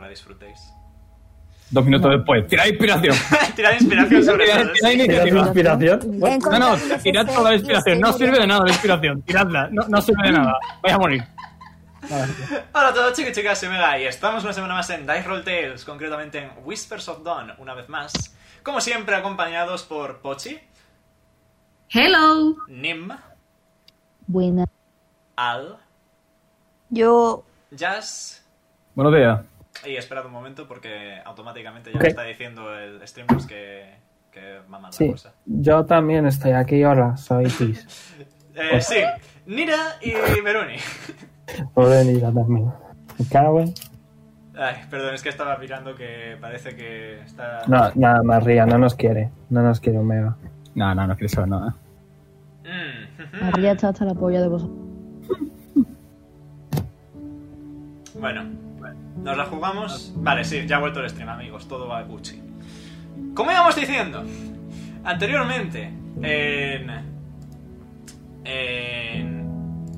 la disfrutéis. Dos minutos después. Tira inspiración. Tirad inspiración sobre todo. Tira iniciativa. inspiración. Bueno, No, no, tirad toda la inspiración. No sirve de nada la inspiración. Tiradla. No, no sirve de nada. Vais a morir. Hola a todos chicos y chicas, soy Mega y estamos una semana más en Dice Roll Tales, concretamente en Whispers of Dawn, una vez más. Como siempre, acompañados por Pochi, Hello. Nim, Buena. Al, Yo. Jazz Buenos días. y esperad un momento porque automáticamente ya Ok. me está diciendo el streamer que, que va mal la Sí, cosa. yo también estoy aquí. Hola, soy Tis. Eh, sí, Nira y Veruni. Pobre Nira también. Me cago en- Ay, perdón, es que estaba mirando que parece que está... No, nada, María, no nos quiere. No nos quiere Omega. No, no, no quiero saber nada. Mm, ujú. María está hasta la polla de vosotros. Bueno, nos la jugamos. Vale, sí, ya ha vuelto el stream, amigos. Todo va a Gucci. Como íbamos diciendo, anteriormente, en. En.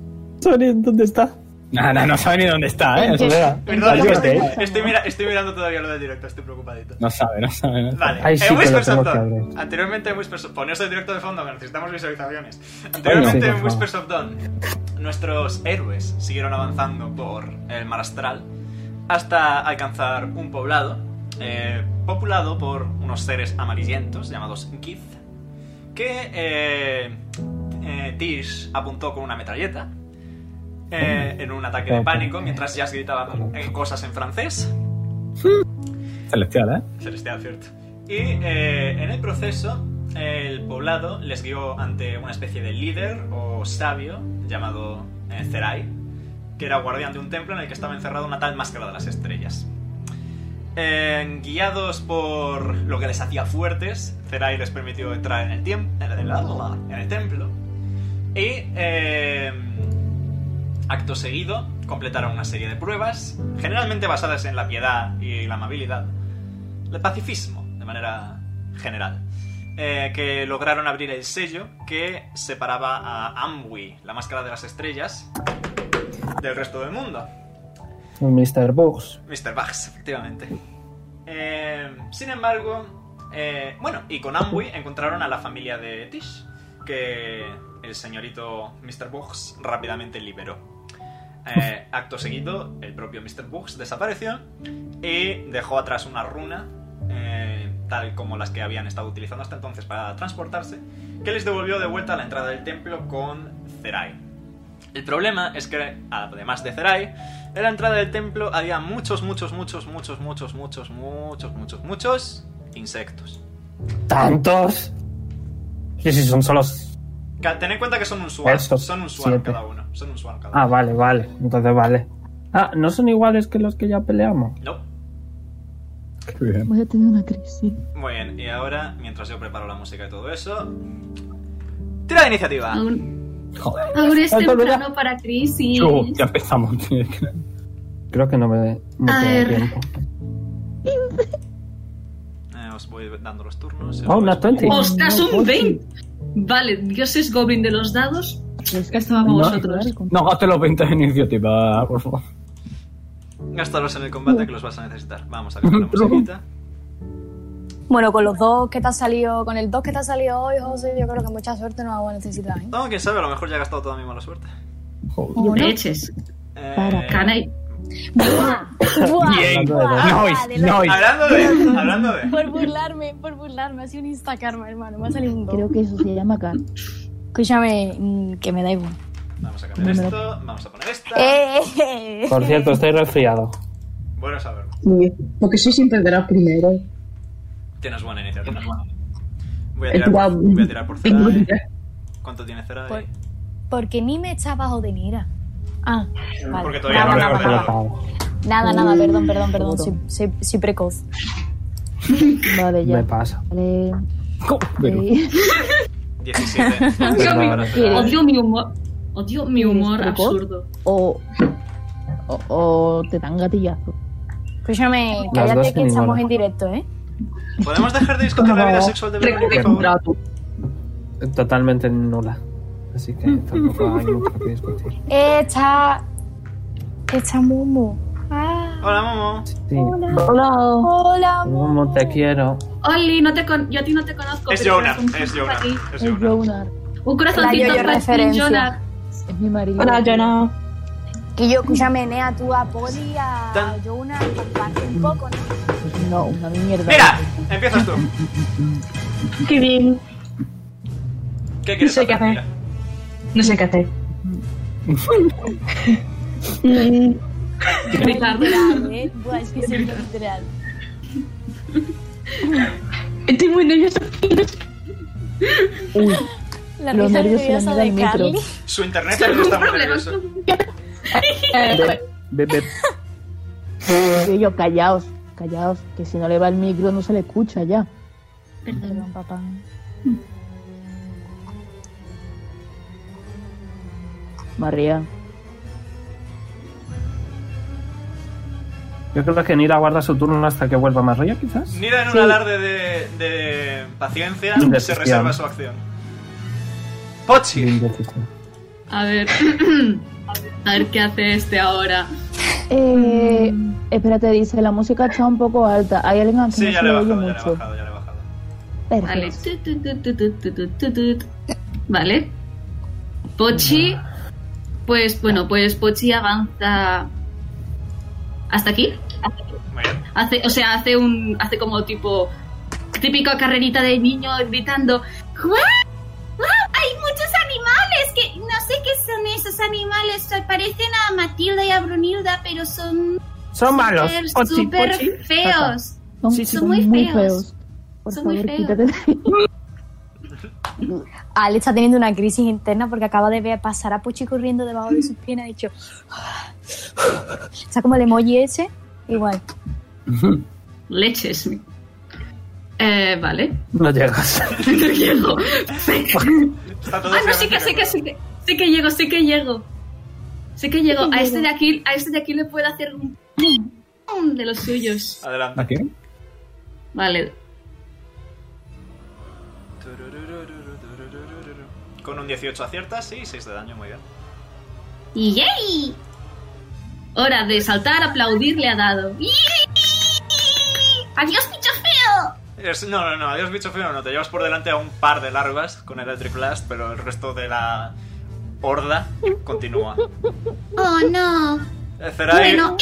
¿dónde está? No, no, no sabe ni dónde está, ¿eh? Eso- Omega. Perdón, Ayúdate, es que ¿eh? estoy, estoy mira- estoy mirando todavía lo del directo, estoy preocupadito. No sabe, no sabe. no sabe. Vale, Ahí sí en que lo Whispers tengo of que Dawn. abrir. Anteriormente en Whispers of Poneos el directo de fondo, que necesitamos visualizaciones. Anteriormente sí, por en favor. Whispers of Dawn, nuestros héroes siguieron avanzando por el mar astral hasta alcanzar un poblado, eh, populado por unos seres amarillentos llamados Gith, que eh, eh, Tish apuntó con una metralleta eh, en un ataque de pánico mientras Jazz gritaba eh, cosas en francés. Celestial, ¿eh? Celestial, cierto. Y eh, en el proceso, el poblado les guió ante una especie de líder o sabio llamado eh, Zerai, que era guardián de un templo en el que estaba encerrada una tal máscara de las estrellas. Eh, guiados por lo que les hacía fuertes, Zerai les permitió entrar en el, tiemp- en el, en el templo y eh, Acto seguido, completaron una serie de pruebas, generalmente basadas en la piedad y la amabilidad, el pacifismo, de manera general, eh, que lograron abrir el sello que separaba a Amwi, la máscara de las estrellas, del resto del mundo. Mr. Bugs. Mr. Bugs, efectivamente. Eh, sin embargo, eh, bueno, y con Amway encontraron a la familia de Tish, que el señorito Mr. Bugs rápidamente liberó. Eh, acto seguido, el propio Mr. Bugs desapareció y dejó atrás una runa, eh, tal como las que habían estado utilizando hasta entonces para transportarse, que les devolvió de vuelta a la entrada del templo con Zerai. El problema es que, además de Zerai, en la entrada del templo había muchos, muchos, muchos, muchos, muchos, muchos, muchos, muchos, muchos insectos. ¿Tantos? ¿Y si son solos? Ca- Ten en cuenta que son un swan, Eso, son un swan siete. cada uno, son un swan cada uno. Ah, vale, vale. Entonces vale. Ah, ¿no son iguales que los que ya peleamos? No. Qué bien. Voy a tener una crisis. Muy bien, y ahora, mientras yo preparo la música y todo eso... ¡Tira de iniciativa! Aún, Joder. aún es Ay, Pablo, ya. temprano para crisis. Yo, ya empezamos. tío. Creo que no me, no A tengo ver. tiempo. Eh, os voy dando los turnos. y os Oh, una vais- 20. ¡Ostras, No, un Pochi. 20! Vale, dioses goblin de los dados. Es Ya estábamos No, vosotros. No gastes los 20 de iniciativa, por favor. Gástalos en el combate que los vas a necesitar. Vamos a cambiar la musiquita. Bueno, con los dos que te ha salido. Con el dos que te ha salido hoy, José, yo creo que mucha suerte no la voy a necesitar. ¿eh? No, quién sabe, a lo mejor ya he gastado toda mi mala suerte. Joder. Bueno. Leches. Eh, Para Can I- Buah, Bien. buah, Nois, de loco. nois. Hablando de... Hablando de... Por burlarme, por burlarme. Ha sido un instacarma, hermano. Me ha salido un dos. Creo que eso se llama Can. Escúchame, mm, que me da igual. Vamos a cambiar Número. esto, vamos a poner esta. Eh, eh, eh. Por cierto, estoy resfriado. Bueno saberlo. Sí, porque soy siempre de la primera. Tienes buena iniciativa. Voy a He tirar, tirado- voy a tirar por Tengo Zerai. ya- ¿Cuánto tiene Por- Zerai? Porque ni me está bajo de Nira. Ah, vale. Porque todavía Nada, no lo he nada, ordenado. nada. Nada, nada, perdón, perdón, perdón. Soy, soy- soy precoz. Vale, ya. Me pasa. Vale. Pero- Eh, 17. Odio mi, Para Zerai. odio mi humor. Odio mi humor ¿Eres precoz? absurdo. o, o, o te dan gatillazo. Escúchame, Las dos cállate que que estamos ninguna. en directo, ¿eh? ¿Podemos dejar de discutir la vida sexual de Verónica, por favor? Recuperado. Totalmente nula. Así que tampoco hay mucho que discutir. Está. Está Momo. Ah. Hola, Momo. Sí. Hola. Hola, Momo, te quiero. Oli, no te con- yo a ti no te conozco. Es pero Jonah, eres un- es Jonah. para ti. Es Es Jonah. Jonar. Un corazoncito La yo-yo para ti, referencia. Jonah. Es mi marido. Hola, Jonah. Que yo, escúchame, Nea, tú a Poli, a Tan. Jonah, comparte un poco, ¿no? Pues No, una mierda. Mira, empiezas tú. Qué bien. ¿Qué quieres Soy hacer? café. Mira. No sé qué hacer. Mm, Ricardo. Literal, ¿eh? Buah, es que siempre literal. Estoy muy nerviosa. Uy, La Los risa nervios se nerviosa me de han ido al micro. Carly. Su internet también está muy Problemas. nervioso. Eh, Ve, ve. yo- yo, callaos, callaos, que si no le va el micro no se le escucha ya. Perdón, papá. María. Yo creo que Nira guarda su turno hasta que vuelva más rollo, quizás. Mira en un Sí. alarde de, de paciencia se Indecisión. reserva su acción. Pochi. Indecisión. A ver. A ver qué hace este ahora. Eh, espérate, dice, la música está un poco alta. Hay alguien aquí Sí, que ya no le he se oye bajado, ya le he mucho. bajado, ya le he bajado. Vale. Perfecto. Tu, tu, tu, tu, tu, tu, tu, tu, tu. Vale. Pochi. Pues bueno, pues Pochi avanza. ¿Hasta aquí? Muy bien. Hace, o sea, hace un. hace como tipo. típico carrerita de niño gritando. ¡Guau! ¡Guau! ¡Hay muchos animales! Que no sé qué son esos animales. Se parecen a Matilda y a Brunilda, pero son Son malos. súper, Pochi, súper pochi. feos. Son, Sí, sí. son muy, feos. Por Son muy favor, feos. quítate de ahí. Ale está teniendo una crisis interna porque acaba de ver pasar a Puchi corriendo debajo de sus piernas. Ha dicho. Está como el emoji ese. Igual. Leches. Eh, vale. No llegas. No llego. Está todo ah, no, sí que, sí que, sí que, sí que llego, sí que llego. Sí que llego. A este de aquí, a este de aquí le puedo hacer un pum de los suyos. Adelante. ¿A qué? Vale. Con un 18 aciertas sí, 6 de daño, muy bien. ¡Yay! Hora de saltar, aplaudir, le ha dado. ¡Yay! ¡Adiós, bicho feo! Es- no, no, no, adiós bicho feo, no. Te llevas por delante a un par de larvas con Electric Blast, pero el resto de la horda continúa. ¡Oh, no! Eh, Zerai, Bueno,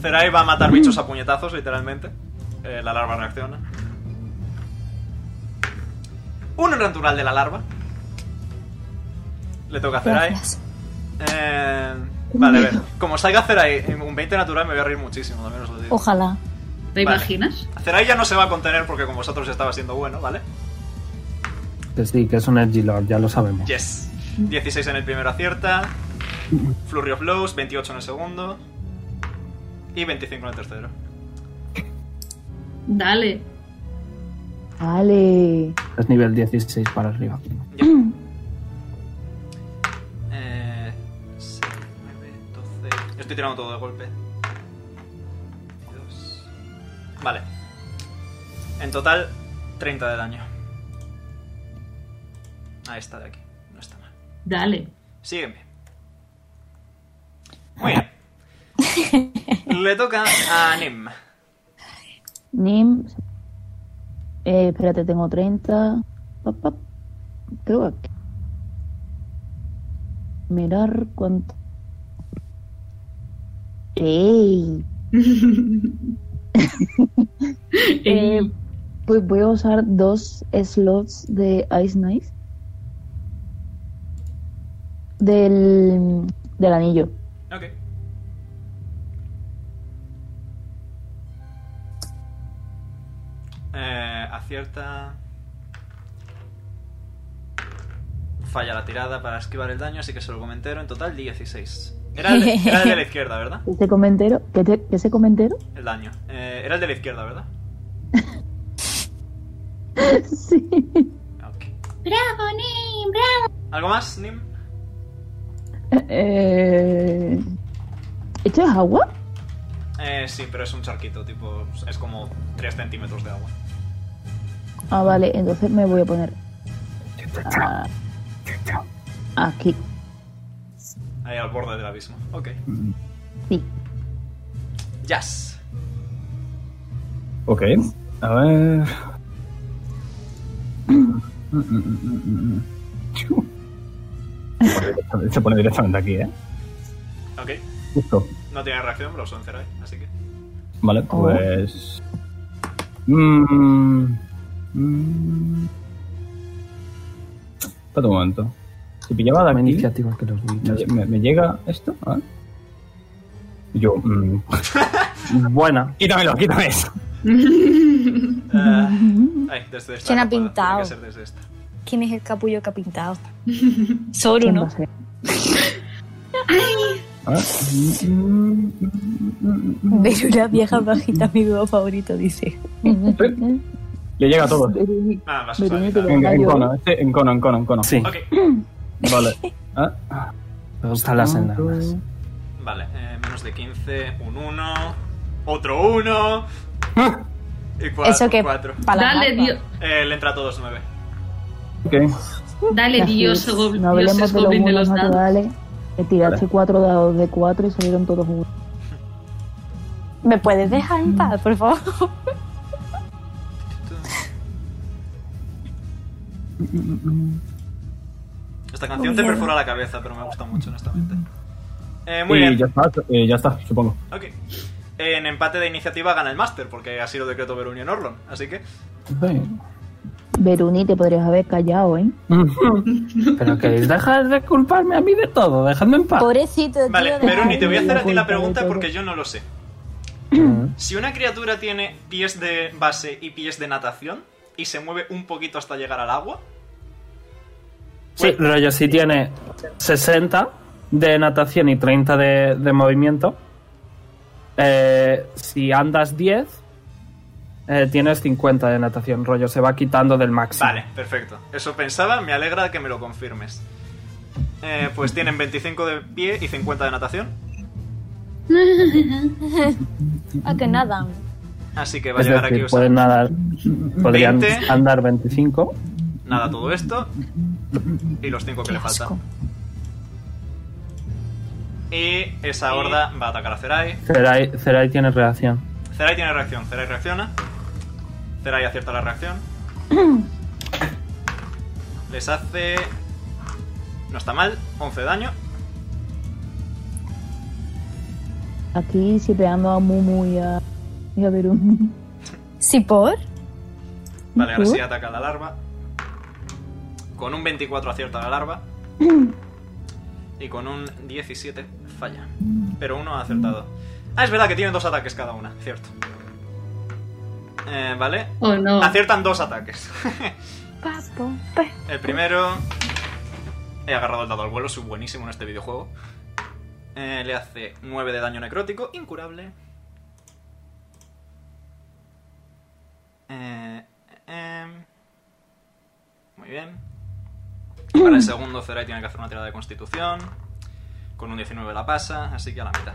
Zerai va a matar bichos a puñetazos, literalmente. Eh, la larva reacciona. Uno natural de la larva. Le toca a Zerai. Gracias. Eh, vale, a ver. Como salga Zerai en un 20 natural, me voy a reír muchísimo, también os lo digo. Ojalá. ¿te Vale. imaginas? Zerai ya no se va a contener porque con vosotros estaba siendo bueno, ¿vale? Que sí, que es un Edgy Lord, ya lo sabemos. Yes. 16 en el primero acierta. Flurry of Blows, 28 en el segundo. Y 25 en el tercero. Dale. Vale. Es nivel 16 para arriba. Ya. Eh, 6, 9, 12. Estoy tirando todo de golpe. 22. Vale. En total, 30 de daño. Ahí está de aquí. No está mal. Dale. Sígueme. Muy bien. Le toca a Nim. Nim. Eh, espérate, tengo 30. Pap, pap. Creo que aquí. Mirar cuánto. ¡Ey! Eh, pues voy a usar dos slots de Ice Knife. Del, del anillo. Ok. Eh, acierta. Falla la tirada para esquivar el daño, así que solo comentero. En total, 16. Era el, era el de la izquierda, ¿verdad? ¿Ese comentero? ¿Qué, te- qué ese comentero? El daño. Eh, era el de la izquierda, ¿verdad? sí. Ok. ¡Bravo, Nim! ¡Bravo! ¿Algo más, Nim? Eh, ¿Esto es agua? Eh, sí, pero es un charquito, tipo. Es como 3 centímetros de agua. Ah, vale, entonces me voy a poner. ah, aquí. Ahí al borde del abismo. Ok. Sí. Jazz. Ok, a ver. Se pone directamente aquí, ¿eh? Ok. Justo. No tiene reacción, pero son Zerai, así que. Vale, Oh. pues. Mm, mm. Espera un momento. Si pillaba Más Dami, iniciativa que los niños. me, me- me llega esto. A ver. Yo. mm, Buena. Quítamelo, quítame eso. Ah, ay, desde esta. ¿Quién ha no puedo, tiene pintado? que ser desde esta. ¿Quién es el capullo que ha pintado? Soru, ¿Quién va ¿no? a ser? A ver. Mm, mm, mm, mm, mm. Ver una vieja bajita, mi dúo favorito, dice. Le llega a todos. Veroni- Ah, vas a Veroni, te usar. lo En, en gallo. cono, este en cono, en cono, en cono. Sí, Ok, Vale. Ah, me gustan las enanas. vale. eh, menos de 15, un 1, otro 1. Y 4. Eso que- Para la Dale, gamba. Dios. le entra a todos 9. ok. Dale, Las Dios, tías, go- No dioses hablemos de los goblin de buenos los dados. naturales. Le tiraste cuatro dados de cuatro y salieron todos uno. ¿Me puedes dejar en paz, por favor? Esta Oh, canción te perfora la cabeza, pero me gusta mucho, honestamente. Eh, muy Y bien. ya está, eh, ya está, supongo. Ok. En empate de iniciativa gana el máster, porque así lo decretó Verunion Orlon. Así que. Veruni, te podrías haber callado, ¿eh? Pero queréis dejar de culparme a mí de todo, dejadme Ah. en paz. Pobrecito, tío. Vale, deja- Veruni, te voy a hacer a ti Culpa la de pregunta todo. porque yo no lo sé. Mm. Si una criatura tiene pies de base y pies de natación y se mueve un poquito hasta llegar al agua, Sí, Pues, rollo, si tiene 60 de natación y 30 de, de movimiento, eh, si andas 10, eh, tienes 50 de natación, rollo, se va quitando del máximo. Vale, perfecto. Eso pensaba, me alegra que me lo confirmes. Eh, pues tienen 25 de pie y 50 de natación. Ah, que nada. Así que va a Es llegar aquí decir, Usa. pueden nadar, podrían 20. andar 25. Nada, todo esto. Y los 5 que le faltan. Y esa horda va a atacar a Zerai. Zerai, Zerai tiene reacción. Zerai tiene reacción. Zerai reacciona. Zerai acierta la reacción. Les hace. No está mal, 11 de daño. Aquí sipeando a Mumu y a, y a Veruni. ¿Sí por? Vale, ahora Ujú. sí ataca la larva. Con un 24 acierta la larva. Y con un 17 falla. Pero uno ha acertado. Ah, es verdad que tiene dos ataques cada una, cierto. Eh, vale. Oh, no. Aciertan dos ataques. Papo, pe. El primero. He agarrado el dado al vuelo, soy buenísimo en este videojuego. Eh, le hace 9 de daño necrótico, incurable. Eh, em. muy bien. Para el segundo, Zerai tiene que hacer una tirada de constitución. Con un 19 la pasa, así que a la mitad.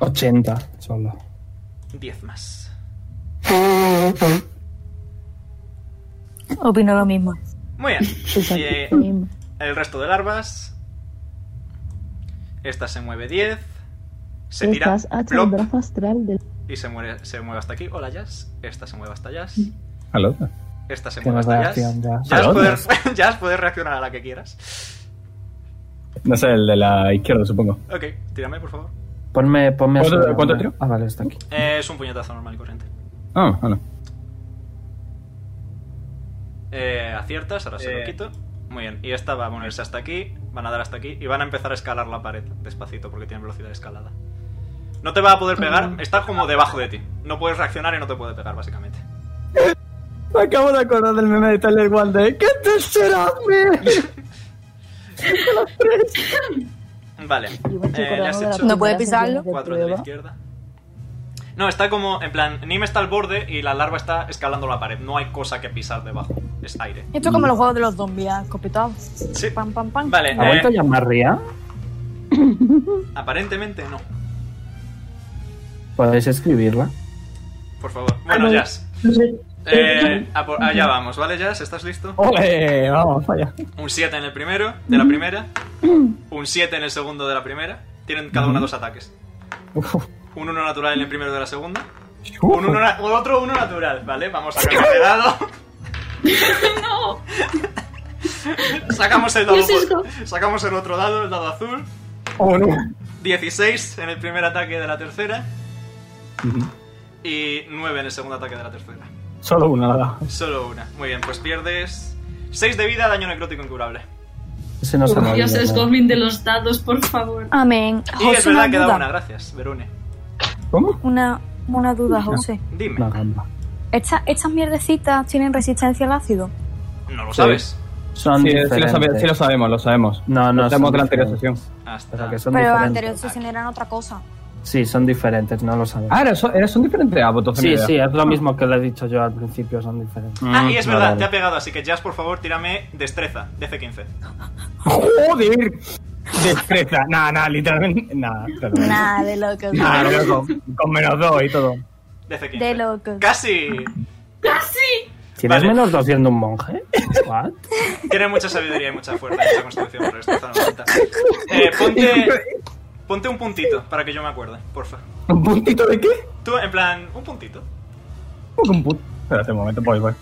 80 solo. 10 más. Opino lo mismo. Muy bien. Y, eh, Exacto, mismo. El resto de larvas. Esta se mueve 10. Se tira Estás ah, hasta el plop, brazo astral del. y se, muere, se mueve hasta aquí. Hola, Jazz. Esta se mueve hasta Jazz. Aló. Esta se mueve Tienes hasta Jazz. reacción ya. Jazz Aló. puedes, Jazz, puedes reaccionar a la que quieras. No sé, el de la izquierda, supongo. Ok, tírame, por favor. Ponme, ponme a ¿Cuánto- saludar. cuánto tiro? Ah, vale, está aquí. Eh, es un puñetazo normal y corriente. Ah, vale. Eh, aciertas, ahora se lo Eh. quito. Muy bien, y esta va a ponerse hasta aquí, van a dar hasta aquí y van a empezar a escalar la pared despacito porque tiene velocidad escalada. No te va a poder pegar, está como debajo de ti. No puedes reaccionar y no te puede pegar, básicamente. Me acabo de acordar del meme de Tyler Wilde. ¿Qué te será, Vale, Yo me estoy eh, le has acordando de la hecho No puede primera pisarlo. sesión de cuatro de la prueba. izquierda. No, está como, en plan, Nim está al borde y la larva está escalando la pared. No hay cosa que pisar debajo, es aire. Esto es como los juegos de los zombies, ah, escopetados. Sí. Pam, pam, pam. Vale, ¿Ha eh, vuelto a llamar Ria? aparentemente no, Podéis escribirla. por favor. Bueno, Jazz, eh, a por- allá vamos, ¿vale, Jazz? ¿Estás listo? ¡Ole! Vamos, vaya. Un 7 en el primero, de la primera. Un 7 en el segundo de la primera. Tienen cada una dos ataques. Un 1 natural en el primero de la segunda. Un uno na- otro 1 natural, ¿vale? Vamos a cambiar de dado. no. Sacamos el dado. Dios, por- Sacamos el otro dado, el dado azul. Oh, no. 16 en el primer ataque de la tercera. Y 9 en el segundo ataque de la tercera. Solo una, nada. Solo una. Muy bien, pues pierdes 6 de vida, daño necrótico incurable. Ese no se me Dios, olvida, es ¿no? goblin de los dados, por favor. Amén. Y es José, verdad Oh, una que da duda. una, gracias, Verune. ¿Cómo? Una, una duda, José. Dime. Una No, gamba. Esta- ¿Estas mierdecitas tienen resistencia al ácido? lo Sí. sabes. Son Sí, sí lo, diferentes. sabe- sí lo sabemos, lo sabemos. No, no, lo sabemos son de la anterior diferentes. sesión. O sea, Hasta que son Pero la diferentes. Ah, anterior sesión eran otra cosa. Sí, son diferentes, no lo sabemos. Ah, era- son, era- son diferentes. Ah, pues entonces ni sí, eh. idea. sí, es lo mismo que le he dicho yo al principio, son diferentes. Ah, y es Vale, verdad, vale. te ha pegado, así que Jazz, por favor, tírame destreza, DC15. ¡Joder! Destreza. Nada, nada, literalmente. Nada, claro. Nada de loco. Nah, luego, con, menos dos y todo. DC15. De locos. Casi. ¿Tienes Vale. menos dos siendo un monje? What? Tiene mucha sabiduría y mucha fuerza esa constitución, pero esto está en la cuenta. Eh, ponte, ponte un puntito para que yo me acuerde, porfa. ¿Un puntito de qué? Tú, en plan, un puntito. Un puto. Espérate un momento, voy, voy.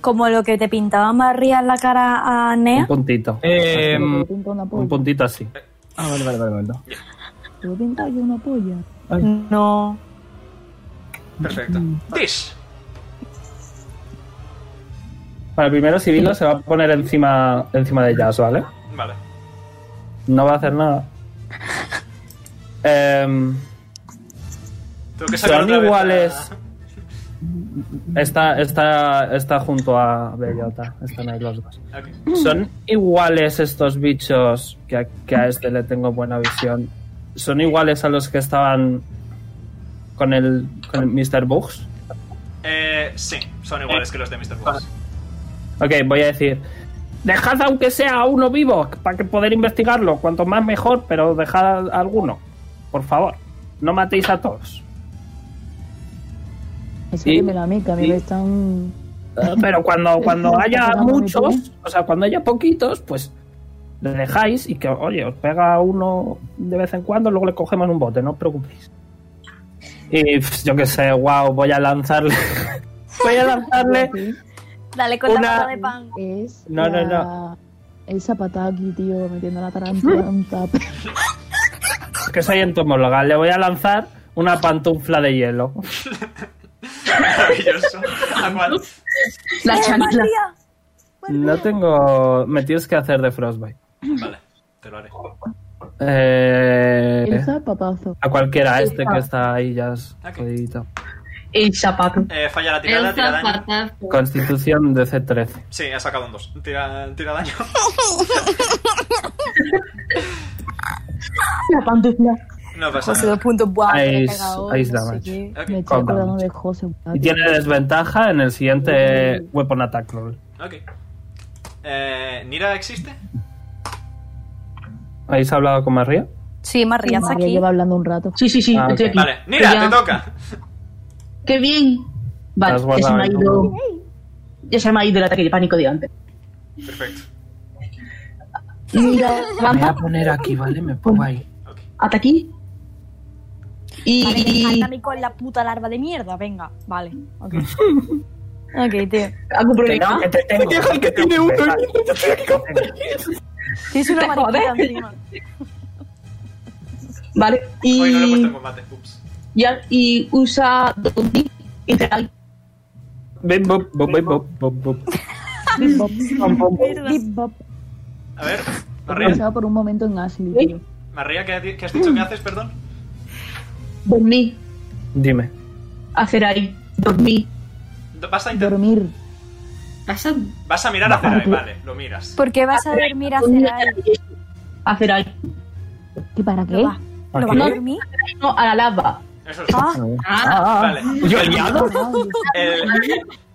Como lo que te pintaba María en la cara a Un Nea. puntito. Eh, Yo pinto una Un polla. puntito así. ah, vale, vale, vale. un momento. Yo pinto yo una polla. No. Perfecto. Dish. Vale, primero Sibilo se va a poner encima, encima de Jazz, ¿vale? Vale. No va a hacer nada. Em, Tengo que sacar son otra vez iguales. la- Está, está, está junto a Bellota. Están ahí los dos. Ok. ¿Son iguales estos bichos que a, que a este le tengo buena visión? ¿Son iguales a los que estaban con el, con el Mr. Bugs? Eh, sí, son iguales que los de Mr. Eh, Boss. Ok, voy a decir. Dejad aunque sea a uno vivo para que poder investigarlo. Cuanto más mejor, pero dejad a alguno. Por favor. No matéis a todos. Eso Y- que me la mica, a mí y- me están. Eh, Pero cuando, cuando haya Vamos, muchos, o sea, cuando haya poquitos, pues le dejáis y que, oye, os pega uno de vez en cuando, luego le cogemos en un bote, no os preocupéis. Y pf, yo qué sé, wow, voy a lanzarle. voy a lanzarle. Dale con Una- la bola de pan. Es. No, no, la- no. Esa patada aquí, tío, metiendo la tarantula. que soy entomóloga, le voy a lanzar una pantufla de hielo. Maravilloso. ¿A cuál? La ¡Eh, chancla. María! No tengo. Me tienes que hacer de Frostbite. Vale, te lo haré. Eh, El zapapazo. a cualquiera, a este que está ahí ya es Ok. jodidito. El zapato. Eh, falla la tirada, El tira daño. zapatazo. Constitución de C13. Sí, ha sacado un 2. Tira, tira daño. La pantufla. No pasa José, nada. dos puntos. Buah, Ice- me he cagado, ice no sé damage. qué. Me Ok, estoy Con acordando damage. de José. Y tiene desventaja en el siguiente Weapon Attack Roll. ok. Eh, ¿Nira existe? ¿Habéis hablado con María? Sí, María está María aquí. lleva hablando un rato. Sí, sí, sí, Ah, estoy ok. aquí. Vale, Nira, Ya. te toca. ¡Qué bien! Vale, Has ya se me ha guardado el ido. Ya se me ha ido el ataque de pánico de antes. Perfecto. Mira, Me voy a lanza poner aquí, ¿vale? Me pongo ahí. Ok. hasta aquí. Y. Mátame con la puta larva de mierda. Venga, vale. Ok. Ok, tío. Hago un problema. que tiene uno Tienes una mariquita Joder. encima. Vale, Hoy no lo he puesto y. en combate. Ups. ya- Y usa. Dondi. Integral. Bip, bop, Mierda. bip, bop. A ver, María, Pensaba por un momento en Ashley, tío. María ¿qué, qué has dicho que haces, perdón? Dormir. Dime. Hacer ahí. Dormir. Do- Vas a, inter- Dormir. Pasa- vas a mirar a Zerai, vale, lo miras. ¿Por qué vas a dormir a Cerai? Hacer ahí. ¿Y para ¿Lo qué? vas lo vas a dormir? No, a la lava. Eso es. Ah, Ah, Vale. ¿Yo he liado? El-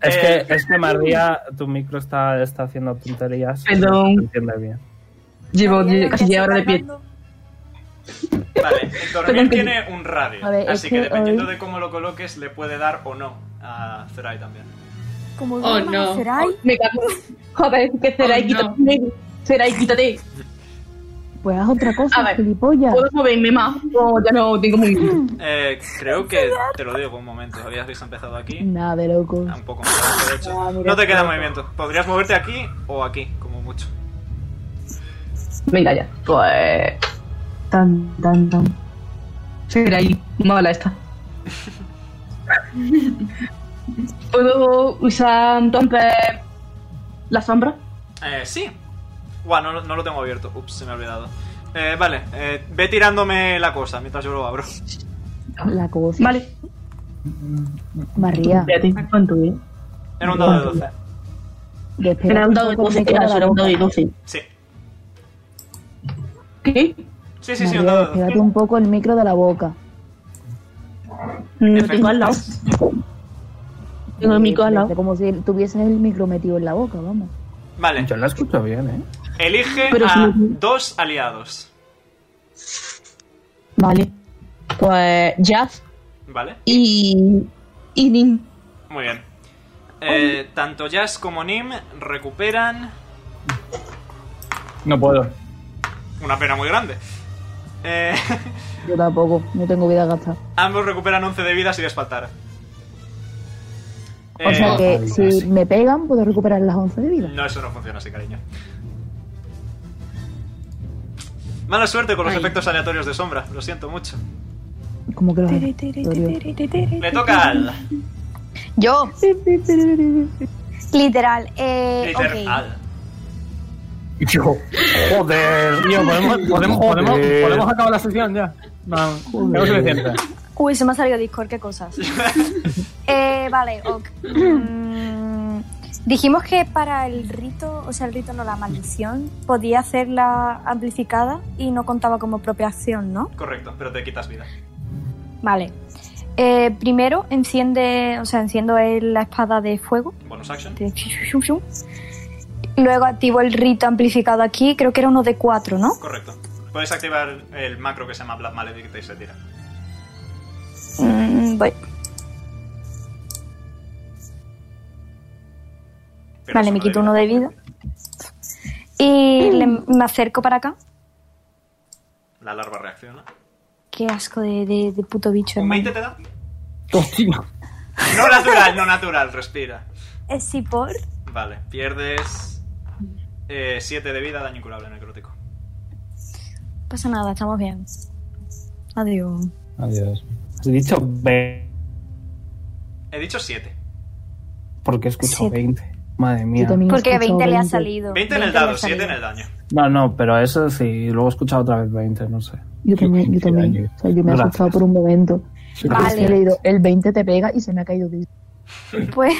Es eh, que, es que María, tu micro está, está haciendo tonterías. Perdón. No se entiende bien. Llevo María, lo que casi estoy ahora de pie. hablando. Vale, el dormir Perdón, que- tiene un radio, A ver, es así que que dependiendo hoy- de cómo lo coloques le puede dar o no a Zerai también. Como Oh, duermas a no. Cerai. Me cago. Joder, que será Oh, y no. quítate. Será y quítate. Pues haz otra cosa, A ver, gilipollas. Puedo moverme más, o ya no tengo movimiento. Eh, creo que te lo digo un momento. Habías empezado aquí. Nada de loco. Ah, Un poco más, de hecho. Ah, mira, No te queda claro. movimiento. Podrías moverte aquí o aquí, como mucho. Venga, ya. Pues. Tan, tan, tan. Será ahí. Mala esta. ¿Puedo usar entonces la sombra? Eh, sí. Guau, no, lo- no lo tengo abierto. Ups, se me ha olvidado. Eh, vale, eh, ve tirándome la cosa mientras yo lo abro. La cosa. Vale. María. Espérate, ¿cuánto es? Era un dado de 12. que espera Era un un dado de poco 12, te queda claro, la era un dado de boca. 12. Sí. ¿Qué? Sí, sí, sí, un María, dado de 12. despégate un poco el micro de la boca. No Efecto. tengo Mm, al lado. Tengo el micro al Es lado. Eh, Como si tuvieses el micro metido en la boca, vamos. Vale, Yo la escucho bien, ¿eh? elige Pero si a no- dos aliados. Vale. Pues Jazz Vale, y. y Nin. muy bien. Eh, tanto Jazz como Nim recuperan No puedo. una pena muy grande. Eh, Yo tampoco, no tengo vida gastada. ambos recuperan 11 de vida si les faltara. o Eh, sea que si me pegan, puedo recuperar las 11 de vida. No, eso no funciona así, cariño. Mala suerte con los Ay. efectos aleatorios de sombra, lo siento mucho. Como que los. Le toca al. Yo, literal. Eh, ok. Literal. Yo. Joder, Tío, podemos, podemos, Joder. podemos, podemos acabar la sesión ya. Vamos, tenemos suficiente. Uy, se me ha salido Discord, qué cosas. eh, vale, ok. Mm, dijimos que para el rito, o sea, el rito no, la maldición, podía hacerla amplificada y no contaba como propia acción, ¿no? Correcto, pero te quitas vida. Vale. Eh, primero enciende, o sea, enciendo el- la espada de fuego. Bonus action. de shum, shum. Luego activo el rito amplificado aquí, creo que era uno de cuatro, ¿no? Correcto. Puedes activar el macro que se llama Black Maledict y se tira. Mm, voy. Pierdes Vale, me quito uno de vida. Y le- me acerco para acá. La larva reacciona. Qué asco de, de- de puto bicho, ¿Un hermano. 20 te da? No natural, no natural, respira. Es si Eh, por. Vale, pierdes 7 de vida, daño incurable necrótico. Pasa nada, estamos bien. Adiós. Adiós. He dicho 20 He dicho 7. porque escucho Siete. 20. Madre mía. Porque 20 le ha salido. 20 en el 20 le ha dado, 7 en el salido. daño. No, no, pero eso sí. Luego he escuchado otra vez 20, no sé. Yo también, yo también. O sea, yo me he Gracias. asustado por un momento. Vale. He leído, el 20 te pega y se me ha caído. de- Pues.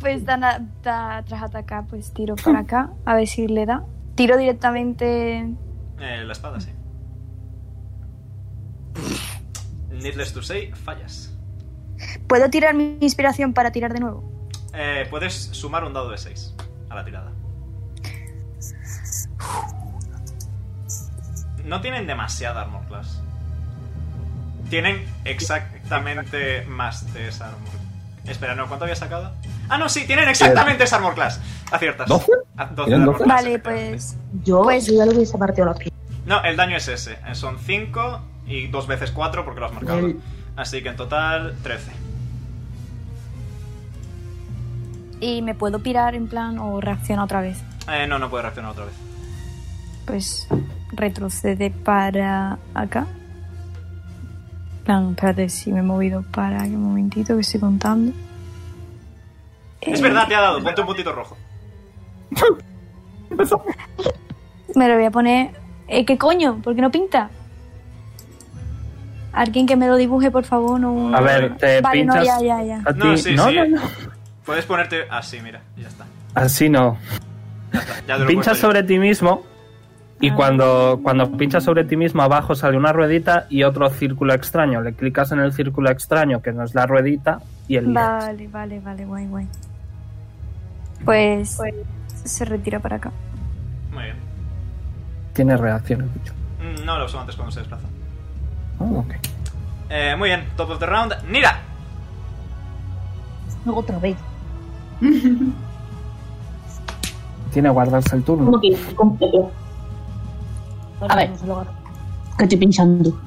pues dan a- da- tras atacar, pues tiro para acá, a ver si le da. Tiro directamente. Eh, la espada, sí. Needless to say, fallas. ¿Puedo tirar mi inspiración para tirar de nuevo? Eh, puedes sumar un dado de 6 a la tirada. No tienen demasiada armor class. Tienen exactamente más de esa armor. Espera, no, ¿cuánto había sacado? Ah, no, sí, tienen exactamente esa armor class. Aciertas. ¿Doce? Ah, doce de ¿Tienen armor doce? class, Vale, efectivamente. pues. Yo, Pues- yo ya lo hubiese partido los pies. No, el daño es ese. Eh, Son 5 y 2 veces 4 porque lo has marcado. Bien. Así que en total, 13. Y me puedo pirar en plan o reaccionar otra vez. Eh, no, no puede reaccionar otra vez. Pues retrocede para acá. Plan, espérate, si me he movido para un momentito que estoy contando. Es Eh, verdad, te ha dado. Ponte un puntito rojo. Me lo voy a poner. Eh, ¿Qué coño? ¿Por qué no pinta? Alguien que me lo dibuje, por favor. No... A ver, te vale, pinchas. no, ya, ya, ya. A ti. No, sí, no, sí. no, no. Puedes ponerte así, mira, y ya está. Así no. Ya está, ya te lo he puesto Pinchas yo. sobre ti mismo Ah. y cuando, cuando pinchas sobre ti mismo abajo sale una ruedita y otro círculo extraño. Le clicas en el círculo extraño que no es la ruedita y el Vale, vale, vale, guay, guay. Pues, se retira para acá. Muy bien. tiene reacción. el bicho. Mm, No lo uso antes cuando se desplaza. Ah, ok. Eh, muy bien, top of the round. ¡Nira! Luego otra vez. Tiene guardarse el turno. Como que completo. A ver. ¿Qué estoy pensando?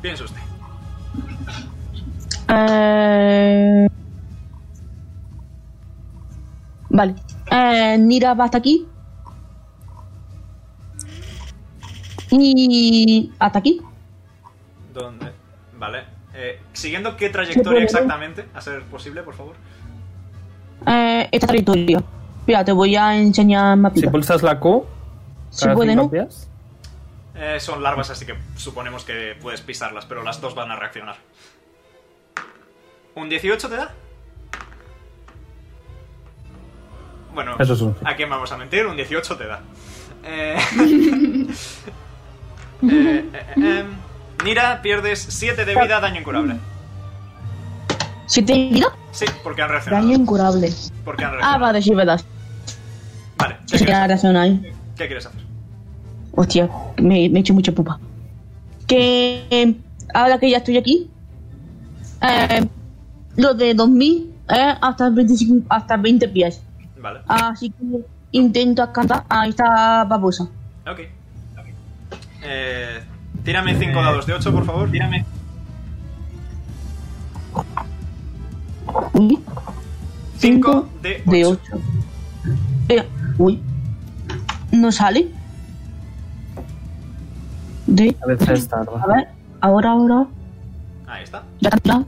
Piensa usted. Eh, Vale. Eh, Nira va hasta aquí. Y hasta aquí. ¿Dónde? Vale. Eh, siguiendo qué trayectoria exactamente, a ser posible, por favor. Eh, esta trayectoria. Mira, te voy a enseñar Si mapita. pulsas la Q, Si cada puede, cinco ¿no? pies. Eh, son larvas, así que suponemos que puedes pisarlas, pero las dos van a reaccionar. ¿Un 18 te da? Bueno, Eso es un sí. ¿a quién vamos a mentir? Un 18 te da. Eh, eh, eh, eh, em. Nira, pierdes 7 de vida, daño incurable. ¿Si te he ido? Sí, porque han Daño reaccionado. incurable. Porque han Ah, reaccionado. vale, sí, verdad. Vale, ¿qué Sí, quieres, tienes razón ahí. qué quieres hacer? Hostia, me, me he hecho mucha pupa. Que eh, ahora que ya estoy aquí, eh, lo de 2000 eh, hasta 25, hasta 20 pies. Vale, Así que intento alcanzar a esta babosa. ok. Eh, tírame 5 dados de 8, por favor. Tírame. Uy, 5 de de 8. 8. uy, no sale. De, A veces tarda. a ver, ahora, ahora, Ahí está. ya está tirado.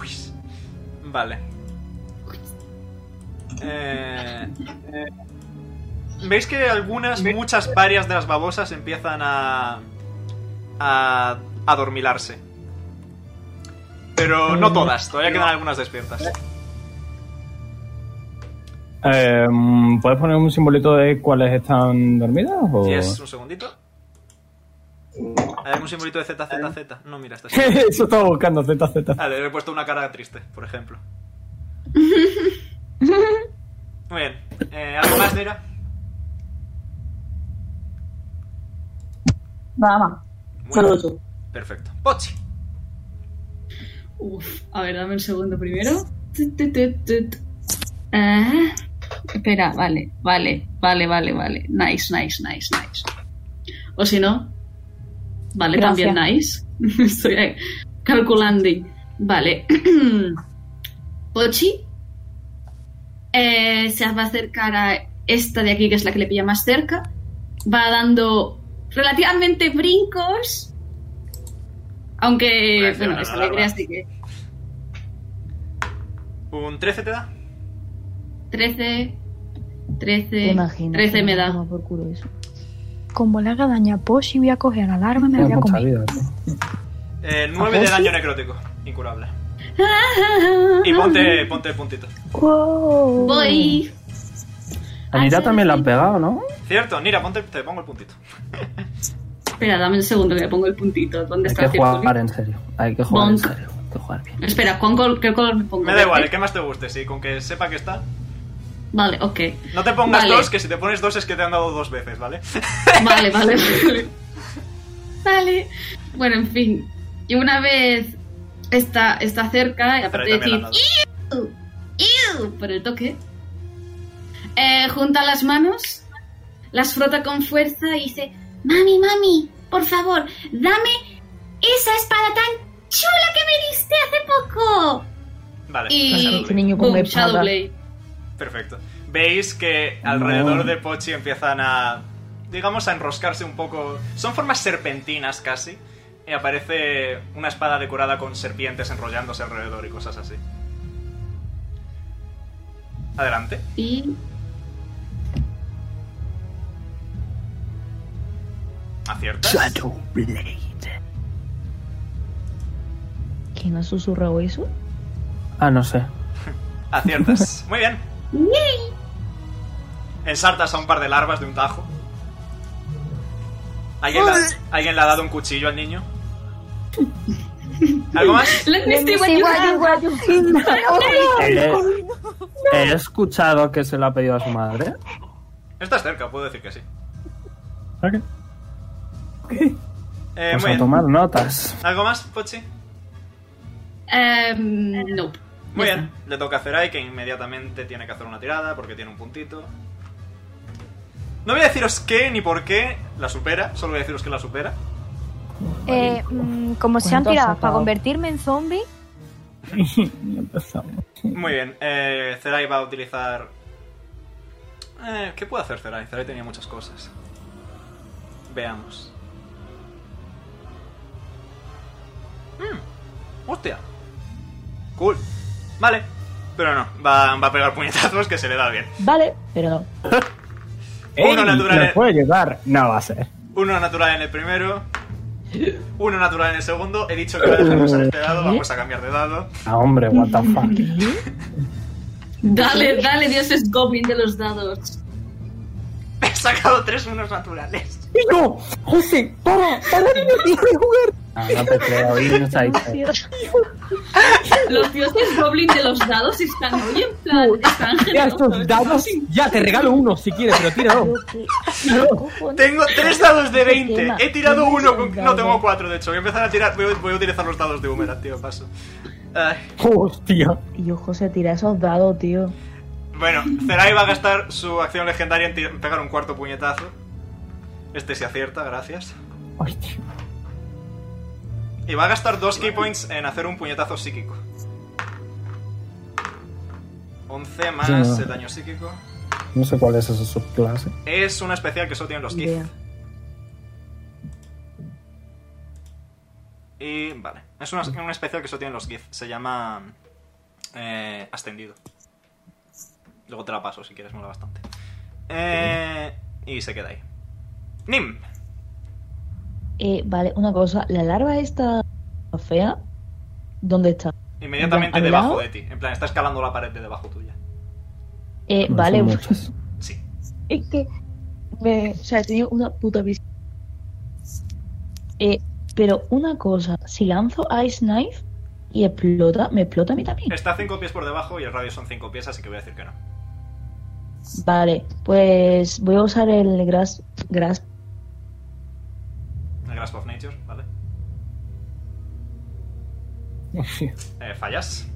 Uy. Vale. Eh, eh, ¿Veis que algunas, muchas, varias de las babosas empiezan a. a. a dormilarse? Pero no todas, todavía quedan algunas despiertas. Eh, ¿Puedes poner un simbolito de cuáles están dormidas? O... Yes, un segundito. Hay algún simbolito de ZZZ. No, mira, está así. Eso estaba buscando, ZZ. Ah, le he puesto una cara triste, por ejemplo. Muy bien. Eh, ¿Algo más, Nira? Nada más, Muy solo bien. eso. Perfecto. Pochi. Uf, a ver, dame el segundo primero. Tut, tut, tut, tut. Ah, espera, vale, vale, vale, vale, vale. Nice, nice, nice, nice. O si no, vale, Gracias. también nice. Estoy ahí calculando. Vale. Pochi eh, se va a acercar a esta de aquí, que es la que le pilla más cerca. Va dando relativamente brincos. Aunque, Reacciona bueno, la es alegre, larva. así que ¿Un 13 te da? 13, Te 13, imaginas. 13 me da. Toma por culo eso. Como le haga daño a Poshi, voy a coger la larva y me la voy Tiene a mucha comer. vida, tío. Eh, 9 de daño necrótico. Incurable. Y ponte, ponte el puntito. Wow. Voy. Ah, A Nira también la han pegado, ¿no? Cierto, Nira, ponte, te pongo el puntito. Espera, dame un segundo que le pongo el puntito. ¿Dónde Hay está que el jugar círculo? en serio. Hay que jugar en Bonk. serio. Hay que jugar bien. Espera, ¿cuál col- ¿qué color me pongo? Me da igual, el ¿Verde? que más te guste, sí, con que sepa que está. Vale, ok. No te pongas Vale. dos, que si te pones dos es que te han dado dos veces, ¿vale? Vale, vale, vale. Vale. Bueno, en fin. Y una vez está, está cerca, y Pero aparte ahí de también le han decir dado. ¡Iu! por el toque, eh, junta las manos, las frota con fuerza y dice: Mami, mami, por favor, dame esa espada tan chula que me diste hace poco. Vale, Y. Este niño Boom, come espada. Shadowblade. perfecto. Veis que alrededor de Pochi empiezan a, digamos, a enroscarse un poco. Son formas serpentinas casi. Y aparece una espada decorada con serpientes enrollándose alrededor y cosas así. Adelante. Y. ¿Aciertas? ¿Quién ha susurrado eso? Ah, no sé. Aciertas. Muy bien. Ensartas a un par de larvas de un tajo. ¿Alguien, la- ¿Alguien le ha dado un cuchillo al niño? ¿Algo más? Let me Let see me what see you what have. you- what you feel now. He, he escuchado que se lo ha pedido a su madre. Estás cerca, puedo decir que sí. Ok. Eh, muy Vamos a bien. tomar notas. ¿Algo más, Pochi? Em, nope. Muy Ya bien. Le toca a Zerai, que inmediatamente tiene que hacer una tirada porque tiene un puntito. No voy a deciros qué ni por qué la supera, solo voy a deciros que la supera. Eh, mm, como sean ¿Cuánto has tiradas para sacado? convertirme en zombie, Empezamos. Muy bien, eh, Zerai va a utilizar... Eh, ¿Qué puede hacer Zerai? Zerai tenía muchas cosas. Veamos. Mm, hostia. Cool. Vale. Pero no, va, va a pegar puñetazos que se le da bien. Vale, pero no. Uno Ey, natural. eh. ¿Lo puede llevar? No va a ser. Uno natural en el primero. Uno natural en el segundo. He dicho que iba a dejar de usar este dado. Vamos a cambiar de dado. Ah, hombre, what the fuck. Dale, dale, Dios es goblin de los dados. He sacado tres unos naturales. ¡No! ¡José! ¡Para! ¡Para niño! ¡Deja de jugar! Ah, no te creo, Insight. Los dioses goblin de los dados están hoy en plan. Están Ya, generosos, estos dados. ¿no? Ya, te regalo uno si quieres, pero tíralo. Tengo tres dados de 20. He tirado uno con. No, tengo cuatro, de hecho. Voy a empezar a tirar. Voy a, voy a utilizar los dados de Boomerang, tío. Paso. Ay. ¡Hostia! Y ojo, se tira esos dados, tío. Bueno, Zerai va a gastar su acción legendaria en ti- en pegar un cuarto puñetazo. Este se acierta, gracias. Ay, tío. Y va a gastar dos key points en hacer un puñetazo psíquico. 11 más Sí, no. el daño psíquico. No sé cuál es esa subclase. Es una especial que solo tienen los Kith. Idea. Y vale. Es una, una especial que solo tienen los Gith. Se llama. eh, ascendido. Luego te la paso si quieres, mola bastante. Eh, y se queda ahí. Nim. Eh, vale, una cosa. La larva esta fea, ¿dónde está? Inmediatamente ¿Al debajo lado? de ti. En plan, está escalando la pared de debajo tuya. Eh, vale, muchas. Sí. es que me, o sea, he tenido una puta visión. Eh, pero una cosa, si lanzo Ice Knife y explota, me explota a mí también. Está 5 pies por debajo y el radio son 5 pies, así que voy a decir que no. Vale, pues voy a usar el Grasp, grasp El Grasp of Nature, ¿vale? Hostia. Eh, fallas.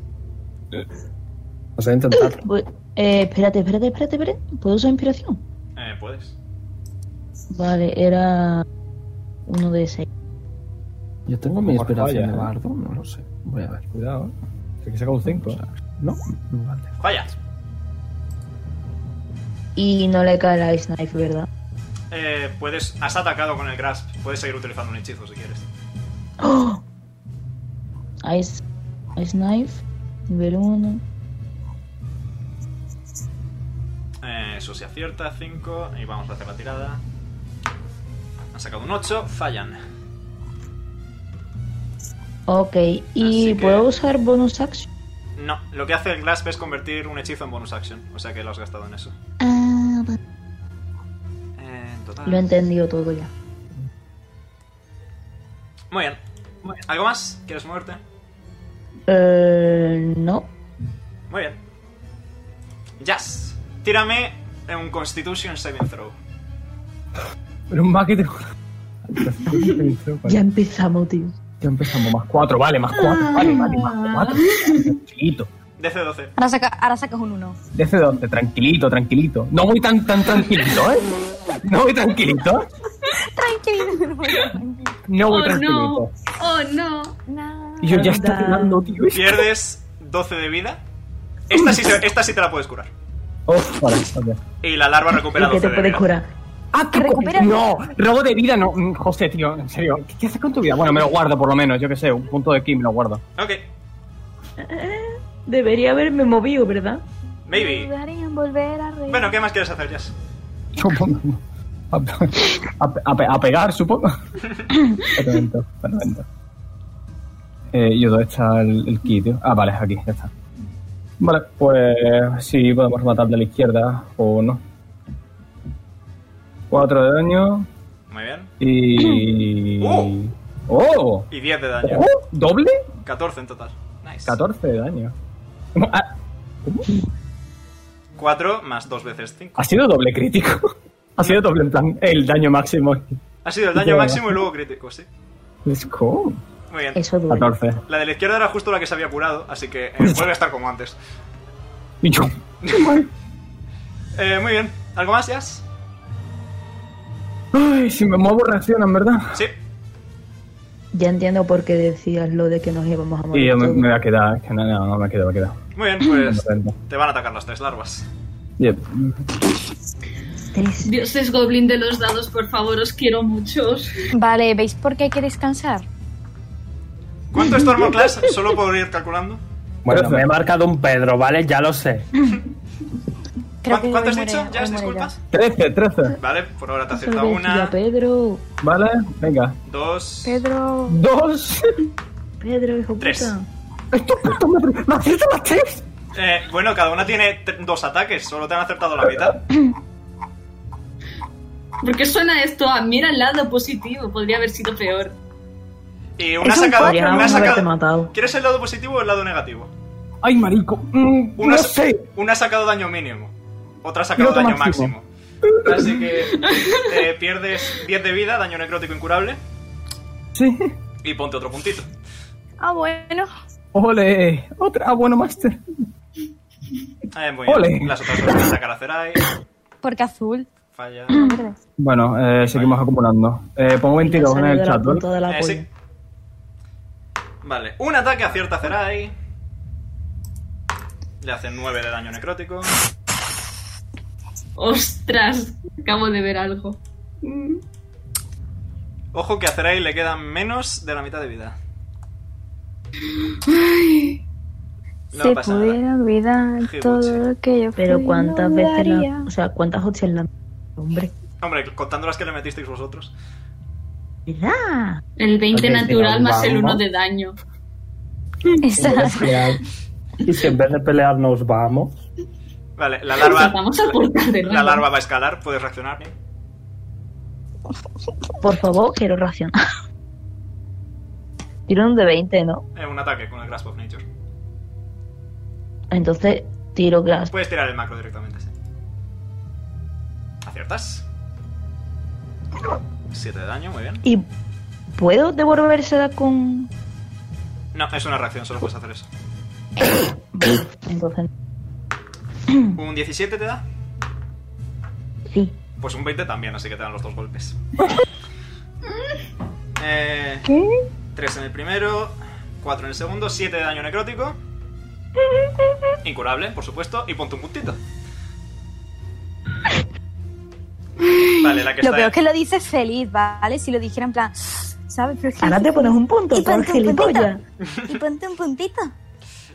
Vamos a intentar. voy- eh, espérate, espérate, espérate, espérate. ¿Puedo usar inspiración? Eh, puedes. Vale, era uno de seis. Yo tengo mi Mejor inspiración falla, de ¿eh? bardo, no lo sé. Voy a ver. Cuidado, eh. Que saca un 5. No, vale. Fallas. Y no le cae el Ice Knife, ¿verdad? Eh, puedes. Has atacado con el Grasp. Puedes seguir utilizando un hechizo si quieres. Ice, Ice Knife, nivel 1. Eh, eso se acierta, 5. Y vamos a hacer la tirada. Han sacado un 8, fallan. Ok, Así ¿y que- puedo usar bonus action? No, lo que hace el Grasp es convertir un hechizo en bonus action. O sea que lo has gastado en eso. Ah, va- Eh, en total. lo he entendido todo ya. Muy bien. Muy bien. ¿Algo más? ¿Quieres moverte? Eh, no. Muy bien. Jazz. Tírame en un Constitution Saving Throw. Pero un maquete. Ya empezamos, tío. Ah. Ya empezamos. Más 4, vale, más 4. Vale, vale, más 4. Tranquilito. DC 12. ahora, saca- ahora sacas un 1. ¿Desde dónde? Tranquilito, tranquilito. No voy tan, tan tranquilito, ¿eh? No voy tranquilito. Tranquilo. No voy Oh, tranquilito. no. Oh, no. No. Y yo ya estoy tirando, tío. Pierdes 12 de vida. Esta sí, se- esta sí te la puedes curar. Oh, vale, vale. Y la larva recupera ¿Y qué 12 te de puede vida. curar? Ah, tú- Recupera- No, robo de vida no. Mm, José, tío, en serio. ¿Qué, qué haces con tu vida? Bueno, me lo guardo por lo menos. Yo qué sé, un punto de Kim lo guardo. Ok. Debería haberme movido, ¿verdad? Maybe. Deberían volver a reír. Bueno, ¿qué más quieres hacer, Jazz? Supongo. A, a- a pe- a pegar, supongo. Perfecto, perfecto. Eh, yo dónde está el, el key, tío. Ah, vale, aquí, ya está. Vale, pues sí, podemos matar de la izquierda o no. Cuatro de daño Muy bien. y... Oh. ¡Oh! Y 10 de daño. oh doble 14 en total. Nice. 14 de daño. Ha, 4 más 2 veces 5. ha sido doble crítico. Ha sido doble en plan el daño máximo. Ha sido el daño Bueno. máximo y luego crítico, sí. Let's go. Muy bien. Eso duele. 14. La de la izquierda era justo la que se había curado, así que eh, vuelve a estar como antes. Y yo... Eh, muy bien. ¿Algo más, Jazz? Ay, si me muevo reaccionan, ¿verdad? Sí. Ya entiendo por qué decías lo de que nos íbamos a morir. Y yo me, todos. me voy a quedar, es que no, no, no me quedo, me quedo. Muy bien, pues Perfecto. te van a atacar las tres larvas. Yep. Tres. Dioses Goblin de los dados, por favor, os quiero muchos. Vale, ¿veis por qué hay que descansar? ¿Cuánto es tu armor class? Solo por ir calculando. Bueno, Bueno, me he marcado un Pedro, ¿vale? Ya lo sé. Creo ¿Cuán- que ¿Cuánto has hoy muere- dicho? hoy ¿Ya has muere disculpas? 13, 13. Vale, por ahora te Eso acierta decía una, Pedro. ¿Vale? Venga. dos. Pedro. Dos. Pedro, hijo Tres. puta. Estúpido, me, me acierto las tres. Eh, bueno, cada una tiene tre- dos ataques, solo te han acertado la mitad. Porque suena esto a mira el lado positivo, podría haber sido peor. Y una ha Es un sacado. Una cuatro. ha Podríamos haberte sacado. matado. ¿Quieres el lado positivo o el lado negativo? Ay, marico. Mm, Una, no sa- sé. una ha sacado daño mínimo, otra ha sacado Y otra daño máximo. máximo. Así que eh, pierdes 10 de vida, daño necrótico incurable, Sí. y ponte otro puntito. Ah, bueno. Ole. Otra. Ah, bueno, Master. Eh, muy bien. Ole. Las otras dos van a atacar a Zerai. Porque azul. Falla. Bueno, eh, seguimos acumulando. Eh, pongo 22 en Salió el de la chat, ¿vale? punta de la Eh, polla. sí. Vale, un ataque acierta a Zerai. Le hacen 9 de daño necrótico. Ostras, acabo de ver algo. Ojo que a Zerai le quedan menos de la mitad de vida. No Se pasa nada. pudiera olvidar Qué buche. todo lo que yo Pero fui, cuántas no veces la. daría. O sea, cuántas hostias la. Hombre. Hombre, contando las que le metisteis vosotros. ¿Verdad? El 20 Ok, natural venga, más el 1 vamos. de daño. Esa- Y si en vez de pelear nos vamos. Vale, la O sea, larva. vamos a portar de La nuevo. larva va a escalar, puedes reaccionar. Eh, Por favor, quiero racionar. Tiro un de 20, ¿no? Eh, un ataque con el Grasp of Nature. Entonces tiro grasp. Puedes tirar el macro directamente. sí. ¿Aciertas? 7 de daño, muy bien. ¿Y puedo devolvérsela con.? No, es una reacción, solo puedes hacer eso. Entonces, ¿Un 17 te da? sí. Pues un 20 también, así que te dan los dos golpes. Eh, 3 en el primero, 4 en el segundo, 7 de daño necrótico. Incurable, por supuesto, y ponte un puntito. Vale, la que Lo está. peor es que lo dice feliz, ¿vale? Si lo dijera en plan. ¿Sabes? Pero es que Ahora dice te pones feliz. un punto Y por ponte un gilipollas. puntito. Y ponte un puntito.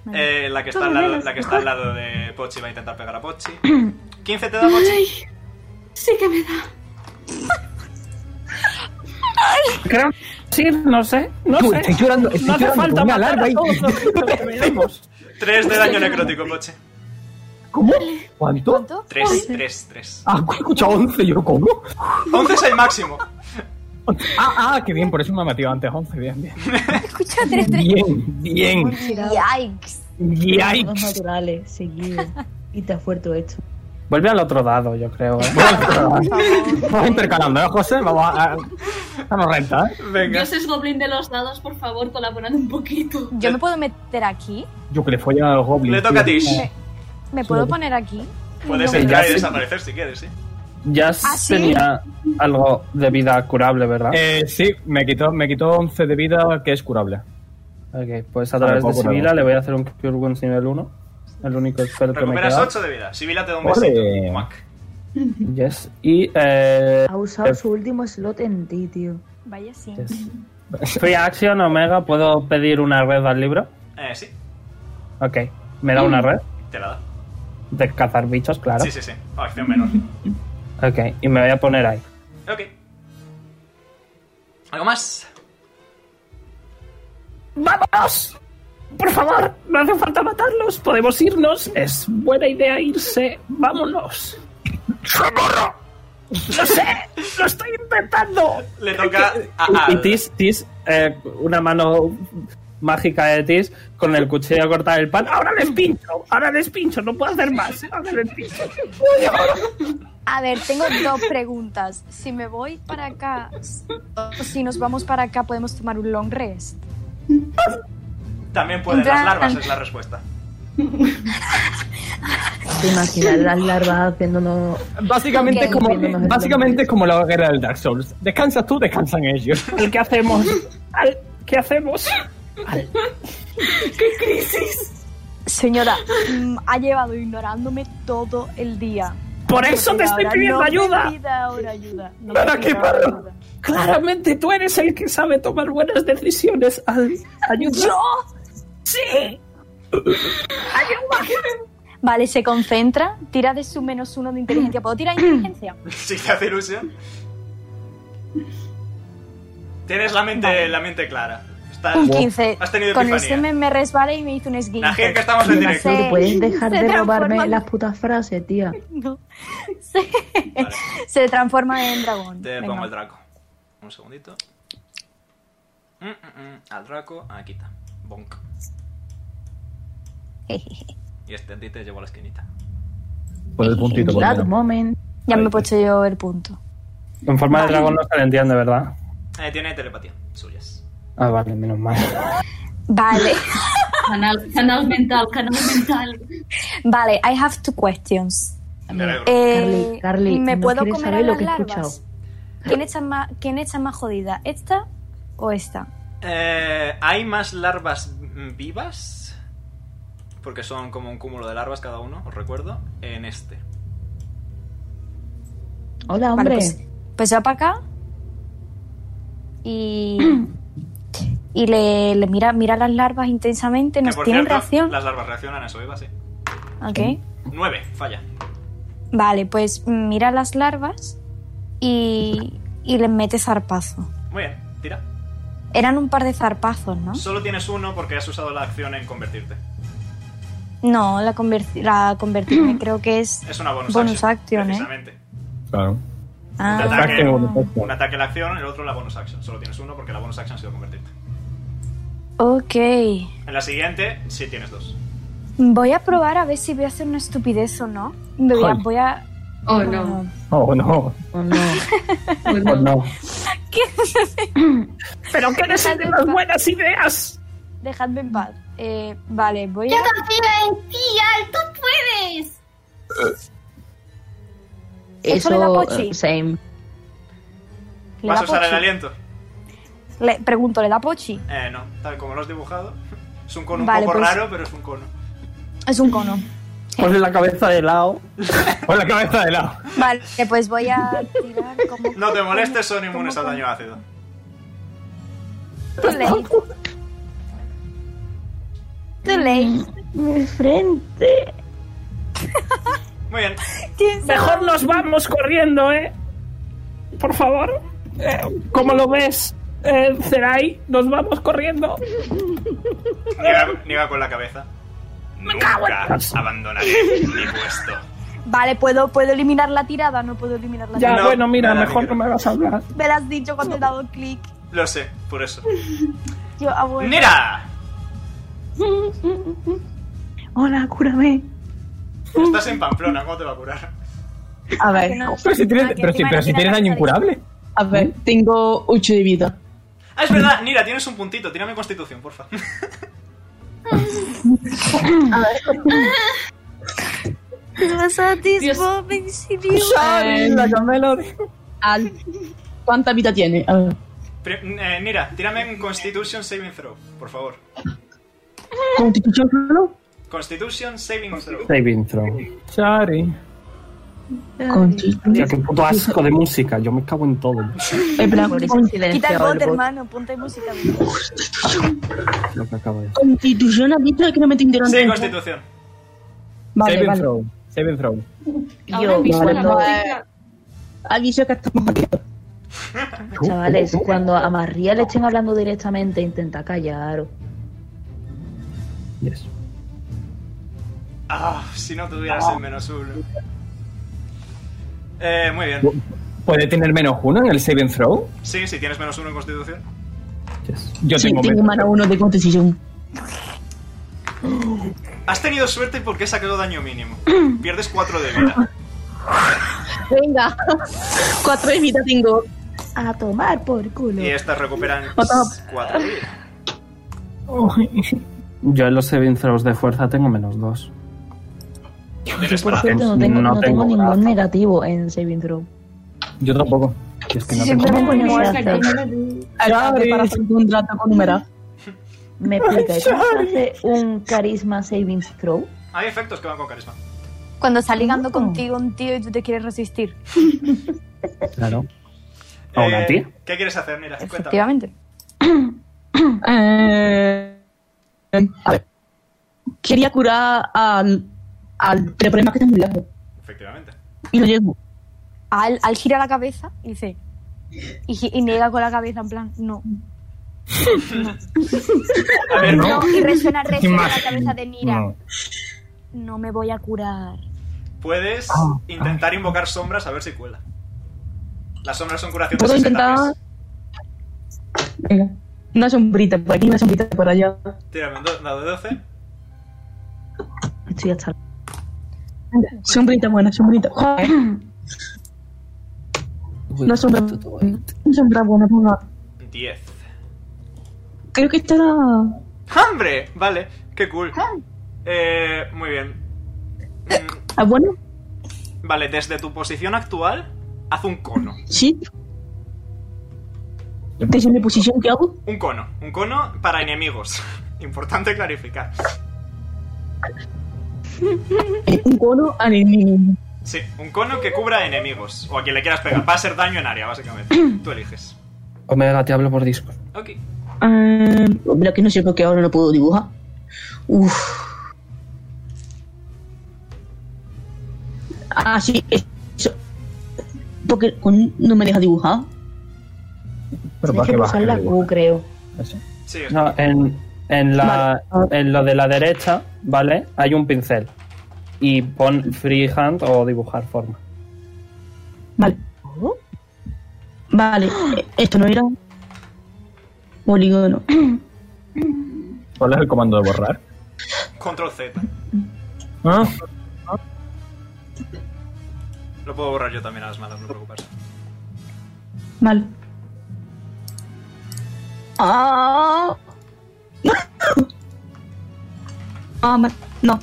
Vale. Eh, la que está Todo al lado, menos, la que está al lado de Pochi va a intentar pegar a Pochi. 15 te da Pochi. Sí que me da. Creo. Sí, no sé. No Tú, sé. estoy llorando, estoy no hace llorando falta con una matar larva a y- todos los bichos que tenemos. 3 de daño necrótico, Pochi. ¿Cómo? ¿Cuánto? ¿Cuánto? 3, 3, 3. Ah, he escuchado 11, yo ¿cómo? 11 es el máximo. Ah, ah, qué bien, por eso me ha metido antes 11, bien, bien. Escucha, tres, tres. Bien, bien. Yikes. Los Yikes. naturales, seguido. Y te has fuerto esto. Vuelve al otro dado, yo creo. ¿eh? Vamos intercalando, ¿eh, José? Vamos a... a- Estamos renta, ¿eh? Venga. Dioses Goblin de los dados, por favor, colaborad un poquito. Yo me puedo meter aquí. Yo que le follan a los goblins. Le toca a tío. Tish. Me puedo poner aquí. Puedes Sí, entrar ya y sí. desaparecer si quieres, sí. Ya sí? tenía algo de vida curable, ¿verdad? Eh, sí, me quitó, me quitó 11 de vida, que es curable. Ok, pues a Vale, través de puedo curarlo. Sibila le voy a hacer un Cure Wounds nivel 1. El único experto que me Recuperas queda. 8 de vida. Sibila te da un Ole. besito. Guac. Yes. Y eh, Ha usado su último slot en ti, tío. Vaya sí. yes. Free Action Omega, ¿puedo pedir una red al libro? Eh, sí, Ok, me da una red te la da. de cazar bichos, claro. Mm. Sí, sí, sí. O acción menor. Ok, y me voy a poner ahí. Ok. ¿Algo más? ¡Vamos! Por favor, no hace falta matarlos, podemos irnos. Es buena idea irse, vámonos. ¡Socorro! ¡Lo sé! ¡Lo estoy intentando! Le toca a Y Al. Tis, Tis, eh, una mano mágica de Tis con el cuchillo a cortar el pan. ¡Ahora les pincho! ¡Ahora les pincho! ¡No puedo hacer más! ¡Ahora les pincho! A ver, tengo dos preguntas. Si me voy para acá, o si nos vamos para acá, podemos tomar un long rest. También pueden Entra- las larvas, es la respuesta. ¿Te imaginas las larvas haciéndonos Básicamente, es Ok. como, Entiendo, no es básicamente es como la guerra del Dark Souls. Descansas tú, descansan ellos. ¿El qué hacemos? Al- ¿Qué hacemos? Señora, mm, ha llevado ignorándome todo el día. Por eso te estoy Ahora pidiendo no ayuda. Me pida ahora ayuda. No ¿Para me qué, pida ahora Pablo? ayuda. Claramente tú eres el que sabe tomar buenas decisiones. Al ayuda. Sí. Vale, se concentra, tira de su menos uno de inteligencia. ¿Puedo tirar inteligencia? Si te hace ilusión. Tienes la mente, la mente clara. Estás, Un 15. Has tenido Con el epifanía. semen me resbala y me hizo un esguince. La gente que estamos en Además, directo. eh, Solo puedes dejar se de robarme transforma- las putas frases, tía. No. Se, Vale, se transforma en dragón. te Venga. pongo el draco. Un segundito. Mm, mm, mm, Al draco, aquí está. Bonk. Y este a ti te llevo a la esquinita. Por el puntito, por lo Dad menos. moment. Ya me he puesto yo el punto. En forma de dragón no se le entiende, ¿verdad? Eh, tiene telepatía, suyas. Ah, vale, menos mal. Vale. Canal, canal mental, canal mental. Vale, I have two questions. Me alegro. Eh, Carly, Carly, ¿Me no puedo quieres comer a saber lo las que he larvas? escuchado. ¿Quién está, más, ¿Quién está más jodida? ¿Esta o esta? Eh, ¿Hay más larvas mm, vivas? Porque son como un cúmulo de larvas cada uno, os recuerdo. En este. Hola, Vale, hombre. pues, pues va para acá y, y le, le mira, mira las larvas intensamente. Que ¿Nos por tienen cierto, reacción? Las larvas reaccionan a eso, iba, sí. Ok. Nueve, falla. Vale, pues mira las larvas y, y les mete zarpazo. Muy bien, tira. Eran un par de zarpazos, ¿no? Solo tienes uno porque has usado la acción en convertirte. No, la, converti- la convertirme creo que es... Es una bonus, Bonus action. action, ¿eh? precisamente. Claro. Ah, ataque. Exacto, bueno, Un exacto. ataque a la acción, el otro la bonus action. Solo tienes uno porque la bonus action ha sido convertirte. ok. En la siguiente, sí tienes dos. Voy a probar a ver si voy a hacer una estupidez o no. Me voy a... Jol. voy a- Oh, no. Oh, no. Oh, no. Oh, Oh, Pues no. no. Pero que eres el de las buenas ideas. Dejadme en paz. Eh, vale, voy Yo a... confío en ti, Al, tú puedes. Eso le da Eso, pochi. eh, same. ¿Le ¿Vas da a usar el pochi? aliento? Le pregunto, ¿le da pochi? Eh, no. Tal como lo has dibujado. Es un cono Vale, un poco pues- raro, pero es un cono. Es un cono. Ponle la cabeza de lado. Pon la cabeza de lado. Vale, pues voy a tirar como... No te molestes, son como- inmunes al como- daño ácido. Too late. Too late. Mi frente. Muy bien. ¿Quién sabe? Mejor nos vamos corriendo, ¿eh? Por favor. Eh, ¿Cómo lo ves, eh, Zerai? Nos vamos corriendo. Niega, niega con la cabeza. Nunca abandonaré mi puesto. Vale, ¿puedo, ¿puedo eliminar la tirada? No puedo eliminar la Ya, tirada. No, bueno, mira, nada, mejor mira. no me vas a hablar. Me lo has dicho cuando he dado clic. Lo sé, por eso. Yo, ah, bueno. ¡Nira! Hola, cúrame. Estás en Pamplona, ¿cómo te va a curar? A Que ver, no. eh, Pero si Ah, tienes, que pero si, encima pero le si tira tienes la daño cabeza incurable. a ver, tengo 8 de vida. Ah, es verdad, Nira, tienes un puntito. Tírame constitución, porfa. Sorry, Eh, la Camelo de- Al, ¿Cuánta vida tiene? A ver, Pri- eh, Nira, tírame un Constitution Saving Throw, por favor. ¿Constitución solo? Constitution Saving Throw. Saving throw. Chari. Constitución. Tío, qué puto asco de música. Yo me cago en todo. En plan, Por con- Quita el bot, pues. hermano. Ponte música. Lo que acabo de decir. Constitución ha dicho que no me tendieron. Sí, Constitución. Vale, Saving vale. throw. Saving throw. Ahora yo, mismo la cuando, música. Aviso que estamos aquí. chavales, cuando a María le estén hablando directamente, intenta callaros. Yes. Ah, si no tuvieras el menos uno. Eh, muy bien. ¿Puede tener menos uno en el saving throw? Sí, si tienes menos uno en Constitución. Yes. Yo Sí, tengo, tengo menos. mano uno de constitución. Has tenido suerte porque he sacado daño mínimo. Pierdes cuatro de vida. Venga, 4 de vida tengo. A tomar por culo. Y estas recuperan cuatro de vida. Uy. Yo en los saving throws de fuerza tengo menos dos. Yo, por suerte, no tengo, No no tengo tengo ningún brazo. negativo en Saving Throw. Yo tampoco. Si es que no tengo- ¿Cómo Simplemente coño no se es hace? Acabé para hacer un trato con Humera. ¿Me explicáis cómo se hace un Carisma Saving Throw? Hay efectos que van con carisma. Cuando está ligando Mm. contigo un tío y tú te quieres resistir. Claro. ¿A una tía? Eh, ¿Qué quieres hacer, Nira? Cuéntame. Efectivamente. Eh, a ver. Quería curar al. al pero el problema es que está muy lejos. Efectivamente. Y no llego. Al, al gira la cabeza y dice. Y, gi- y niega con la cabeza en plan, no. A ver, No, y resuena, resuena la Imagen. cabeza de Nira. No. no me voy a curar. puedes Ah, intentar invocar sombras a ver si cuela. Las sombras son curación de Puedo 60 intentar. pies. Venga. Una sombrita por aquí, una sombrita por allá. Tírame un do- dado de 12. Estoy hasta... Sombrita buena, sombrita. Joder, Una sombra, una sombra buena, ponga. 10. Creo que está. ¡Hambre! Vale, qué cool. Ah. Eh, muy bien. Mm, ¿Ah, bueno? Vale, desde tu posición actual, haz un cono. Sí. Desde mi posición, ¿qué hago? Un cono. Un cono para enemigos. Importante clarificar. Eh, un cono al enemigo. Sí, un cono que cubra enemigos. O a quien le quieras pegar. Va a ser daño en área, básicamente. Tú eliges. Omega, te hablo por Discord. Ok. Eh, mira que no sé por qué ahora no puedo dibujar. Uf. Ah, sí, eso. Porque con- no me deja dibujar. Pero Tienes para que qué vas pulsar la Q, creo. Sí, es- No, en, en la, en lo de la derecha, ¿vale? Hay un pincel. Y pon freehand o dibujar forma. Vale. Vale, eh, esto no era. Polígono. ¿Cuál es el comando de borrar? control Z. ¿Ah? Lo puedo borrar yo también a las malas, no preocupes. Vale. Ah. Ah, ma- no.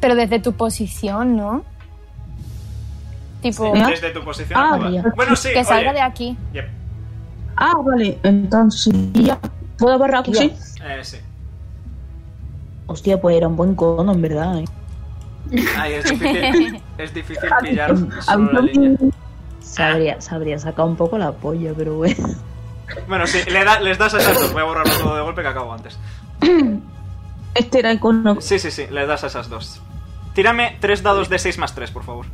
Pero desde tu posición, ¿no? Tipo, ¿No? Desde tu posición Ah, actual. ya. Bueno, sí, que salga de oye. aquí. Yep. Ah, vale. Entonces, ya. ¿Puedo Ah, borrar pues aquí? Sí. Eh, sí. Hostia, pues era un buen cono, en verdad. ¿eh? Ay, es difícil. es difícil pillar solo la línea. Entonces, Ah. Sabría, sabría sacar un poco la polla, pero bueno. Bueno, sí, le da- les das a esas dos. Voy a borrarlo todo de golpe que acabo antes. Este era el cono. Sí, sí, sí, les das a esas dos. Tírame tres dados de 6 más 3, por favor.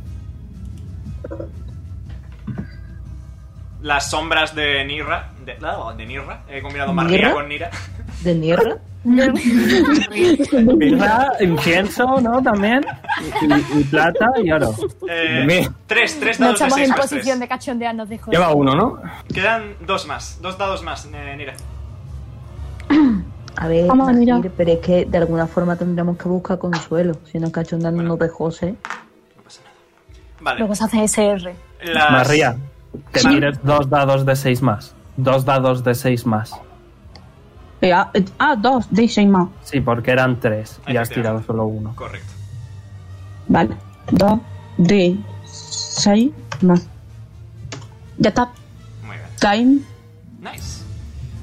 Las sombras de Nirra. De, no, de Nirra. He combinado Marría ¿Nirra? con Nira. ¿De mierda? Mirra, incienso, ¿no? También. Y, y plata y oro. Eh, Bien. tres, tres No dados de estamos 6 en más posición 3. de cachondearnos de joder. Lleva uno, ¿no? Quedan dos más. Dos dados más, eh, Nira. A ver, Vamos a mirar. Magir, pero es que de alguna forma tendríamos que buscar consuelo. Si no cachondándonos de José. Vale. Luego se hace SR. Las... María, que Sí. tires dos dados de seis más. Dos dados de seis más. Eh, ah, eh, ah, dos de seis más. Sí, porque eran tres y has Efectivamente. tirado solo uno. Correcto. Vale. Dos de seis más. Ya está. Muy bien. Time. Nice.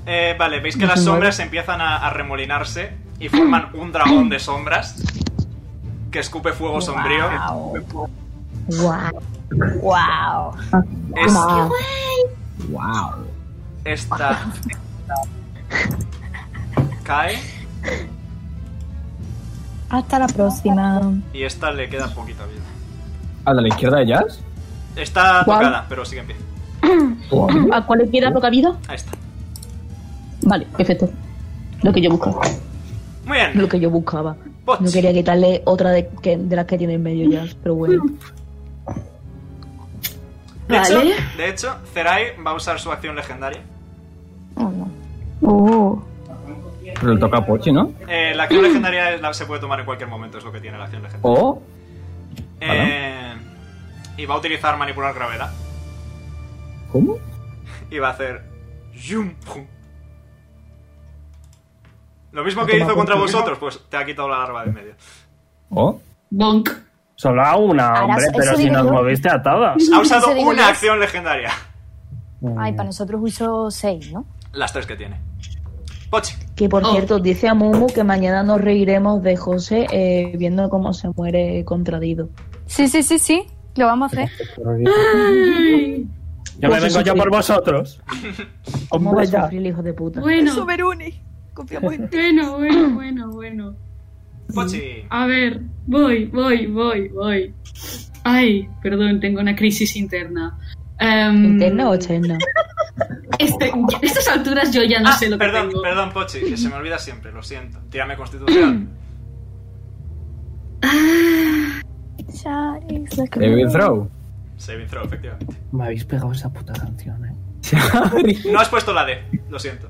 Eh, vale, veis que las sombras empiezan a, a remolinarse y forman un dragón de sombras que escupe fuego sombrío. ¡Guau! ¡Wow! Es- Wow. Wow. esta, cae Hasta la próxima. y esta le queda poquita vida. ¿A la izquierda de Jazz? Está ¿Cuál? tocada, pero sigue en pie. ¿A cuál le queda poca vida? Ahí está. Vale, perfecto. Lo que yo busco. Muy bien. Lo que yo buscaba. Bots. No quería quitarle otra de, que- de las que tiene en medio ya, pero bueno. De hecho, Vale. de hecho, Zerai va a usar su acción legendaria. Oh. Pero le toca a Pochi, ¿no? Eh, la acción legendaria es la- se puede tomar en cualquier momento, es lo que tiene la acción legendaria. O. Eh, y va a utilizar manipular gravedad. ¿Cómo? Y va a hacer. yum, pum. Lo mismo que hizo contra vosotros, pues te ha quitado la larva de en medio. Oh, Bonk. Solo a una, Ahora, hombre, eso pero si digo nos yo. moviste atadas. Ha usado Eso digo una yo. acción legendaria. Ay, para nosotros uso 6, ¿no? Las tres que tiene. Pochi. Que por Oh. cierto, dice a Mumu que mañana nos reiremos de José eh, viendo cómo se muere contradido. Sí, sí, sí, sí. Lo vamos a hacer. Yo Pues me vengo yo por vosotros. ¿Cómo va a hombre, ya. sufrir el hijo de puta? Bueno, Veruni. Confiamos en ti. bueno, bueno, bueno, bueno. Pochi. A ver, voy, voy, voy, voy. Ay, perdón, tengo una crisis interna. Em, ¿Interna o externa? este- a estas alturas yo ya no Ah, sé lo perdón, que tengo. perdón, Pochi, que se me olvida siempre, lo siento. Tírame constitución. David Throw. Saving throw, efectivamente. Me habéis pegado esa puta canción, eh. No has puesto la D, lo siento.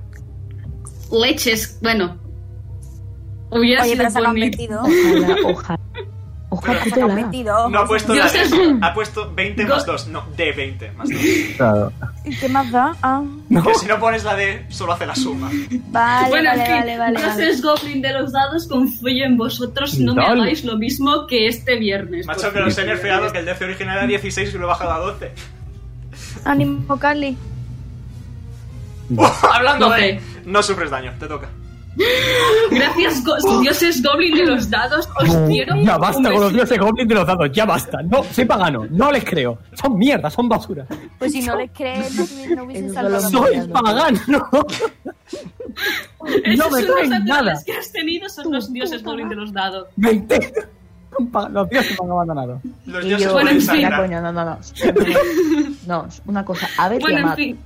Leches, bueno. Hubiera Oye, sido pero se lo han bonito. metido. Ojalá, ojalá. Ojalá Se lo han putela. No metido. pues- ha puesto la Dios es- D, ha puesto 20 más Go- 2. No, D20 más 2. Claro. ¿Y qué más da? Ah, Que si no pones la D, solo hace la suma. vale, bueno, vale, en fin, vale, vale, Dios vale. es Goblin de los dados, confío en vosotros, no me Dale. hagáis lo mismo que este viernes. Macho, por que los he favor. nerfeado, que el DC original era 16 y lo he bajado a 12. Ánimo, Carly. Hablando de... Doce. No sufres daño, te toca. Gracias, go- dioses Goblin de los dados, os quiero. Ya basta un con los besito. dioses goblins de los dados, ya basta. No, soy pagano, no les creo. Son mierda, son basura. Pues si no les crees, no, hubi- no hubiesen Eso salvado. solo- Soy pagano. Esos No me son los traen naturales nada. que has tenido son los dioses Goblin de los dados. Me entero. Son pa- Los dioses me han abandonado. Los Y dioses yo, Bueno, pueden en fin. Mira, sangrar. coño, no, no, no. No, una cosa. A ver, Bueno, en Tiamat. fin.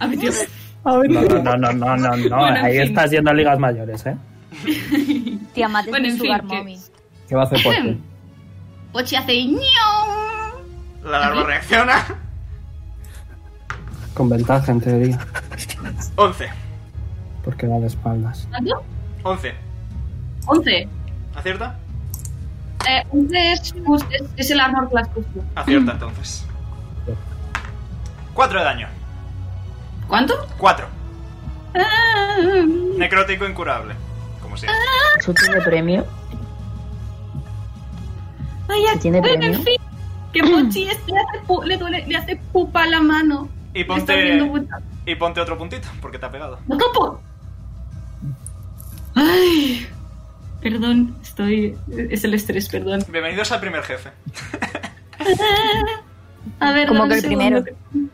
A ver, Dios. A ver, No, no, no, no, no, no. no. Bueno, en Ahí fin. estás yendo a ligas mayores, eh. Tiamat es Bueno, mi en fin, sugar que- mommy. ¿Qué va a hacer Pochi? Pochi hace ño. La larva reacciona. Con ventaja, en teoría. 11. Porque va de espaldas. ¿Cuánto? 11. 11. ¿Acierta? Eh, 11 es, es- es el armor class justo. Acierta, entonces. 4 de daño. ¿Cuánto? 4. Ah, Necrótico incurable. Como siempre. Eso tiene premio. vaya, ¿Tiene bueno, premio? en fin. Que Pochi este le, hace pu- le, duele- le hace pupa la mano. Y Le está viendo ponte, puta. y ponte otro puntito, porque te ha pegado. ¡No topo! Ay. Perdón, estoy. Es el estrés, perdón. Bienvenidos al primer jefe. A ver, Como dame que un el segundo.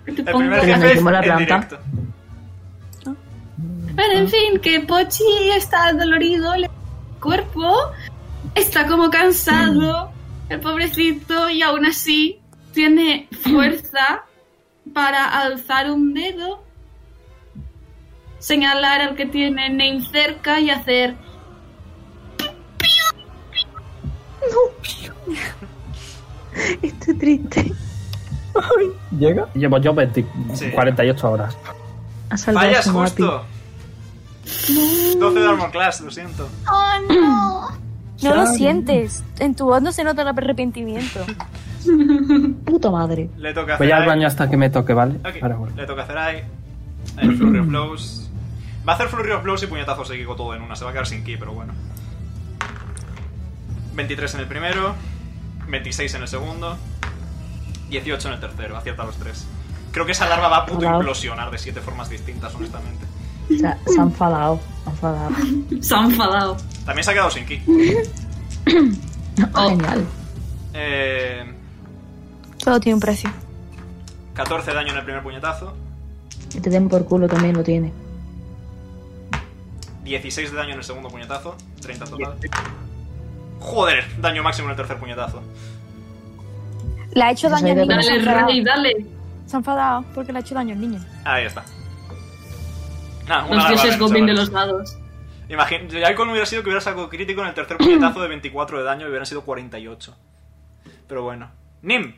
El primer Pero jefe es metimos la en planta. directo. Bueno, en fin, que Pochi está dolorido, el cuerpo está como cansado, el pobrecito, y aún así tiene fuerza para alzar un dedo, señalar al que tiene Name cerca y hacer... Estoy triste. ¿Llega? Llevo yo 20, Sí. 48 horas. Ha salvado Fallas su mapi. justo. 12 de armor class, lo siento. No lo sientes. En tu voz no se nota el arrepentimiento. Puta madre. Le toca Voy al Zerai. baño hasta que me toque, ¿vale? Ok, Ahora vuelvo. le toca hacer ahí. El Flurry of Blows. Va a hacer Flurry of Blows y puñetazos de Kiko todo en una. Se va a quedar sin ki, pero bueno. 23 en el primero. 26 en el segundo. 18 en el tercero. Acierta los tres. Creo que esa larva va a puto Wow. implosionar de siete formas distintas, honestamente. O sea, se ha enfadado. Se ha enfadado. Se ha enfadado. También se ha quedado sin ki. Oh. Genial. Eh, Todo tiene un precio. 14 daño en el primer puñetazo. Que te den por culo también lo tiene. 16 de daño en el segundo puñetazo. 30 en total. Joder, daño máximo en el tercer puñetazo. Le ha hecho Eso daño al soy de niño. Pero se Dale, ha enfadado. Rey, dale. Se ha enfadado porque le ha hecho daño al niño. Ahí está. Ah, una Los larva dioses verde, Goblin de chavales. los dados. Imagin- el alcohol hubiera sido que hubiera sacado crítico en el tercer puñetazo de 24 de daño y hubieran sido 48. Pero bueno. Nim.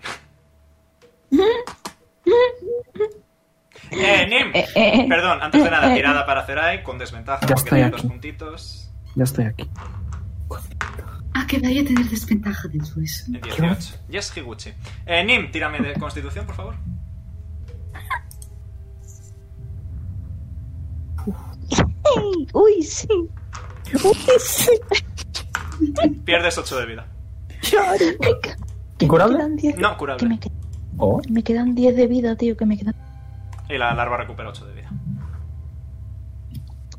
eh, Nim. Eh, eh, eh. Perdón, antes de nada, tirada para Zerai con desventaja Ya porque estoy tiene dos aquí. puntitos. Ya estoy aquí. Ah, que vaya a tener desventaja después. En 18. Yes, Higuchi. Eh, Nim, tírame de constitución, por favor. ¡Sí! ¡Uy, sí! ¡Uy, sí! Pierdes 8 de vida. ¿Incurable? Me quedan 10 No, que me, curable. que- Oh, me quedan 10 de vida, tío, que me quedan... Y la larva recupera 8 de vida.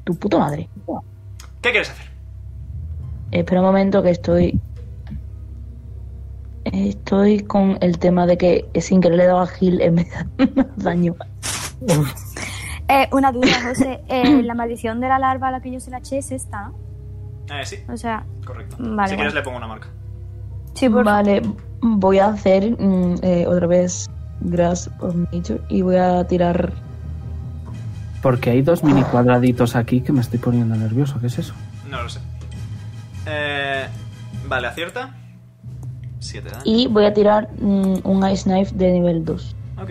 Tu puta madre. ¿Qué quieres hacer? Espera un momento que estoy. Estoy con el tema de que sin querer le he dado a Gil en vez de más daño. Eh, una duda, José. Eh, la maldición de la larva a la que yo se la eché es esta, ¿no? Eh, sí, O sea, correcto. Vale, si quieres vale. le pongo una marca. sí, por Vale, voy a hacer mm, eh, otra vez Grasp of Nature y voy a tirar. Porque hay dos mini cuadraditos aquí que me estoy poniendo nervioso. ¿Qué es eso? No lo sé. Eh, vale, acierta. 7 daño. Y voy a tirar mm, un Ice Knife de nivel 2. Ok.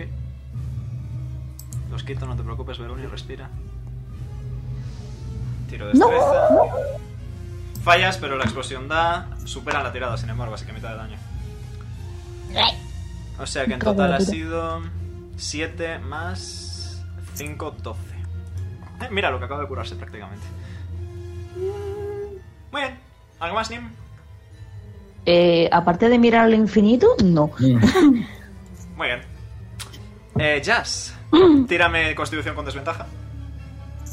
Los quito, no te preocupes, Verónica, respira. Tiro destreza. Fallas, pero la explosión da. Supera la tirada, sin embargo, así que mitad de daño. O sea que en total ha sido 7 más 5, 12. Eh, mira lo que acaba de curarse prácticamente. Muy bien. ¿Algo más, Nim? Eh, aparte de mirar al infinito, no. Mm. Muy bien. Eh, Jazz, Mm. tírame constitución con desventaja,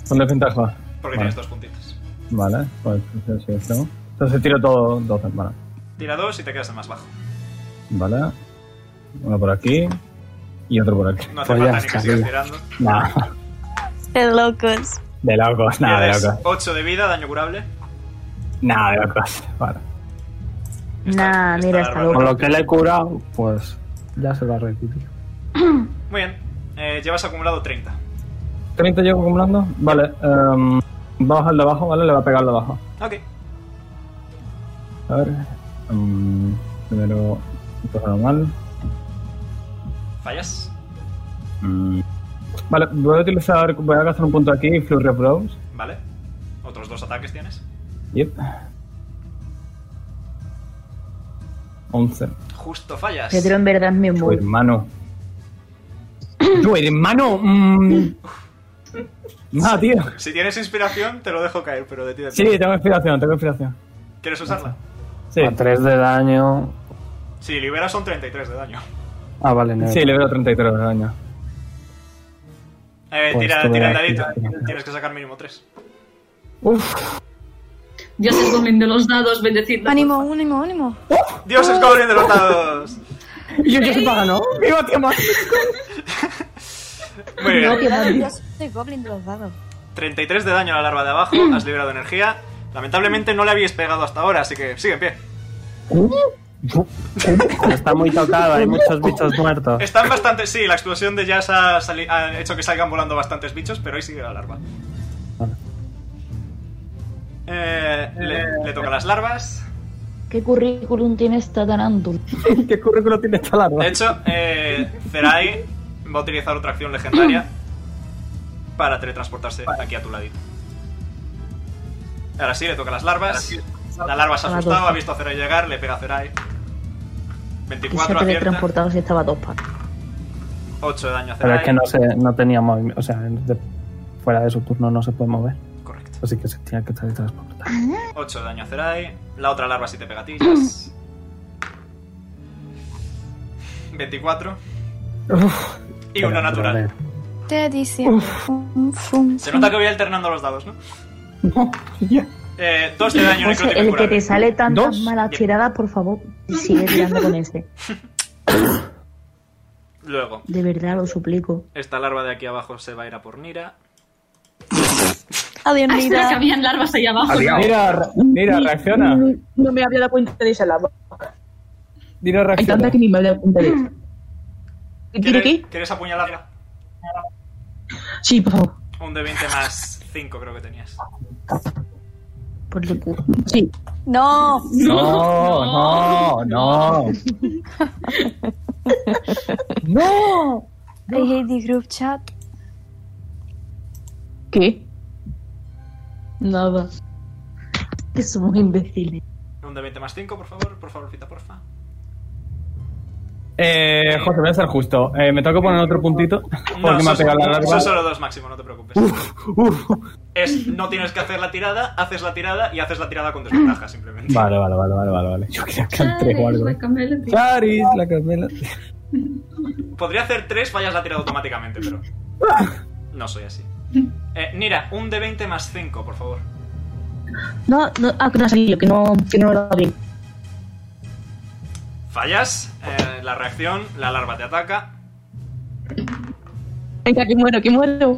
son desventajas. porque Vale. tienes dos puntitos. Vale, pues entonces sí, hacemos. Entonces tiro todo, dos vale. Tira dos y te quedas el más bajo. Vale. Uno por aquí y otro por aquí. No hace Pues falta ya ni está, que sigas venga. tirando. Nada, Qué locos. de locos, nada, de Pierdes locos. 8 de vida, daño curable. Nada, de locos. Vale. Nah, mira, Está- está está bárbaro. loco. Con lo que le he curado, pues ya se va a repetir. Muy bien. Eh, llevas acumulado 30. 30 llevo acumulando. Vale, em, vamos al de abajo, ¿vale? Le va a pegar al de abajo. Ok. A ver. em, primero, esto normal. Fallas. Mm. Vale, voy a utilizar, voy a gastar un punto aquí, Flurry of Blows. Vale. Otros dos ataques tienes. Yep. 11. Justo fallas. Pedro en verdad es mi Tu amor. hermano. Tu hermano. Mm. Nada, tío. Si tienes inspiración, te lo dejo caer, pero de ti Sí, depende. tengo inspiración, tengo inspiración. ¿Quieres usarla? Sí, A 3 de daño. Si liberas son 33 de daño. Ah, vale, no. sí, le veo 33 de daño. Eh, Pues tira, te voy tira el a dadito. quitar. Tienes que sacar mínimo 3. Uf, Dios es de los dados, bendecidlo. ánimo, ánimo, ánimo. ¡Dios es goblin de los dados! yo yo soy pagano. ¡Viva tío más! Muy bien. Yo soy goblin de los dados. 33 de daño a la larva de abajo, has liberado energía. Lamentablemente no le habíais pegado hasta ahora, así que sigue en pie. Está muy tocado, hay muchos bichos muertos. Están bastante. Sí, la explosión de Jazz ha, sali- ha hecho que salgan volando bastantes bichos, pero ahí sigue la larva. Vale. Eh, le, le toca las larvas. ¿Qué currículum tiene esta tarántula? ¿Qué currículo tiene esta larva? De hecho, eh, Zerai va a utilizar otra acción legendaria para teletransportarse aquí a tu ladito. Ahora sí, le toca las larvas. La larva se ha A la asustado, doce. ha visto a Zerai llegar, le pega a Zerai. Que se ha 24 acierta, teletransportado si estaba a dos patas. 8 de daño a Pero es que Zerai. no, se, no tenía movimiento. O sea, de- fuera de su turno no se puede mover. Correcto. Así que se tiene que teletransportar. 8 de daño a Zerai. La otra larva sí te pega a ti, Jazz. 24. Y una Pero, natural. joder. Te dice. Fum, fum, Se fum. nota que voy alternando los dados, ¿no? No, ya. Eh, 2 de daño José, necrótico Pues el que curable. te sale tantas Dos. malas tiradas, por favor, sigue tirando con ese. Luego, De verdad, lo suplico. esta larva de aquí abajo se va a ir a por Nira. Adiós, Ah, espera, que Nira. habían larvas ahí abajo. Mira, re- mira, reacciona. No me había dado cuenta de esa lava. Mira, Hay tanta reacciona. que ni me había dado cuenta de esa. ¿Qué tiro ¿Quieres, aquí? ¿Quieres apuñalarla? Sí, por favor. Un de 20 más 5 creo que tenías. Por tu culo. Sí. No, No, no, no. No. I hate the group chat. ¿Qué? Nada. Que somos imbéciles. Un de 20 más 5, por favor, por favor, fita, porfa. Eh, José, voy a ser justo. Eh, me tengo que poner otro puntito porque No, me son, ha pegado la son larva. solo dos máximo, no te preocupes. Uf, es no tienes que hacer la tirada, haces la tirada y haces la tirada con desventaja, simplemente. Vale, vale, vale, vale, vale, vale. pues, Yo quería que al tres o algo. La Camela, tío. Charis, la Carmela. Podría hacer tres, fallas la tirada automáticamente, pero. Ah. No soy así. Eh, Nira, un de 20 más 5, por favor. No, no, ah, que no ha salido, que no, que no lo ha dado bien. Fallas, eh, la reacción, la larva te ataca. Venga, que muero, que muero.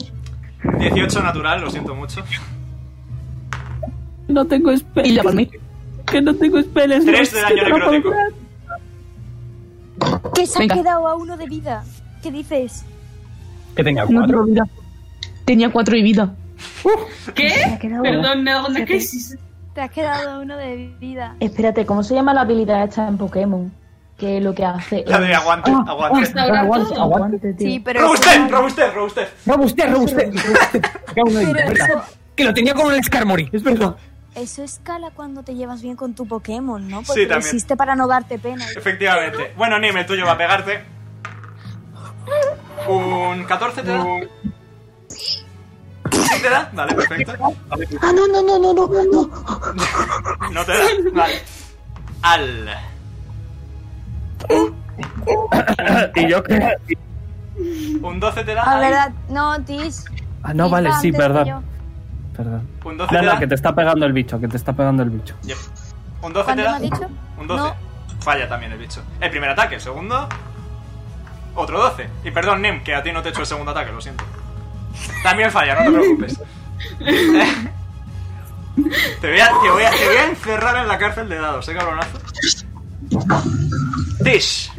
18 natural, lo siento mucho. No tengo spell. Y llamarme. Que no tengo spells. Tres de daño que no necrótico. puedo curar. Que se Venga. ha quedado a uno de vida. ¿Qué dices? Que tenga No tengo cuatro. vida. Tenía cuatro de vida. ¿Qué? quedado Perdón, no, no, ¿qué? Te has quedado a uno de vida. Espérate, ¿cómo se llama la habilidad esta en Pokémon? Que lo que hace. La de es- aguante, aguante. Restaurar aguante, todo. Aguante, tío. Sí, Ah, pero. Robustez, robustez, robustez. Robustez, robustez. Cago en la vida, Pero es verdad. eso- Que lo tenía como el Skarmory, es verdad. Eso escala cuando te llevas bien con tu Pokémon, ¿no? Sí, Porque lo también. hiciste para no darte pena. Efectivamente. Bueno, Nime, el tuyo va a pegarte. Un 14 te da. ¿Sí te da? Vale, perfecto. Ah, no, no, no, no, no, no. No te da. Vale. Al. y yo que. Un 12 te da. Ah, Al. ¿verdad? No, Tis. Ah, no, Tis vale, va sí, antes que yo. perdón. Perdón. Un 12 No, te no, da. que te está pegando el bicho, que te está pegando el bicho. Yep. Un 12 te ¿Cuánto me da. has dicho? Un 12. Falla también el bicho. El primer ataque, el segundo. Otro 12. Y perdón, Nim, que a ti no te he hecho el segundo ataque, lo siento. También falla, no te preocupes. te, voy a, te, voy a, te voy a encerrar en la cárcel de dados, eh, cabronazo. Tish.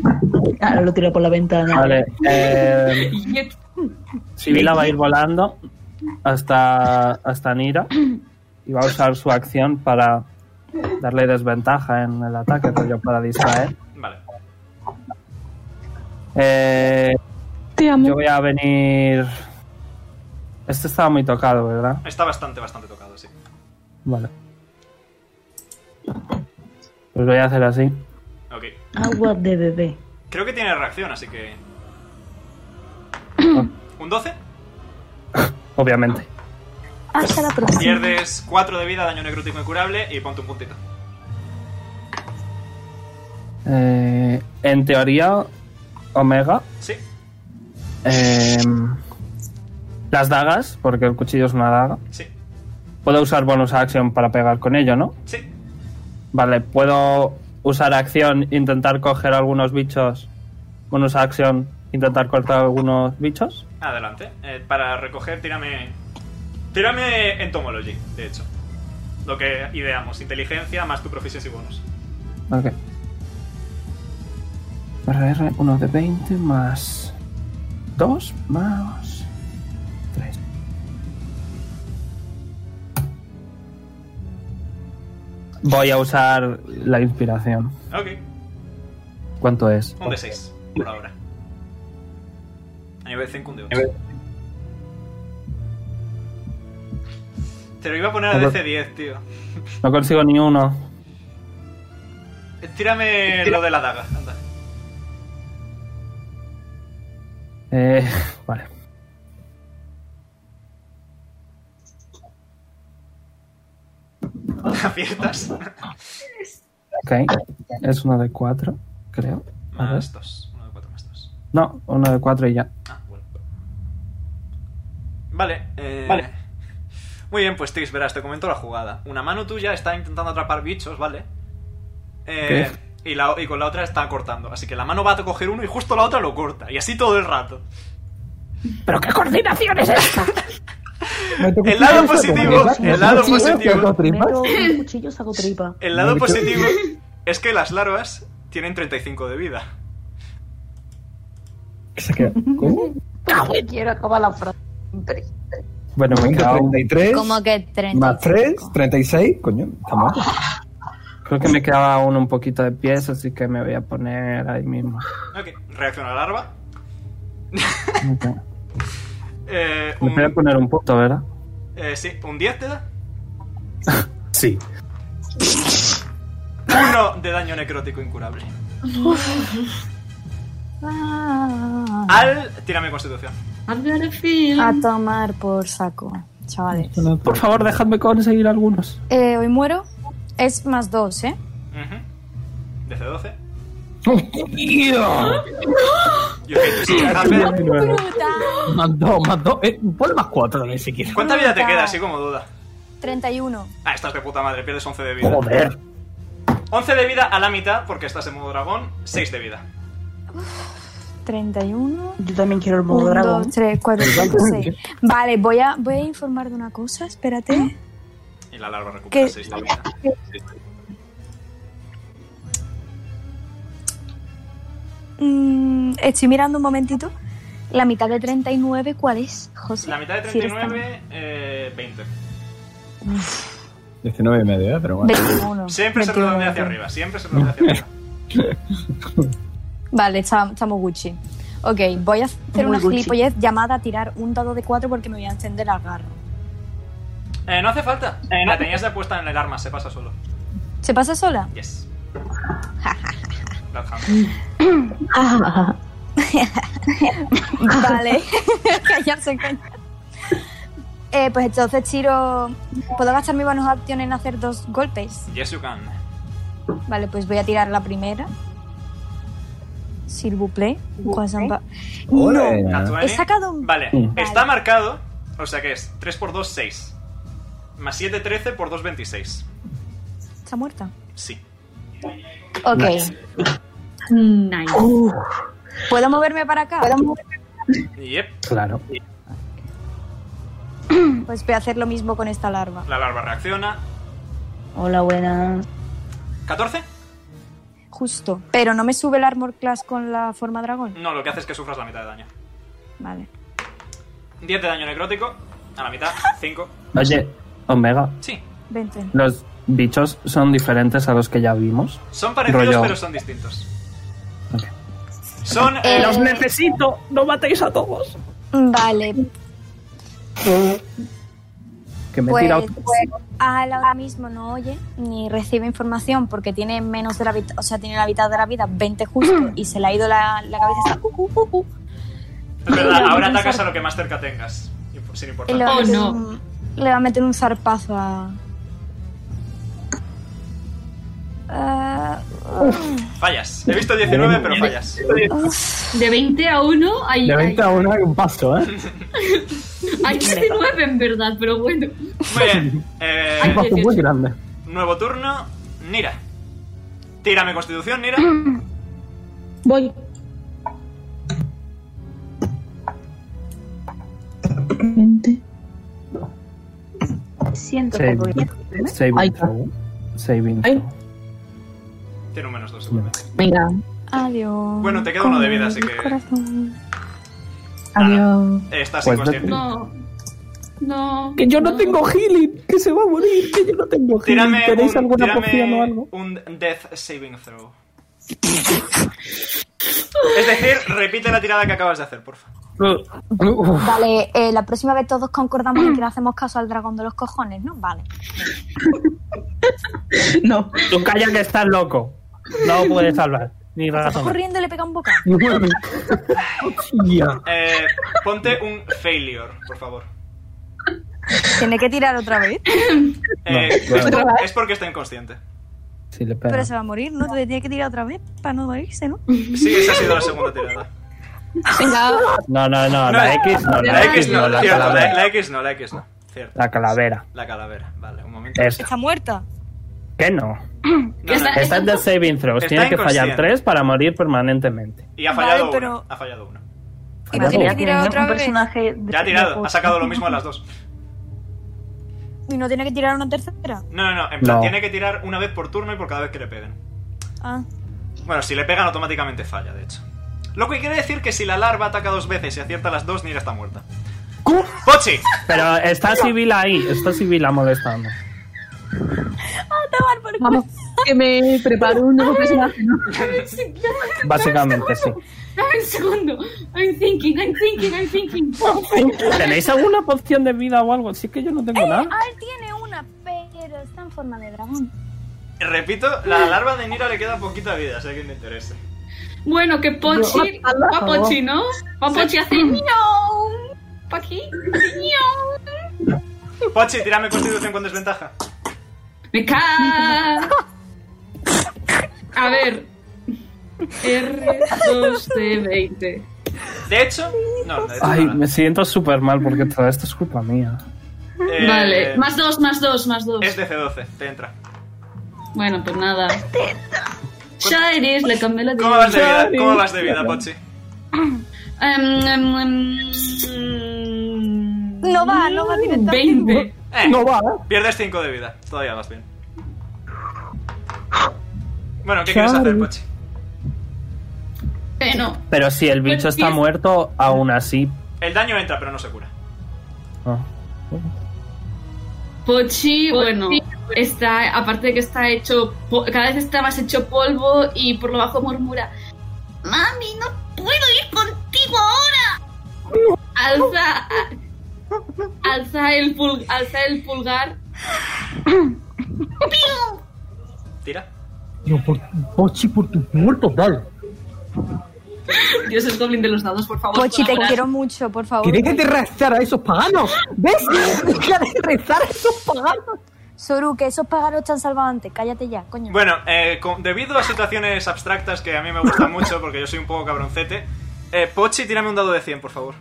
Ahora lo tiro por la ventana. Vale, eh. Sibila va a ir volando hasta, hasta Nira y va a usar su acción para darle desventaja en el ataque, rollo para distraer. Vale. Eh, Te yo amo. voy a venir. Este estaba muy tocado, ¿verdad? Está bastante, bastante tocado, sí. Vale. Pues voy a hacer así. Ok. Agua de bebé. Creo que tiene reacción, así que. ¿Un 12? Obviamente. Hasta la próxima. Pierdes 4 de vida, daño necrótico incurable y ponte un puntito. Eh, en teoría, Omega. Sí. eh, las dagas, porque el cuchillo es una daga. Sí. Puedo usar bonus action para pegar con ello, ¿no? Sí. Vale, puedo usar acción, intentar coger algunos bichos. Bonus action, intentar cortar algunos bichos. Adelante. Eh, para recoger, tírame. Tírame entomology, de hecho. Lo que ideamos, inteligencia más tu proficiency bonus. Ok. RR, 1 de 20 más 2 más 3. Voy a usar la inspiración. Ok, ¿Cuánto es? un de 6 por ahora. A nivel 5, un de 8. Te lo iba a poner a DC10, tío. No consigo ni uno. Eh, Tírame lo de la daga, anda. Eh, vale. Aciertas. Ok. Es uno de 4, creo. A ver. Más 2. 1 de 4 más 2. No, uno de cuatro y ya. Ah, bueno. Vale, eh... Vale. Muy bien, pues Tix, verás, te comento la jugada. Una mano tuya está intentando atrapar bichos, ¿vale? Eh, y, la, y con la otra está cortando. Así que la mano va a coger uno y justo la otra lo corta. Y así todo el rato. ¿Pero qué coordinación es esta? El lado positivo, el lado positivo, Meto un cuchillo, saco tripa. el lado Meto- positivo es que las larvas tienen 35 de vida. Quiero acabar la frase. Bueno, me he quedado, 33 Como que 30. más 3, 36. Coño, está mal. creo que me quedaba aún un poquito de pies, así que me voy a poner ahí mismo. Ok, reacciona la larva. Ok. Eh, Me voy a un, poner un punto, ¿verdad? eh, sí, un 10 te da. Sí. Uno de daño necrótico incurable. Al. Tírame constitución. Ah. I've got a feeling. A tomar por saco. chavales. Por favor, dejadme conseguir algunos. Eh, hoy muero. Es más dos, ¿eh? Desde 12. Yo Más dos, más dos. Eh, ponle más cuatro, ni siquiera. ¿Cuánta vida te queda, así como duda? 31. Ah, estás de puta madre, pierdes 11 de vida. Joder. 11 de vida a la mitad, porque estás en modo dragón, 6 de vida. 31. Yo también quiero el modo 1, dragón. 2, 3, 4, 5, 6. Vale, voy a, voy a informar de una cosa, espérate. Y la larva recupera ¿Qué? 6 de vida. Mm, estoy mirando un momentito. La mitad de 39, ¿cuál es, José? La mitad de Sí, está. 39, eh, 20. 19 y medio, eh, pero bueno. 21. Siempre se redondea hacia arriba, siempre se redondea hacia arriba. Vale, está- estamos Gucci. Ok, voy a hacer Muy una Gucci. gilipollez llamada a tirar un dado de 4 porque me voy a encender la garra. Eh, no hace falta. La tenías ya puesta en el arma, se pasa solo. ¿Se pasa sola? Yes. Bloodhound. Vale. Callarse, coño. Eh, pues entonces tiro. ¿Puedo gastar mi bonus action en hacer dos golpes? Yes, you can. Vale, pues voy a tirar la primera. S'il vous plaît. Croissant pa- Ole. Nat 20. He sacado un. eh, Vale, Mm. está marcado, o sea que es 3 por 2, 6. Más 7, 13 por 2, 26. Está muerta. Sí. Ok. Nice. ¿Puedo moverme para acá? Yep, Claro. Pues voy a hacer lo mismo con esta larva. la larva reacciona. Hola, buenas. ¿14? Justo. Pero no me sube el armor class con la forma dragón. No, lo que hace es que sufras la mitad de daño. Vale. 10 de daño necrótico, a la mitad, 5. Oye, Omega, Sí, Vente. los bichos son diferentes a los que ya vimos. son parecidos Rollo. pero son distintos. Ok. Son... Eh, eh, Los necesito! ¡No matéis a todos! Vale. Que me he Pues, tirado. Al ahora mismo no oye ni recibe información porque tiene menos de la mitad, o sea, tiene la mitad de la vida, 20 justo, y se le ha ido la, la cabeza. Está, uh, uh, uh, uh. es verdad, lo- ahora atacas a lo que más cerca tengas, imp- sin Y le importar. va a Oh, meter no. un- le va a meter un zarpazo a. Ah, Fallas. He visto 19, pero fallas. De 20 a 1 hay, De hay- 20 a 1 hay un paso, ¿eh? hay 19 en verdad, pero bueno. Muy bien. Eh, Ay, Un paso muy 18. grande. nuevo turno, Nira. Tírame constitución, Nira. Voy. Siento que voy Saving, saving Ahí está. throw. Saving Ay. throw. Tiene un menos 2, seguramente. Venga. adiós. Bueno, te queda uno de vida, así que- Corazón. Adiós. estás Pues inconsciente. No. No. Que yo no tengo healing, que se va a morir, que yo no tengo healing. Tírame, ¿Tenéis un, alguna tírame poción o algo? un Death Saving Throw. es decir, repite la tirada que acabas de hacer, porfa. Uf, Vale, eh, la próxima vez todos concordamos en que le hacemos caso al dragón de los cojones, ¿no? Vale. No. Tú calla que estás loco. No puedes salvar. Ni Está razón. corriendo y le pega un bocado. Hostia. Eh, ponte un Failure, por favor. Tiene que tirar otra vez. Eh, No, es, claro. por- es porque está inconsciente. Si le Pero pega. se va a morir, ¿no? Entonces tiene que tirar otra vez para no morirse, ¿no? Sí, esa ha sido la segunda tirada. No, no, no, la eh, X no, la, La X no, la cierto, la, calavera. la X no, la X no. Cierto. La calavera. La calavera, vale, un momento. Esa. Está muerta. ¿Qué no? No, no, no. Está en The Saving Throws. Está Tiene que fallar inconsciente. tres para morir permanentemente. Y ha fallado Vale, uno. pero- Ha fallado uno. Y me tiene que tirar otra un vez. personaje de- Ya ha tirado, de- ha sacado lo mismo a las dos. Y no tiene que tirar una tercera. No, no, no, en plan, No. tiene que tirar una vez por turno y por cada vez que le peguen. Ah, Bueno, si le pegan automáticamente falla, de hecho. Lo que quiere decir que si la larva ataca dos veces y acierta las dos, Nira está muerta. ¡Pochi! Pero está Sibila ahí, está Sibila molestando. Vamos. Que me preparo un nuevo personaje, ¿no? Básicamente, sí. Dame un segundo. I'm thinking, I'm thinking, I'm thinking. ¿Tenéis alguna poción de vida o algo? Sí que yo no tengo nada. Ah, él tiene una, pero está en forma de dragón. Repito, la larva de Nira le queda poquita vida, si a alguien le interesa. Bueno, que Pochi. Va Pochi, ¿no? Va Pochi hace. ¡No! ¿Pa' aquí? ¡No! Pochi, tírame constitución con desventaja. ¡Me cago! A ver. R2D20. De hecho, no, de hecho Ay, no, no. me siento súper mal porque todo esto es culpa mía. Eh, Vale, más dos, más dos, más dos. Es DC12, te entra. Bueno, pues nada. Shires, le cambié la ¿Cómo vas de vida, ¿Cómo vas de vida Pochi? Em, No va, no va directamente. 20. Eh, No va, ¿eh? Pierdes 5 de vida, todavía vas bien. Bueno, ¿qué quieres hacer, Pochi? Eh, no. Pero si el bicho está muerto, aún así. El daño entra, pero no se cura. Ah. Pochi, bueno, está, aparte de que está hecho, po- cada vez está más hecho polvo y por lo bajo murmura, Mami, no puedo ir contigo ahora. Alza, alza el, pul- alza el pulgar. Tira. Yo, por, Pochi, por tus muertos, dale. Dios, el goblin de los dados, por favor. Pochi, te colabora. quiero mucho, por favor. ¿Querés que te rezara a esos paganos? ¿Ves? Deja de rezar a esos paganos. Soru, que esos pájaros te han salvado antes. Cállate ya, coño. Bueno, eh, con- debido a situaciones abstractas que a mí me gustan mucho porque yo soy un poco cabroncete, eh, Pochi, tírame un dado de 100, por favor.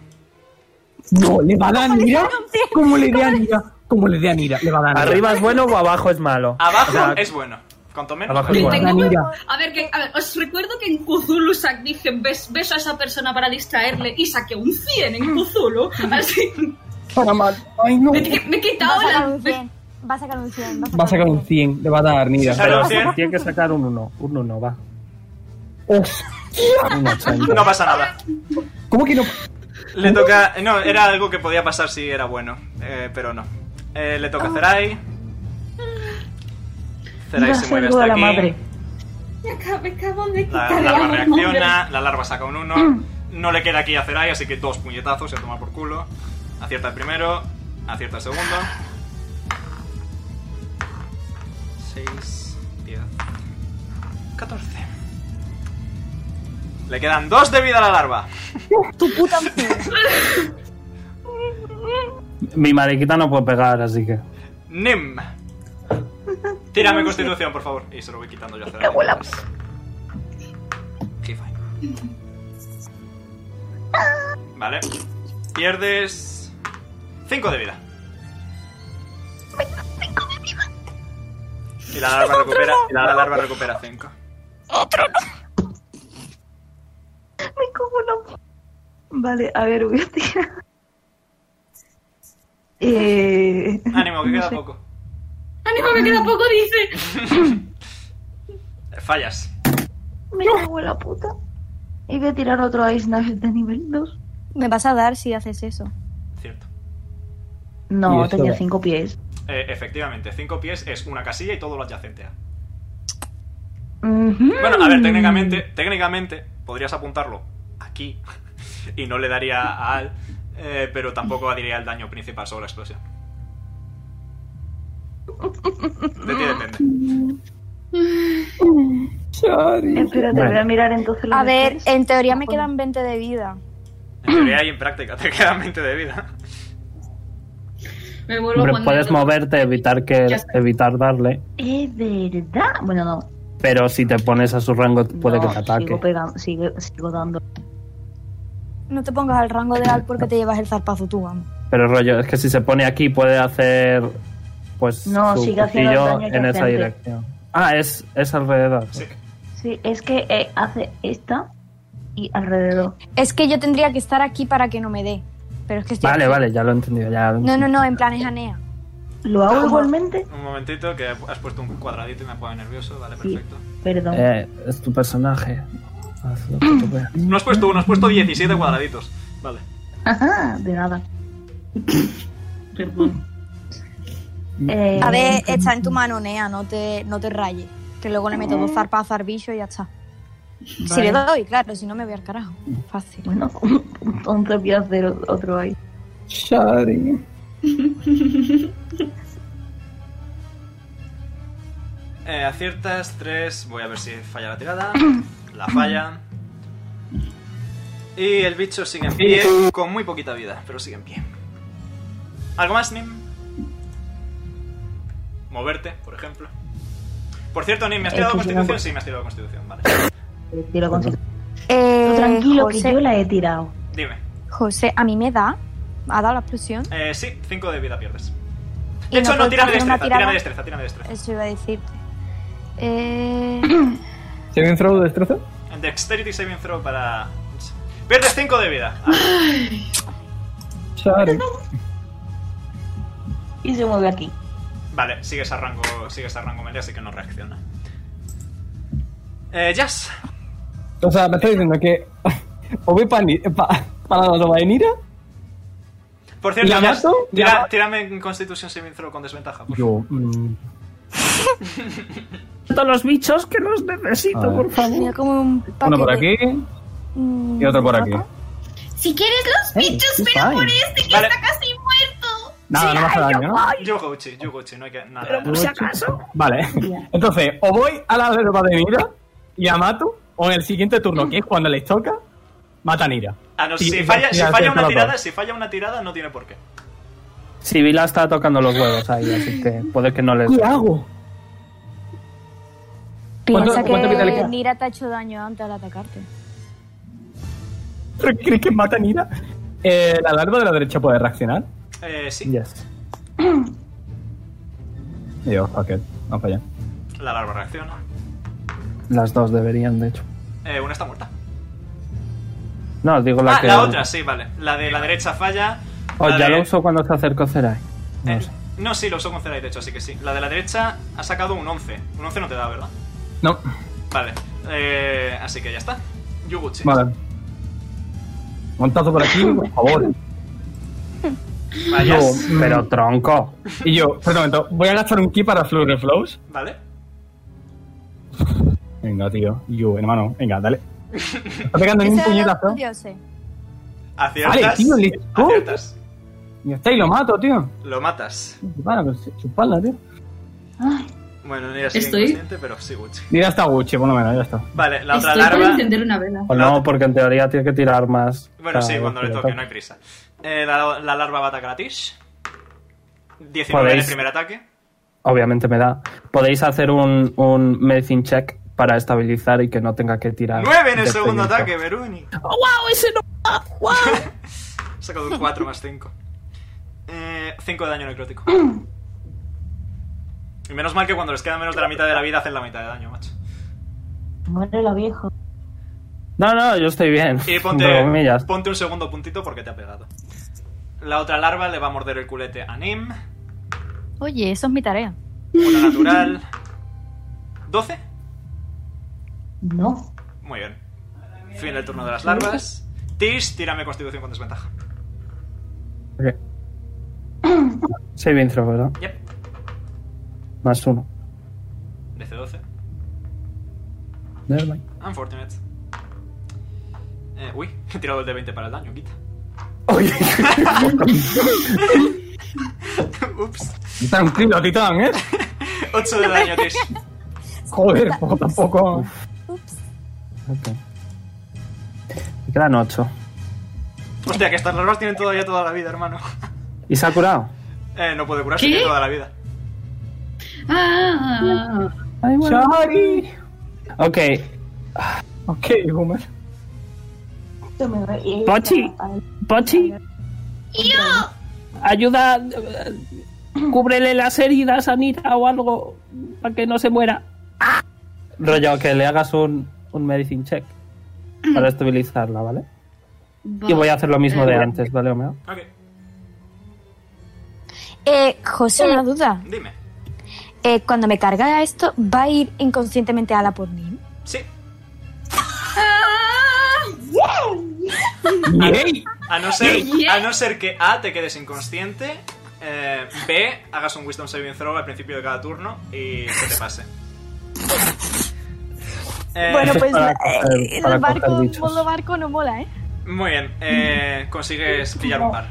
No, le va a dar Nira. ¿Cómo le dé a Nira? ¿Cómo le dé a Nira? Le va a dar ¿Arriba es bueno o abajo es malo? Abajo O sea, es bueno. Cuanto menos. Abajo Le es va a bueno. dar Nira. A ver, que, a ver, os recuerdo que en Cthulhu Isaac dije, "Bes- beso a esa persona para distraerle y saqué un 100 en Cthulhu. Mm. Así, Para mal. Ay, no. me, me he va quitado a sacar la... un 100. Va a sacar un 100. Va a sacar un 100. Le va a dar Nira. Claro, Pero cien. tiene que sacar un 1. Un 1, va. Un No 80. pasa nada. ¿Cómo que no? Le toca. No, era algo que podía pasar si era bueno, eh, pero no. Eh, le Ah. toca a Zerai. Zerai se mueve Digo hasta a la aquí. madre. Me acabo- me acabo de La quitar larva la reacciona, la larva saca un 1. No le queda aquí a Zerai, así que dos puñetazos y a tomar por culo. Acierta el primero, acierta el segundo. 6, 10, 14. Le quedan dos de vida a la larva. Tu puta madre. Mi mariquita no puede pegar, así que. Nim. Tírame constitución, por favor. Y se lo voy quitando yo a Zerai. Sí, fine. Vale. Pierdes 5 de vida. 5 de vida. Y la larva recupera, y la larva recupera 5. Me como la- Vale, a ver, voy a tirar. Eh... Ánimo, que no queda sé. poco. Ánimo, me queda poco, dice. Eh, Fallas. Me cago en la puta. Y voy a tirar otro Ice Knife de nivel 2. Me vas a dar si haces eso. Cierto. Y No, eso tenía va. 5 pies. Eh, efectivamente, 5 pies es una casilla y todo lo adyacente a. Ujú. Bueno, a ver, técnicamente, técnicamente podrías apuntarlo aquí y no le daría a Al, eh, pero tampoco daría el daño principal sobre la explosión. De ti depende. Espérate, Bueno. voy a mirar entonces los A ver, detalles. en teoría me quedan 20 de vida. En teoría y en práctica, te queda 20 de vida. Me vuelvo Hombre, cuando puedes moverte, evitar, que, Ya está. evitar darle. Es verdad. Bueno, no. Pero si te pones a su rango, puede no, que te ataque. Sigo, pegando, sigo, sigo dando. No te pongas al rango de al porque te llevas el zarpazo tú, vamos. Pero rollo, es que si se pone aquí puede hacer pues No, su sigue haciendo cuchillo daño en esa adyacente. dirección. Ah, es, es alrededor. Sí. Sí, es que eh, hace esta y alrededor. Es que yo tendría que estar aquí para que no me dé. Pero es que estoy. Vale, aquí. vale, ya lo he entendido. Ya lo he No, no, entendido. no, en plan es Anea. ¿Lo hago Ah, igualmente? Un momentito, que has puesto un cuadradito y me ha puesto nervioso. Vale, Sí. perfecto. Perdón. Eh, es tu personaje. Haz lo que tú veas. No has puesto uno, has puesto 17 cuadraditos. Vale. Ajá, de nada. Perdón. Eh, A ver, está en tu mano, Nea, no te, no te rayes. Que luego le meto dos zarpazos al bicho y ya está. Si le doy, claro, si no me voy al carajo. Fácil. Bueno, entonces voy a hacer otro ahí. Shari. Eh, aciertas 3. Voy a ver si falla la tirada. La falla. Y el bicho sigue en pie, con muy poquita vida, pero sigue en pie. ¿Algo más, Nim? moverte, por ejemplo. Por cierto, Nim, ¿me has tirado pues que yo no constitución? voy. Sí, me has tirado constitución, vale. Tiro con- Eh, Tranquilo, que José, yo la he tirado. Dime. José, a mí me da. Ha dado la explosión. Eh, sí, 5 de vida pierdes. Y De este. hecho, no, puedo tírame hacer una destreza, tírame tirada. destreza, tírame destreza. Eso iba a decirte. Eh, ¿Tiene un throw de destreza? Dexterity saving throw para... Pierdes 5 de vida. Ah, Sorry. Y se mueve aquí. vale, sigues a rango, sigues a rango melee, así que no reacciona. Eh, Jazz. O sea, me está diciendo que. O voy para para la vainira. Por cierto, ¿La Jazz, mato? tira- ¿La ma- tírame en Constitution saving throw con desventaja. por Yo. mm, Todos los bichos que los necesito, A ver. por favor. Tenía como un paquete. uno por aquí mm, y otro por aquí. Si quieres los Hey, bichos, it's pero por fine. este que Vale. está casi muerto. Nada, no me hace daño, ¿no? favor. Yogouchi, Yogouchi, no hay que... Nada. pues Pero por si acaso. Vale. Entonces, o voy a la de vainira y a mato, o en el siguiente turno, que es cuando les toca, mata a Nira. Ah, no, Y- si y- falla, y si hace falla todo una lo tirada, todo. si falla una tirada, no tiene por qué. Sibila está tocando los huevos ahí, así que puede que no les. ¿Qué hago? piensa ¿Cuánto- cuánto vida le que queda? Nira te ha hecho daño antes al atacarte. ¿Pero ¿Crees que mata a Nira? Eh, la larva de la derecha puede reaccionar. Eh, sí, Yes. Y yo, fuck it, vamos para allá. la larva reacciona. Las dos deberían, de hecho. Eh, una está muerta. No, digo la ah, que. la otra, sí, vale. La de la derecha falla. O la ya de- lo uso cuando se acercó Zerai. No eh, sé. no, sí, lo uso con Zerai, de hecho, así que sí. La de la derecha ha sacado un 11. Un 11 no te da, ¿verdad? No, Vale. Eh, así que ya está. Yuguchi. vale. Montazo por aquí, por favor. Vaya. No, Oh, pero tronco. Y yo, por un momento, voy a gastar un ki para Flurry Flows. Vale. Venga, tío. Y yo, hermano, venga, dale. Está pegando en un Ese era el puñetazo. curioso. Aciertas. Vale, tío, le- aciertas. Y está y lo mato, tío. Lo matas. Para, chuparla, tío. Bueno, no sigue Estoy- inconsciente, pero sí, Gucci. Mira, está Gucci, por lo menos, ya está. Vale, la otra Estoy por larva. encender una vela. O no, porque en teoría tiene que tirar más. Bueno, sí, Ah, Claro, cuando le pero toque, toca. no hay prisa. Eh, la, la larva va a atacar a Tish. 19 en el Podéis- primer ataque. Obviamente me da. Podéis hacer un, un medicine check para estabilizar y que no tenga que tirar. 9 en el de segundo pellizco. ataque, Veruni. ¡Oh, wow! Ese no. ¡Wow! He sacado un 4 más 5. 5 de daño necrótico. Y menos mal que cuando les queda menos de la mitad de la vida hacen la mitad de daño, macho. Muere la vieja. No, no, yo estoy bien. Y entre ponte, comillas. ponte un segundo puntito porque te ha pegado. La otra larva le va a morder el culete a Nim. Oye, eso es mi tarea. Una natural. 12. No. Muy bien. Fin del turno de las larvas. Tish, tírame constitución con desventaja. Ok. Saving throw, ¿verdad? Yep. Más uno. DC12. Nevermind. Unfortunate. Eh, uy, he tirado el de 20 para el daño, quita. Ups. Tranquilo, titán, ¿eh? 8 de daño, Tish. Joder, pues tampoco. Ok. Me quedan ocho. Hostia, que estas larvas tienen todavía toda la vida, hermano. ¿Y se ha curado? Eh, no puede curarse ¿Qué? tiene toda la vida. Ah, Ay, bueno. Sorry. Ok. Ok, Boomer. Pochi. Pochi. Ayuda. eh, Cúbrele las heridas a Nita o algo para que no se muera. Rollo, que le hagas un, un medicine check para estabilizarla, ¿vale? Y voy a hacer lo mismo de antes, ¿vale, Omeo? Ok, Eh, José, una duda. dime. Eh, cuando me carga esto, ¿va a ir inconscientemente a la por Nim? Sí. Yay. A no ser, Yeah. a no ser que A te quedes inconsciente, eh, B hagas un Wisdom Saving Throw al principio de cada turno y que te pase. Eh, Bueno, Eso es pues para eh, coger- para el barco, coger bichos. modo barco no mola, ¿eh? pues- Muy bien, eh, consigues pillar un par.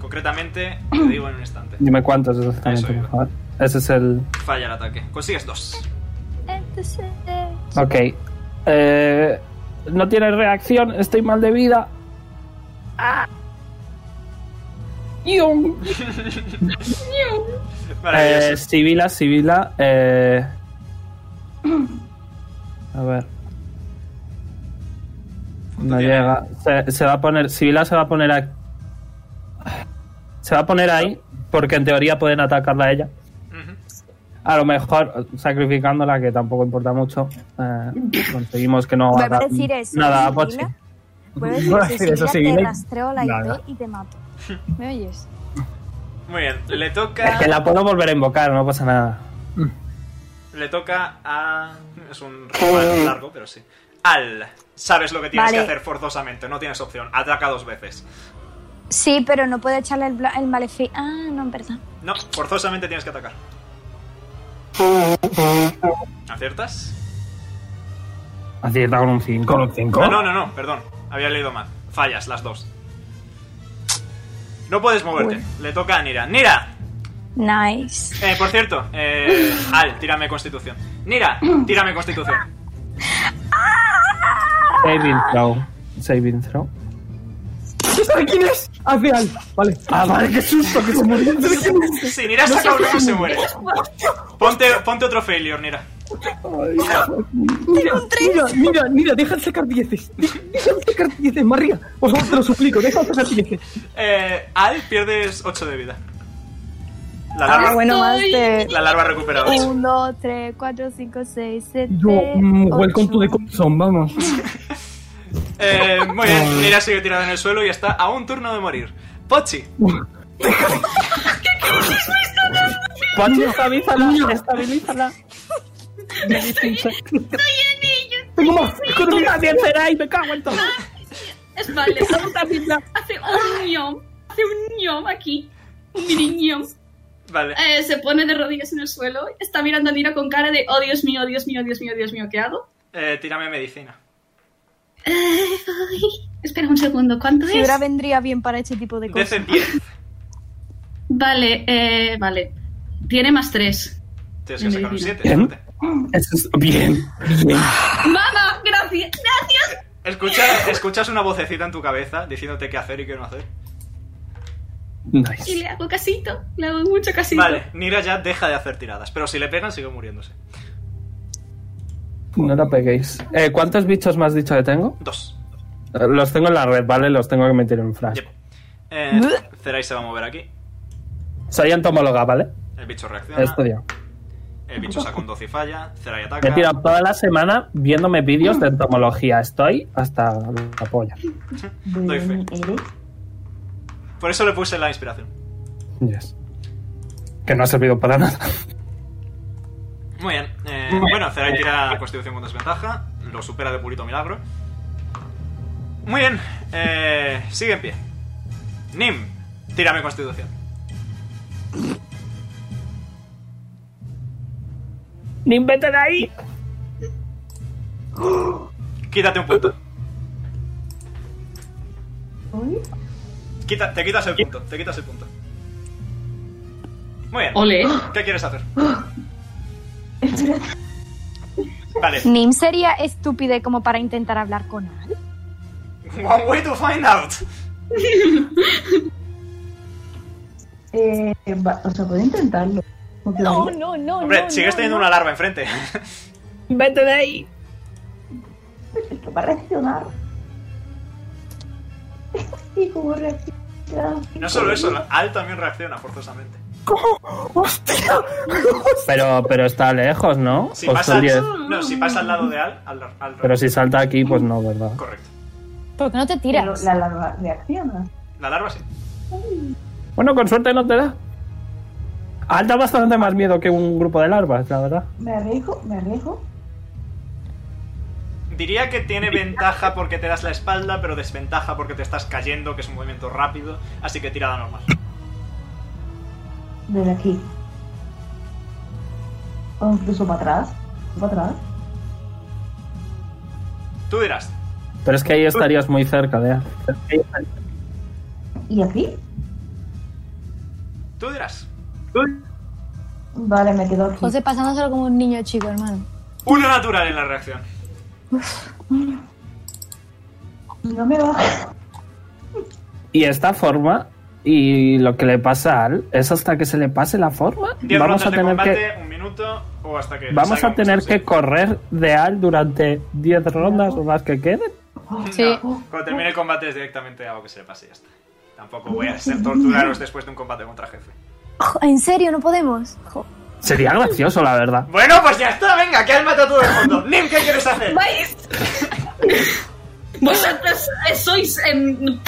Concretamente, te digo en un instante. Dime cuántos exactamente, Eso iba. por favor. Ese es el. Falla el ataque. Consigues dos. Entonces, eh, Ok. Eh, no tiene reacción, estoy mal de vida. Ah. Maravilloso. Eh, Sibila, Sibila. eh, A ver. No llega. Se, se va a poner. Sibila se va a poner aquí. Se va a poner ahí, porque en teoría pueden atacarla a ella. A lo mejor sacrificándola, que tampoco importa mucho, eh, conseguimos que no Voy a haga decir eso, nada a Sibila. Pochi. Voy a Voy a decir decir eso, eso, Sibila, Sibila, te y- rastreo la nada. IP y te mato. ¿Me oyes? Muy bien, le Es toca. que la puedo volver a invocar, no pasa nada. Le toca a. Es un ritual largo, pero sí. Al. Sabes lo que tienes Vale. que hacer forzosamente, no tienes opción. Ataca dos veces. Sí, pero no puedo echarle el, bla- el maleficio. Ah, no, en verdad. No, forzosamente tienes que atacar. ¿Aciertas? Acierta con un 5. Con un 5. No, no, no, no, perdón. Había leído mal. Fallas, las dos. No puedes moverte. Le toca a Nira. ¡Nira! Nice. Eh, por cierto, eh, Al, tírame constitución. Nira, tírame constitución. Saving throw. Saving throw. ¿Sabe quién es? Hace al. Vale. Ah, vale, qué susto, que se murió. Si Nira saca uno, se muere. Ponte, ponte otro failure, Nira. Mira, mira, mira, mira, deja de sacar dieces. Deja de sacar dieces, María. Por favor, te lo suplico, deja de sacar dieces. Eh, Al, pierdes 8 de vida. La Ah, larva, bueno, más de. la larva recupera 8. 1, 2, 3, 4, 5, 6, 7. Yo, mm, welcome to the corazón, vamos. Eh, muy bien, Nira sigue tirada en el suelo y está a un turno de morir. Pochi, Pochi, estabilízala, estabilízala. Tengo más. tengo Tú más. también serás y me cago en todo. Ah, Es vale. Hace un ñom. Hace un ñom aquí. Un mini ñom. vale. Eh, se pone de rodillas en el suelo. Está mirando a Nira con cara de oh Dios mío, Dios mío, Dios mío, Dios mío, ¿qué hago? Eh, tírame medicina. Eh, ay, espera un segundo, ¿cuánto es? Fibra vendría bien para este tipo de cosas. DC 10. Vale, eh, vale. Tiene más tres. Tienes que sacar un Medicina. 7. suerte. Eso es bien. ¡Mamá! ¡Gracias! ¡Gracias! Escucha, escuchas una vocecita en tu cabeza diciéndote qué hacer y qué no hacer. Y Nice. le hago casito. Le hago mucho casito. Vale, Nira ya deja de hacer tiradas, pero si le pegan sigue muriéndose. No la peguéis. Eh, ¿Cuántos bichos me has dicho que tengo? Dos. Eh, Los tengo en la red, ¿vale? Los tengo que meter en flash. Yep. Eh, Zerai se va a mover aquí. Soy entomóloga, ¿vale? El bicho reacciona. He estudiado. El bicho saca un 12 y falla. Zerai Me he ataca. tirado toda la semana viéndome vídeos de entomología. Estoy hasta la polla. Doy fe. Por eso le puse la inspiración. Yes. Que no ha servido para nada. Muy bien. eh, bueno, Zerai tira Constitución con desventaja. Lo supera de purito milagro. Muy bien. eh, sigue en pie. Nim, tírame Constitución. ¡Ni vete de ahí! Quítate un punto. Quita- te quitas el punto, te quitas el punto. Muy bien. Ole. ¿Qué quieres hacer? Vale. Nim sería estúpida como para intentar hablar con Al. One way to find out. Eh, va- o sea, puedo intentarlo. Porque No, vale. no, no. Hombre, no, sigues no, teniendo no. una larva enfrente. ¡Vete de ahí! Esto va a reaccionar. ¿Y cómo reacciona? No solo eso, la- Al también reacciona forzosamente. ¡Hostia! Pero, pero está lejos, ¿no? Si O pasa, son diez. no, si pasa al lado de Al, al, al Pero si salta aquí, pues no, ¿verdad? Correcto. ¿Por qué no te Pero tiras? la larva reacciona. La larva sí. Bueno, con suerte no te da. Alta bastante más miedo que un grupo de larvas, la verdad. Me arriesgo, me arriesgo. Diría que tiene ventaja porque te das la espalda, pero desventaja porque te estás cayendo, que es un movimiento rápido, así que tirada normal. Desde aquí. O incluso para atrás. Para atrás. Tú dirás. Pero es que ahí estarías muy cerca de. ¿Y aquí? Tú dirás. Vale, me quedo aquí. José, pasándoselo como un niño chico, hermano. Uno natural en la reacción. No me bajo. Y esta forma Y lo que le pasa a Al es hasta que se le pase la forma. 10 Vamos rondas a de tener combate, que. un minuto o hasta que. Vamos salga a un tener chiste. que correr de Al durante 10 rondas o más que queden. Sí. Cuando termine el combate es directamente algo que se le pase y ya está. Tampoco voy a ser torturaros después de un combate contra jefe. Jo, ¿En serio? ¿No podemos? Jo. Sería gracioso, la verdad. Bueno, pues ya está, venga, que has matado a todo el mundo. Nim, ¿qué quieres hacer? ¿Vais? Vosotros eh, sois. em,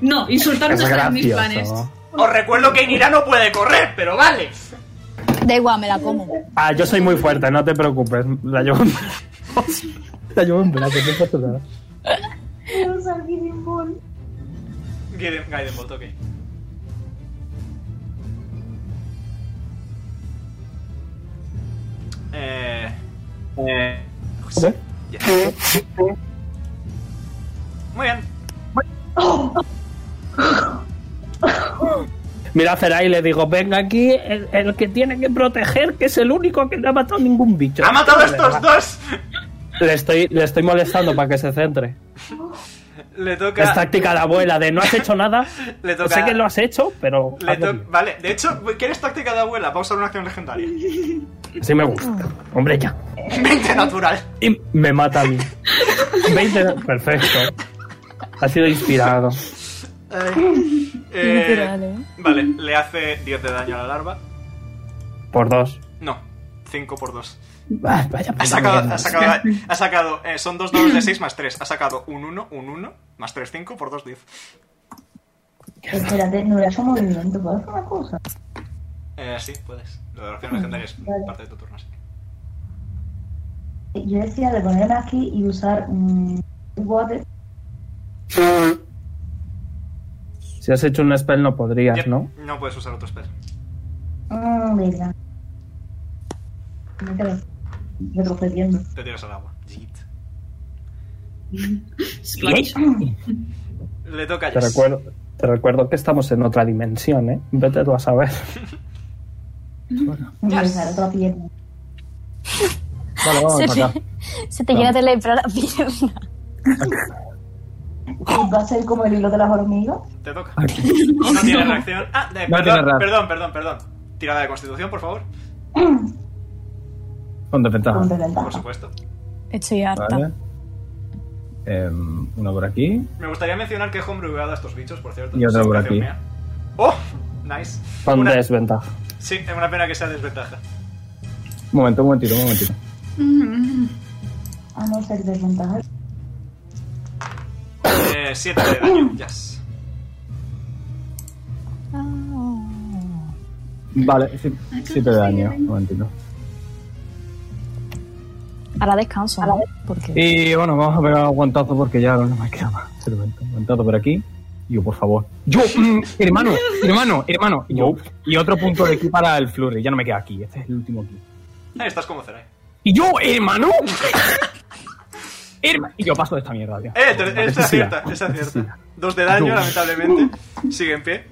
no, insultaros está en mis planes. Os recuerdo que Inira no puede correr, pero vale. Da igual, me la como. Ah, yo soy muy fuerte, no te preocupes. La llevo en brazos. La llevo en brazos, no pasa nada. Gaiden Gaiden Bolt, ok. Eh. Eh. ¿Sí? ya. Muy bien. Mira a Zerai y le digo, venga aquí, el, el que tiene que proteger, que es el único que no ha matado ningún bicho. ¡Ha matado a estos dos! Le estoy, le estoy molestando para que se centre. Le toca. Es táctica de abuela, de no has hecho nada. Le toca- Sé que lo has hecho, pero... Le hazlo to- Vale, de hecho, ¿quieres táctica de abuela? Vamos a usar una acción legendaria. bien. Sí me gusta. Hombre, ya. 20 natural. Y me mata a mí. 20 de- Perfecto. Ha sido inspirado. Eh, eh, Natural, ¿eh? Vale, le hace 10 de daño a la larva. Por dos. No, 5 por 2. Ah, Vaya Ha puta sacado, mierda. ha sacado, ha sacado eh, son dos dados de 6 más 3. Ha sacado un 1, un 1, más 3, 5 por 2, 10. Espérate, no era su movimiento, ¿puedo hacer una cosa? Eh, sí, puedes. Lo de la acción legendaria es Vale. parte de tu turno. sí. Yo decía de ponerme aquí y usar un water. Si has hecho un spell no podrías, Yep, ¿no? No puedes usar otro spell. Mmm, verdad. Me quedo retrocediendo. Te tiras al agua. Yeet. Splash. Le toca a Te Jess. recuerdo, te recuerdo que estamos en otra dimensión, ¿eh? Vete tú a saber. Voy a Yes. usar otra pierna. Vale, vamos Se para acá. te, se te llena de lepra la pierna. ¿Va a ser como el hilo de las hormigas? Te toca. No tiene reacción. Ah, eh, No tiene perdón, reacción. perdón, perdón, perdón. Tirada de constitución, por favor. Con desventaja. Con desventaja. Por supuesto. Estoy harta. Vale. Em, uno por aquí. Me gustaría mencionar que he homebrewado a estos bichos, por cierto. Y otro Es por creación aquí. mía. ¡Oh! Nice. Con Una- desventaja. Sí, es una pena que sea desventaja. Un momento, un momentito, un momentito. Mm. A no ser desventaja. Eh, 7 de daño, yes. Vale, sí, siete de daño. Un momentito. Ahora descanso. ¿no? Porque Y bueno, vamos a pegar un guantazo porque ya no me queda más. Se lo meto. Un guantazo por aquí. Yo, por favor. Yo, mm, hermano, hermano, hermano. Y yo. Y otro punto de aquí para el flurry. Ya no me queda aquí. Este es el último aquí. Ahí estás como Zerai. Y yo, hermano. Herma- y yo paso de esta mierda, tío. Eh, te- esa Sí, acierta, esa sí. acierta. Dos de daño, Dos. lamentablemente. Sigue en pie.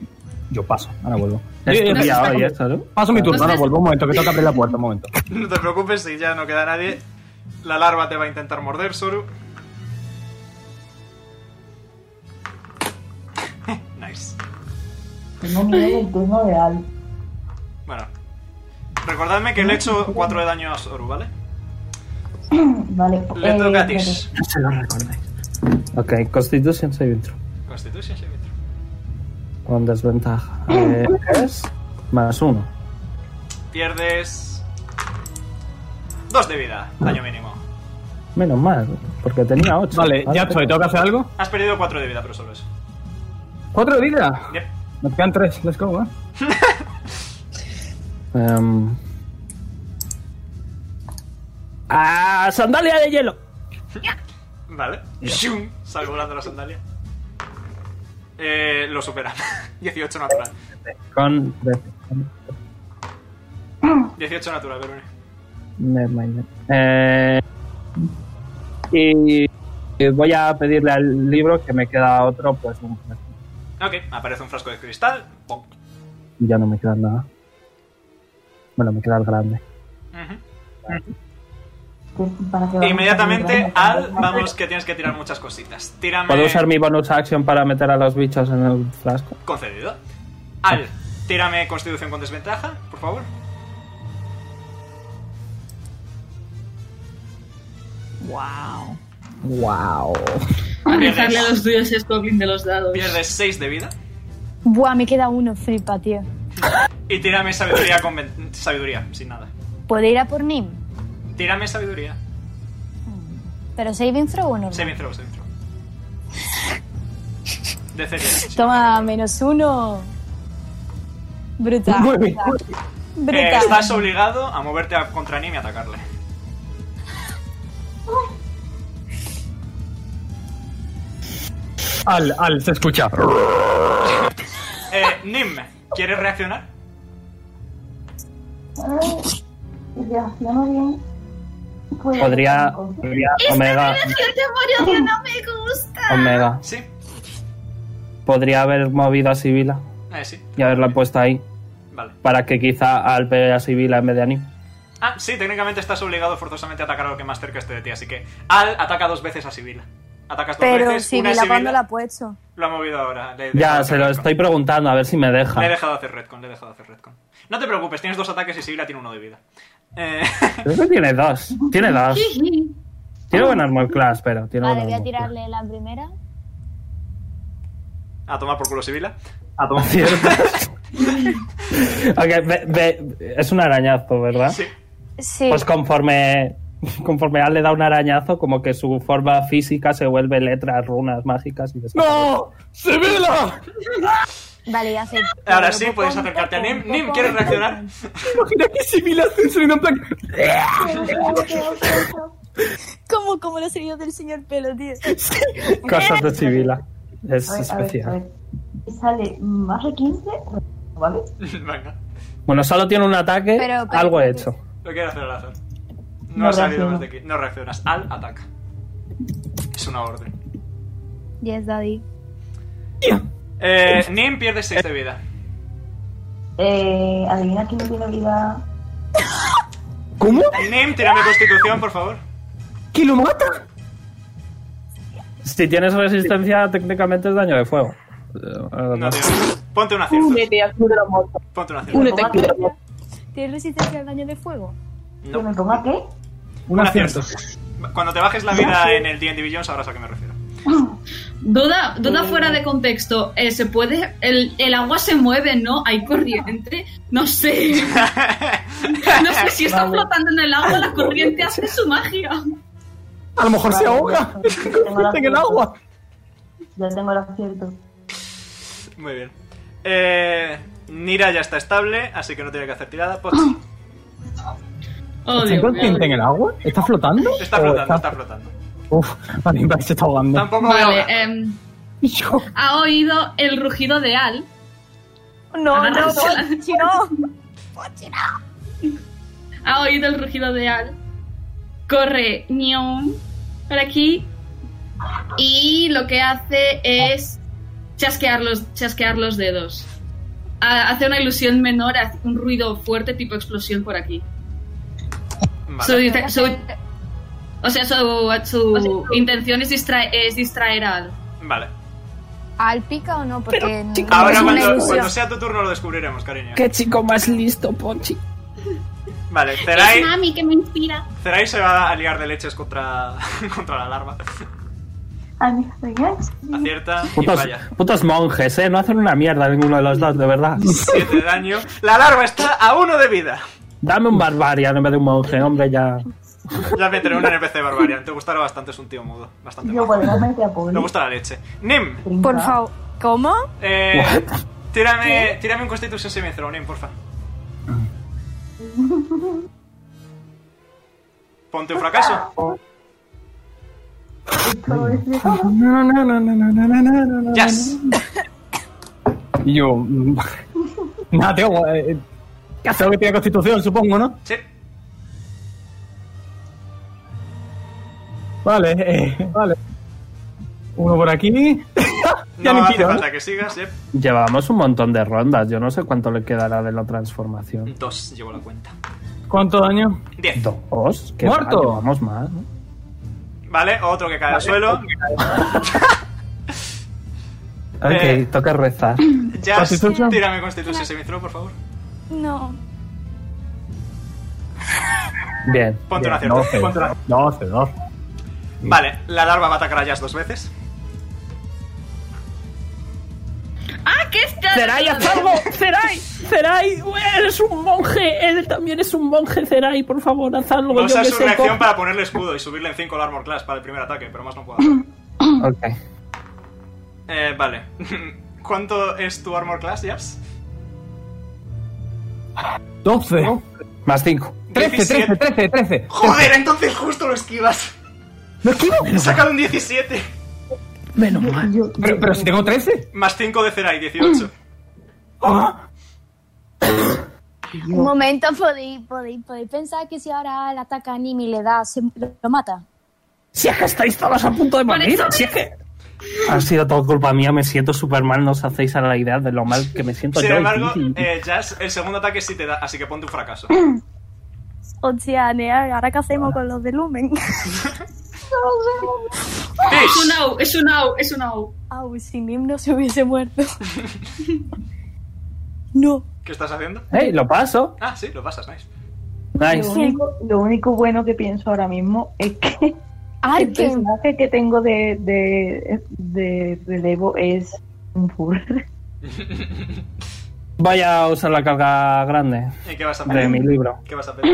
Yo paso, ahora vuelvo. Es Eh, eh, tuya paso- hoy eso, ¿no? Paso mi turno, Entonces- ahora vuelvo. Un momento, que tengo que abrir la puerta, un momento. No te preocupes, si ya no queda nadie. La larva te va a intentar morder, Soru. nice. Tengo miedo del turno de Al. Bueno. Recordadme que le he hecho 4 de daño a Soru, ¿vale? Vale. Le eh, toca a Tish. No se lo recordéis. Ok, Constitution Saving Throw. Constitution saving throw. Con desventaja. Eh, es más uno. Pierdes. 2 de vida, daño mínimo. Menos mal, porque tenía ocho. Vale, ya estoy, ¿tengo que hacer algo? Has perdido 4 de vida, pero solo eso. ¿Cuatro de vida? Yep. Nos quedan tres, let's go, ¿eh? Em. ¡Ah! ¡Sandalia de hielo! Vale. ¡Shum! Sale volando la sandalia. Eh, lo supera. 18 natural. Con. trece. 18 natural, Verone. Nevermind. Eh, y, Eh, y voy a pedirle al libro que me queda otro, pues un- Ok, aparece un frasco de cristal. Bonk. ya no me queda nada. Bueno, me queda el grande. Ujú. que- para que- Inmediatamente, Al, vamos que tienes que tirar muchas cositas. Tírame. ¿Puedo usar mi bonus action para meter a los bichos en el frasco? Concedido. Al, tírame constitución con desventaja, por favor. Wow. Wow. Rezarle a los tuyos es goblin de los dados. Pierdes 6 de vida Buah, me queda uno, flipa, tío. y tírame sabiduría, con ven- sabiduría, sin nada. ¿Puedo ir a por Nim? Tírame sabiduría. ¿Pero saving throw o no? Saving throw, saving throw. DC 10. Toma, menos uno. Brutal. Muy bien. brutal. Eh, Brutal. estás obligado a moverte a- contra Nim y atacarle. Al, al, se escucha. Eh, Nim, ¿quieres reaccionar? Ya, ya no bien. Pues- Podría. podría- Omega. Esta relación de no me gusta. Omega. Sí. Podría haber movido a Sibila Eh, sí. y haberla puesto ahí. Vale. Para que quizá al pegue a Sibila en vez de a Nim. Ah, sí, técnicamente estás obligado forzosamente a atacar a lo que más cerca esté de ti, así que Al ataca dos veces a Sibila. Atacas dos Pero veces, si una la es cuando Sibila. la ha puesto. Lo ha movido ahora. le he dejado Ya, hacer se lo retcon. estoy preguntando a ver si me deja. Le he dejado hacer redcon, le he dejado hacer redcon. No te preocupes, tienes dos ataques y Sibila tiene uno de vida. Eh, Creo que tiene dos. Tiene dos. Tiene buen armor class, pero tiene Vale, buen voy a armor. tirarle la primera. a tomar por culo Sibila. A tomar cierto. Ok, ve- ve- es un arañazo, ¿verdad? Sí. Sí. Pues conforme, conforme Al le da un arañazo, como que su forma física se vuelve letras, runas mágicas y desaparece. ¡No! ¡Sibila! Vale, ya sé. Ahora sí, puedes acercarte a Nim. Nim, ¿quieres reaccionar? Imagina que Sibila está saliendo en plan. ¿Cómo, cómo los heridos del señor pelo, tío? Cosas de Sibila. Es A ver, a ver, especial. a ver. Sale más de 15, ¿vale? Venga, Bueno, solo tiene un ataque, algo he hecho. lo quiero hacer al azar. No, No ha salido reacciono. más de aquí. No reaccionas. Al ataca. Es una orden. Yes, daddy. Eh, Nim pierde 6 de vida. Eh, adivina quién me tiene vida. ¿Cómo? Nim, tírame constitución, por favor. ¿Que lo mata? Si tienes resistencia, técnicamente es daño de fuego. Eh, No, tío. Ponte una acierto. Únete a Club de los Muertos. Ponte una acierto. Únete a Club de los Muertos. ¿Tienes resistencia al daño de fuego? No. ¿Me ponga qué? Un acierto. Cuando te bajes la vida en el D&D Beyond sabrás a qué me refiero. Duda, duda fuera de contexto. Eh, ¿Se puede? El, el agua se mueve, ¿no? ¿Hay corriente? No sé. No sé si está flotando en el agua, la corriente hace su magia. A lo mejor se ahoga. en el agua. Ya tengo el acierto. Muy bien. Eh, Nira ya está estable, así que no tiene que hacer tirada. Pues Pochi. Oh, ¿Está inconsciente en el agua? ¿Está flotando? Está ¿O flotando, está flotando. Uf, vale, me se está ahogando. Tampoco Vale, em, ha oído el rugido de Al. Ah, No, no, Pochi, no. Pues, Ha oído el rugido de Al. Corre ñaum, por aquí. Y lo que hace es chasquear los, chasquear los dedos. Ha- Hace una ilusión menor, hace un ruido fuerte tipo explosión por aquí. Su dite- su- o sea, su, su intención es, distraer- es distraer a Al. Vale. ¿Al pica o no? Porque no- Ahora es una cuando, ilusión. cuando sea tu turno lo descubriremos, cariño. chico más listo, Ponchi. Vale, Zerai, Mami, que me inspira. Zerai se va a liar de leches contra, contra la larva. A mí, ¿sabías? Acierta y Putos, falla. putos monjes, ¿eh? No hacen una mierda ninguno de los dos, de verdad. 7 de daño. La larva está a uno de vida. Dame un barbarian en vez de un monje, hombre, ya. Ya meteré un NPC Barbarian. Te gustará bastante, es un tío mudo. Bastante Yo, majo. bueno, realmente a Le Poli. gusta la leche. Nim, Por favor. ¿Cómo? eh, tírame, tírame un Constitution Saving Throw, Nim, porfa. Ponte un fracaso. No, no, no, no, no, no, no, no, no. Yes. Y yo. mm, Nada, tío. eh, eh, ¿Qué hace lo que tiene constitución, supongo, no? Sí. Vale, eh, vale. Uno por aquí. No ya ni hace tiro. falta que sigas, eh. yep. Llevamos un montón de rondas. Yo no sé cuánto le quedará de la transformación. Dos, llevo la cuenta. ¿Cuánto daño? Diez. Dos. ¿Qué Muerto. va? Llevamos más. ¿no? Vale, otro que cae al suelo. Ok, toca rezar. Ya, ¿Constitución? tírame constitución semi-throw, por favor. No. Bien. Ponte un bien, acierto. doce, Ponte un acierto. doce, doce. Vale, la larva va a atacar a Jazz dos veces. ¡Ah, qué está! Zerai, a salvo! ¡Zerai! ¡Zerai! ¡Eres un monje! Él también es un monje, Zerai, por favor, haz algo. Va yo a usar que su sé reacción cómo. para ponerle escudo y subirle en 5 al armor class para el primer ataque, pero más no puedo hacer. Ok. Eh, vale. ¿Cuánto es tu armor class, Jazz? 12. Más 5. 13, 13, 13, 13. Joder, entonces justo lo esquivas. ¿Lo esquivo? He sacado un 17. Menos mal. Pero, pero si tengo 13. Más 5 de Zerai, 18. Un momento, podéis, podéis, podéis pensar que si ahora el ataca a Nimi le da, se lo mata. Si es que estáis todos a punto de Por morir, eso si es que. Ha sido todo culpa mía, me siento súper mal, no os hacéis a la idea de lo mal que me siento Sin yo. embargo, Y- y- eh, Jazz, el segundo ataque sí te da, así que ponte un fracaso. Hostia, Nea, ¿ahora qué hacemos con los de Lumen? Es un au, es un au, es un au. Au, si Nim no se hubiese muerto. no. ¿Qué estás haciendo? ¡Ey, lo paso! Ah, sí, lo pasas, nice. Lo, único, lo único bueno que pienso ahora mismo es que el personaje que tengo de, de, de relevo es un fur. Voy a usar la carga grande ¿Y qué vas a hacer? de mi libro. ¿Qué vas a hacer?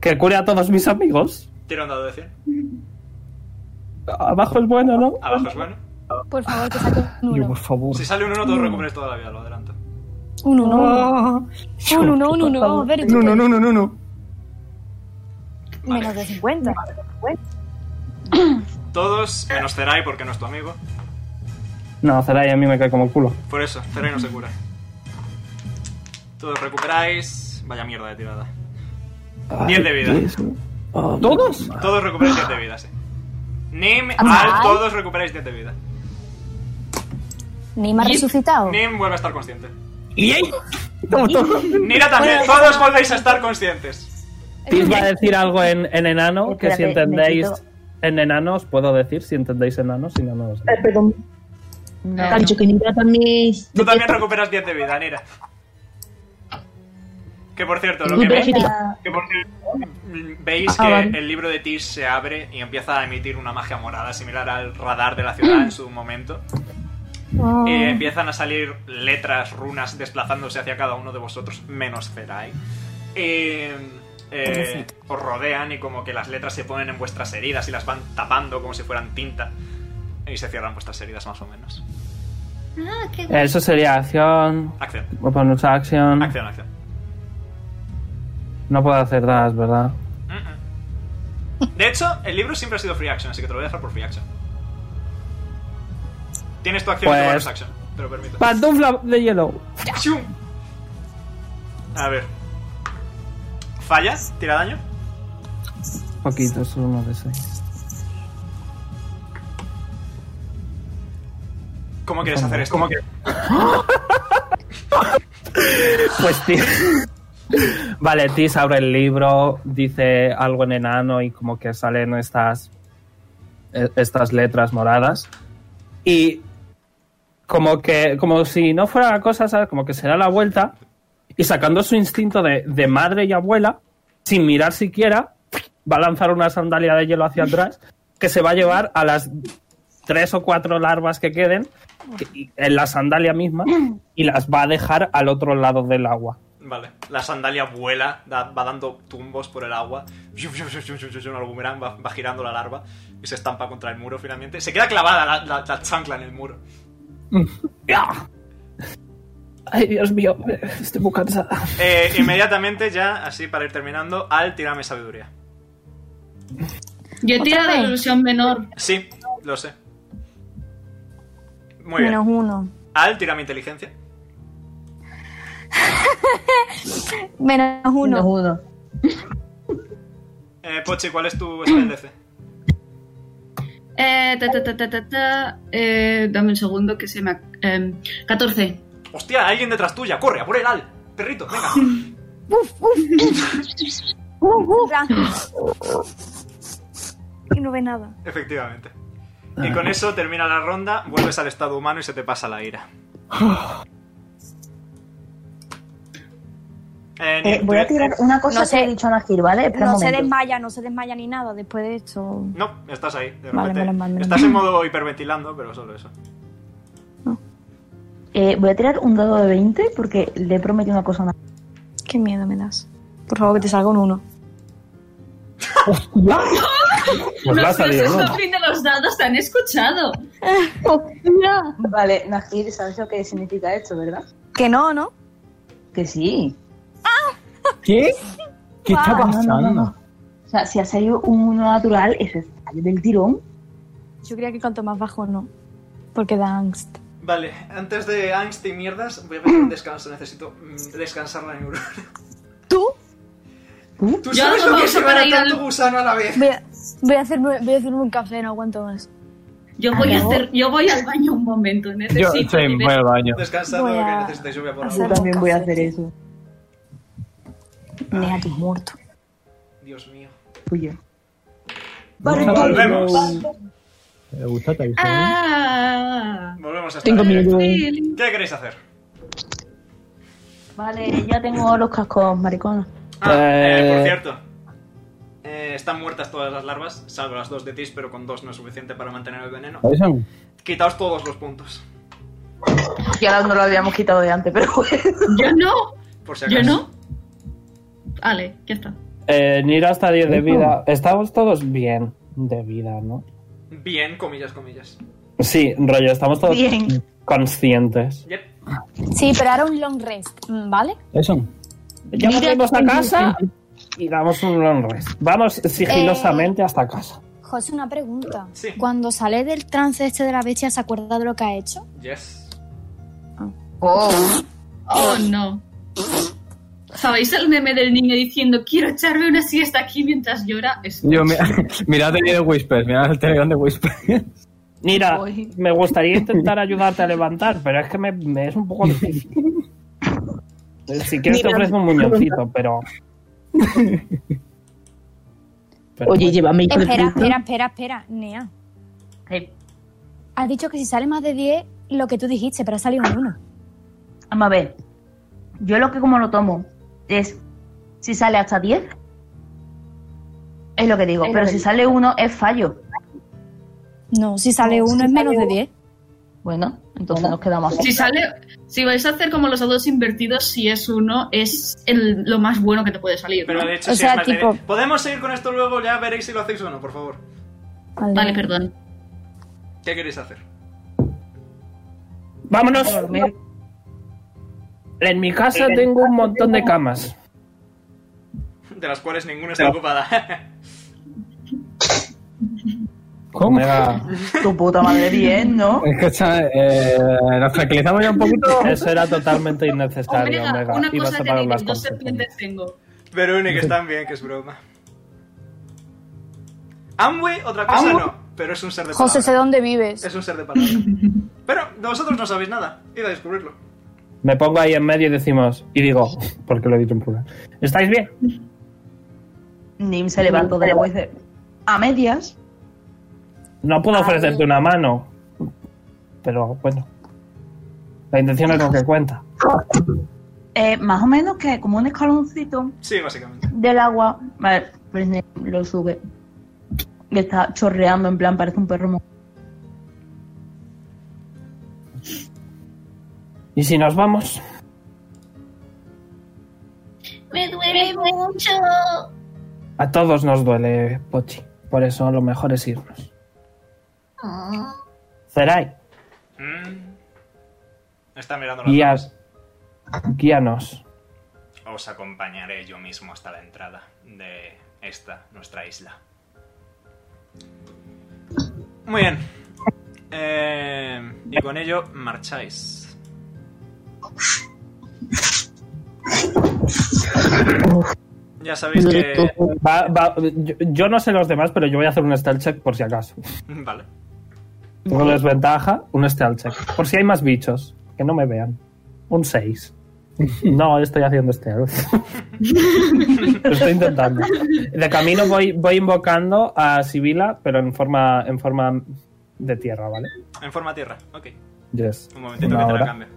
Que cure a todos mis amigos. Tira un dado de 100. Abajo es bueno, ¿no? Abajo es bueno. Por favor, que saque Ah, un Yo, 1. por favor. Si sale un 1, te lo recuperas toda la vida, lo adelanto. Un 1. Oh. Ah. Un 1, un 1. Vamos a ver. No, no, no, no, no. no. Menos de 50. Todos, menos Zerai porque no es tu amigo. No, Zerai a mí me cae como el culo. Por eso, Zerai no se cura. Todos recuperáis. Vaya mierda de tirada. 10 de vida. Oh, ¿Todos? Todos recuperáis 10 de vida, sí. Nim, Ah. Al, todos recuperáis 10 de vida. Nim ha resucitado. Nim vuelve a estar consciente. ¿Y ahí? Estamos todos. Nira también, Bueno, todos volvéis a estar conscientes. Tis va a decir algo en, en enano, que si Espérate, entendéis necesito- en enano, os puedo decir si entendéis enano, si no, no lo sé. Eh, perdón. Cacho, que Nira también Eh, es. Tú también recuperas 10 de vida, Nira. Que por cierto, lo Muy que veis, bien. que por cierto, mm, veis Ah, que vale. el libro de Tish se abre y empieza a emitir una magia morada similar al radar de la ciudad en su momento. Ah. Eh, empiezan a salir letras, runas desplazándose hacia cada uno de vosotros, menos Zerai. Eh, eh, os rodean y como que las letras se ponen en vuestras heridas y las van tapando como si fueran tinta. Y se cierran vuestras heridas más o menos. Ah, qué guay. Eso sería acción. Acción. Voy a poner usar acción. Acción, acción. No puedo hacer das, ¿verdad? De hecho, el libro siempre ha sido free action, así que te lo voy a dejar por free action. Tienes tu acción y tu Pues- bonus action, te lo permito. Pantufla de hielo. ¡Chum! A ver. ¿Fallas? ¿Tira daño? Poquito, es uno de seis. ¿Cómo quieres hacer esto? ¿Cómo quieres? Pues Tis. Vale, Tis abre el libro, dice algo en enano y como que salen estas, e- estas letras moradas. Y como que, como si no fuera la cosa, ¿sabes? Como que se da la vuelta y sacando su instinto de, de madre y abuela, sin mirar siquiera, va a lanzar una sandalia de hielo hacia atrás que se va a llevar a las tres o cuatro larvas que queden que- en la sandalia misma y las va a dejar al otro lado del agua. Vale. La sandalia vuela, da- va dando tumbos por el agua. Yum, yum, yum, yum, yum, yum, yum, al boomerang va, va girando la larva y se estampa contra el muro finalmente. Se queda clavada la, la- la chancla en el muro. Ay, Dios mío, estoy muy cansada. Eh, inmediatamente ya, así para ir terminando, Al tirame sabiduría. Yo he tirado la ilusión menor. Sí, lo sé. Muy bien. Menos uno. Al tirame inteligencia. Menos uno. Menos uno. Eh, Pochi, ¿cuál es tu spell DC? Eh, ta, ta, ta, ta, ta, ta. Eh, dame un segundo que se me... ac- em, 14. Hostia, alguien detrás tuya, corre, a por el Al. Perrito, venga. Y no ve nada. Efectivamente. Y con eso termina la ronda, vuelves al estado humano y se te pasa la ira. Eh, Eh, Nick, voy tú- a tirar una cosa No sé. que he dicho a Nagir, ¿vale? Espera No un se momento. desmaya, no se desmaya ni nada después de esto. No, estás ahí. de Vale, repente. menos mal, menos estás mal. en modo hiperventilando, pero solo eso. Eh, voy a tirar un dado de 20 porque le he prometido una cosa a Nagir. Qué miedo me das. Por favor, que te salga un 1. Pues la ha salido, Los ¿no? sofrins de los dados te han escuchado. Ah, oh, Vale, Nagir, ¿sabes lo que significa esto, verdad? Que no, ¿no? Que sí. ¿Qué? ¿Qué Ah, está no, no, no, pasando? no. O sea, si ha salido un 1 natural, eso es sale del tirón. Yo creía que cuanto más bajo no. Porque da angst. Vale, antes de angst y mierdas, voy a pedir un descanso. Necesito mm, descansar la neurona. ¿Tú? ¿Tú sabes lo que es llevar a tanto gusano a la vez? Voy a, voy a hacerme, voy a hacerme un café, no aguanto más. Yo voy, a hacer, yo voy al baño un momento, Ah, Yo necesito. estoy en el baño. Descansad Voy lo que a necesitáis, yo voy a por Yo agua. también voy a hacer eso. Nea, tú muerto. Dios mío. Oye. Volvemos. ¿Te gusta? ¿Te gusta? Ah. Volvemos a estar Cinco en directo. minutos. ¿Qué queréis hacer? Vale, ya tengo los cascos, maricona. Ah, eh, por Eh. cierto. eh, están muertas todas las larvas, salvo las dos de Tis, pero con dos no es suficiente para mantener el veneno. ¿Avisan? Quitaos todos los puntos. Ya no lo habíamos quitado de antes, pero Yo no. Por si Yo acaso. no. Vale, ya está. Eh, Nira hasta 10 de vida. Estamos todos bien de vida, ¿no? Bien, comillas, comillas. Sí, rollo, estamos todos Bien. conscientes. Yep. Sí, pero ahora un long rest, mm, ¿vale? Eso. Ya Mira, volvemos a qué casa y damos un long rest. Vamos sigilosamente hasta casa. José, una pregunta. Sí. Cuando sale del trance este de la bestia, ¿se acuerda de lo que ha hecho? Yes. Oh. Oh no. ¿Sabéis el meme del niño diciendo quiero echarme una siesta aquí mientras llora? Es Yo, mira, mirad el de Whisper, mirad el Telegram de Whisper. Mira, me gustaría intentar ayudarte a levantar, pero es que me, me es un poco difícil. Si quieres te Mira, ofrezco un muñoncito, pero... Pero Oye, llévame. hijo de Espera, puta. espera, espera, espera, Nea. Has dicho que si sale más de 10, lo que tú dijiste, pero ha salido un 1. Vamos a ver. Yo lo que como lo tomo es si sale hasta 10. Es lo que digo, Es lo pero que si digo. sale uno es fallo. No, si sale No, si uno es menos de sale 10. Bueno, entonces nos quedamos así. Si sale, si vais a hacer como los dados invertidos, si es uno, es el- lo más bueno que te puede salir. ¿no? Pero de hecho, sí es más de- Podemos seguir con esto luego, ya veréis si lo hacéis o no, por favor. Vale, perdón. ¿Qué queréis hacer? ¡Vámonos! En mi casa tengo un montón de camas. De las cuales ninguna está ocupada. ¿Cómo? Tu puta madre bien, ¿no? Es que está, eh, nos tranquilizamos ya un poquito. Eso era totalmente innecesario, Omega, Omega. una Ibas cosa a te pagar digo, las dos consecuencias. serpientes tengo. Pero que están bien, que es broma. Amway, otra cosa Amway. no, pero es un ser de José, sé palabra. dónde vives. Es un ser de palabra. Pero de vosotros no sabéis nada, id a descubrirlo. Me pongo ahí en medio y decimos, y digo, porque lo he dicho en plural. ¿Estáis bien? Nim se levantó de la voz de- a medias. No puedo ofrecerte una mano. Pero bueno. La intención es lo que cuenta. eh, más o menos que como un escaloncito Sí, básicamente. del agua. Vale, pues Nim lo sube. Y está chorreando, en plan, parece un perro. mo- ¿Y si nos vamos? Me duele mucho. A todos nos duele, Pochi. Por eso lo mejor es irnos. Ah. Zerai, Mm. Está mirando la guías. Guíanos. Os acompañaré yo mismo hasta la entrada de esta, nuestra isla. Muy bien. Eh, y con ello marcháis. Ya sabéis que... Va- va- yo, yo no sé los demás, pero yo voy a hacer un stealth check por si acaso. Vale. Tengo desventaja, un stealth check. Por si hay más bichos, que no me vean. Un 6. No, estoy haciendo stealth. Lo estoy intentando. De camino voy, voy invocando a Sibila, pero en forma, en forma de tierra, ¿vale? En forma tierra, ok. Yes. Un momentito Una que te la hora. cambio.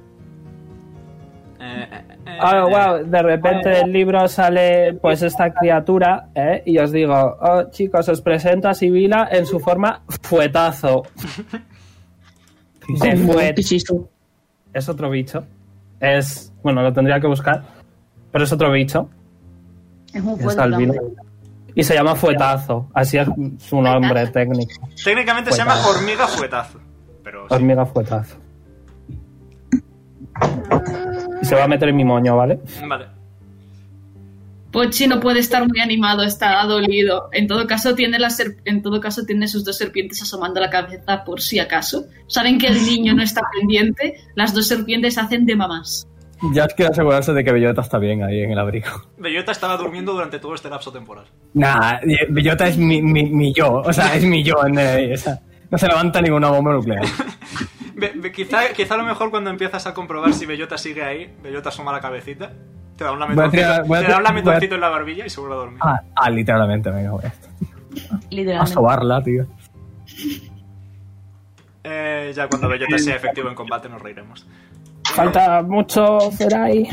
Eh, eh, eh, Ah, eh. wow, de repente del libro sale pues esta criatura, ¿eh? Y os digo, oh, chicos, os presento a Sibila en su forma fuetazo. De fuet. Es otro bicho. Es, bueno, lo tendría que buscar, pero es otro bicho. Es un Está fuerte albino. hombre. Y se llama fuetazo, así es su nombre técnico. Técnicamente Pues se llama Fuetazo. hormiga fuetazo. Pero sí. Hormiga fuetazo. Y se va a meter en mi moño, ¿vale? Vale. Pochi no puede estar muy animado, está dolido. En todo caso tiene la serp- en todo caso tiene sus dos serpientes asomando la cabeza por si acaso. Saben que el niño no está pendiente, las dos serpientes hacen de mamás. Ya quiero asegurarse de que Bellota está bien ahí en el abrigo. Bellota estaba durmiendo durante todo este lapso temporal. Nah, eh, Bellota es mi, mi, mi yo, o sea, es mi yo. en el- o sea, no se levanta ninguna bomba nuclear. Ve- ve- quizá, quizá a lo mejor cuando empiezas a comprobar si Bellota sigue ahí, Bellota asoma la cabecita, te da un Voy a tirar- lametoncito, voy a te da un tirar- lametoncito en la barbilla y se vuelve a dormir. Ah, ah, literalmente, venga, voy a- a Literalmente. sobarla, tío. Eh, ya cuando Bellota sea efectivo en combate nos reiremos. Falta mucho Zerai.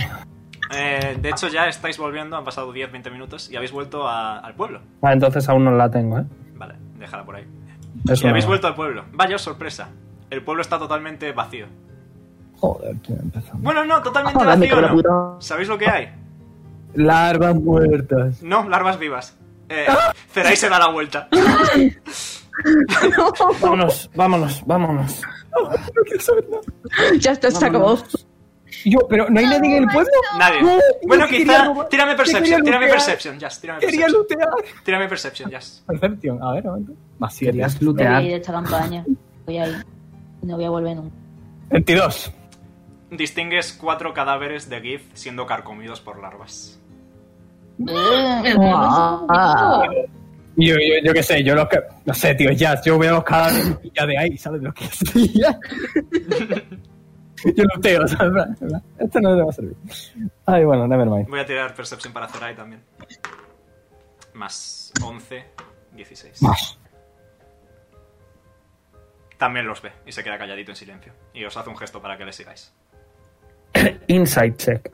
Eh, de hecho ya estáis volviendo, han pasado 10-20 minutos y habéis vuelto a- al pueblo. Ah, entonces aún no la tengo, ¿eh? Vale, déjala por ahí. Es y una- habéis vuelto al pueblo. Vaya os sorpresa. El pueblo está totalmente vacío. Joder, tío, empezamos. Bueno, no, totalmente Joder, me vacío. cago en Ah, la No. ¿Sabéis lo que hay? Larvas muertas. No, larvas vivas. Eh, Zerai se da la vuelta. Vámonos, vámonos, vámonos. Ya está, se acabó. Yo, pero ¿no hay nadie en el pueblo? Nadie. No, bueno, yo quería quizá. robar- Tírame yo quería perception, tírame lootear. perception, Jazz. Tírame Quería perception. lootear. Tírame perception, Jazz. Percepción, a ver, un momento. Más siete. Voy Querías a ir lootear. de esta campaña. Voy a ir. No voy a volver nunca. 22. Distingues cuatro cadáveres de Gif siendo carcomidos por larvas. Ah. Yo, yo, yo qué sé, yo los que. No sé, tío, ya, yo veo los cadáveres y ya de ahí, ¿sabes lo que es? Ya. yo luteo, ¿sabes? En plan, Esto no te va a servir. Ay, bueno, nevermind. Voy a tirar perception para Zerai también. Más 11, 16. Más. También los ve y se queda calladito en silencio. Y os hace un gesto para que le sigáis. Inside check.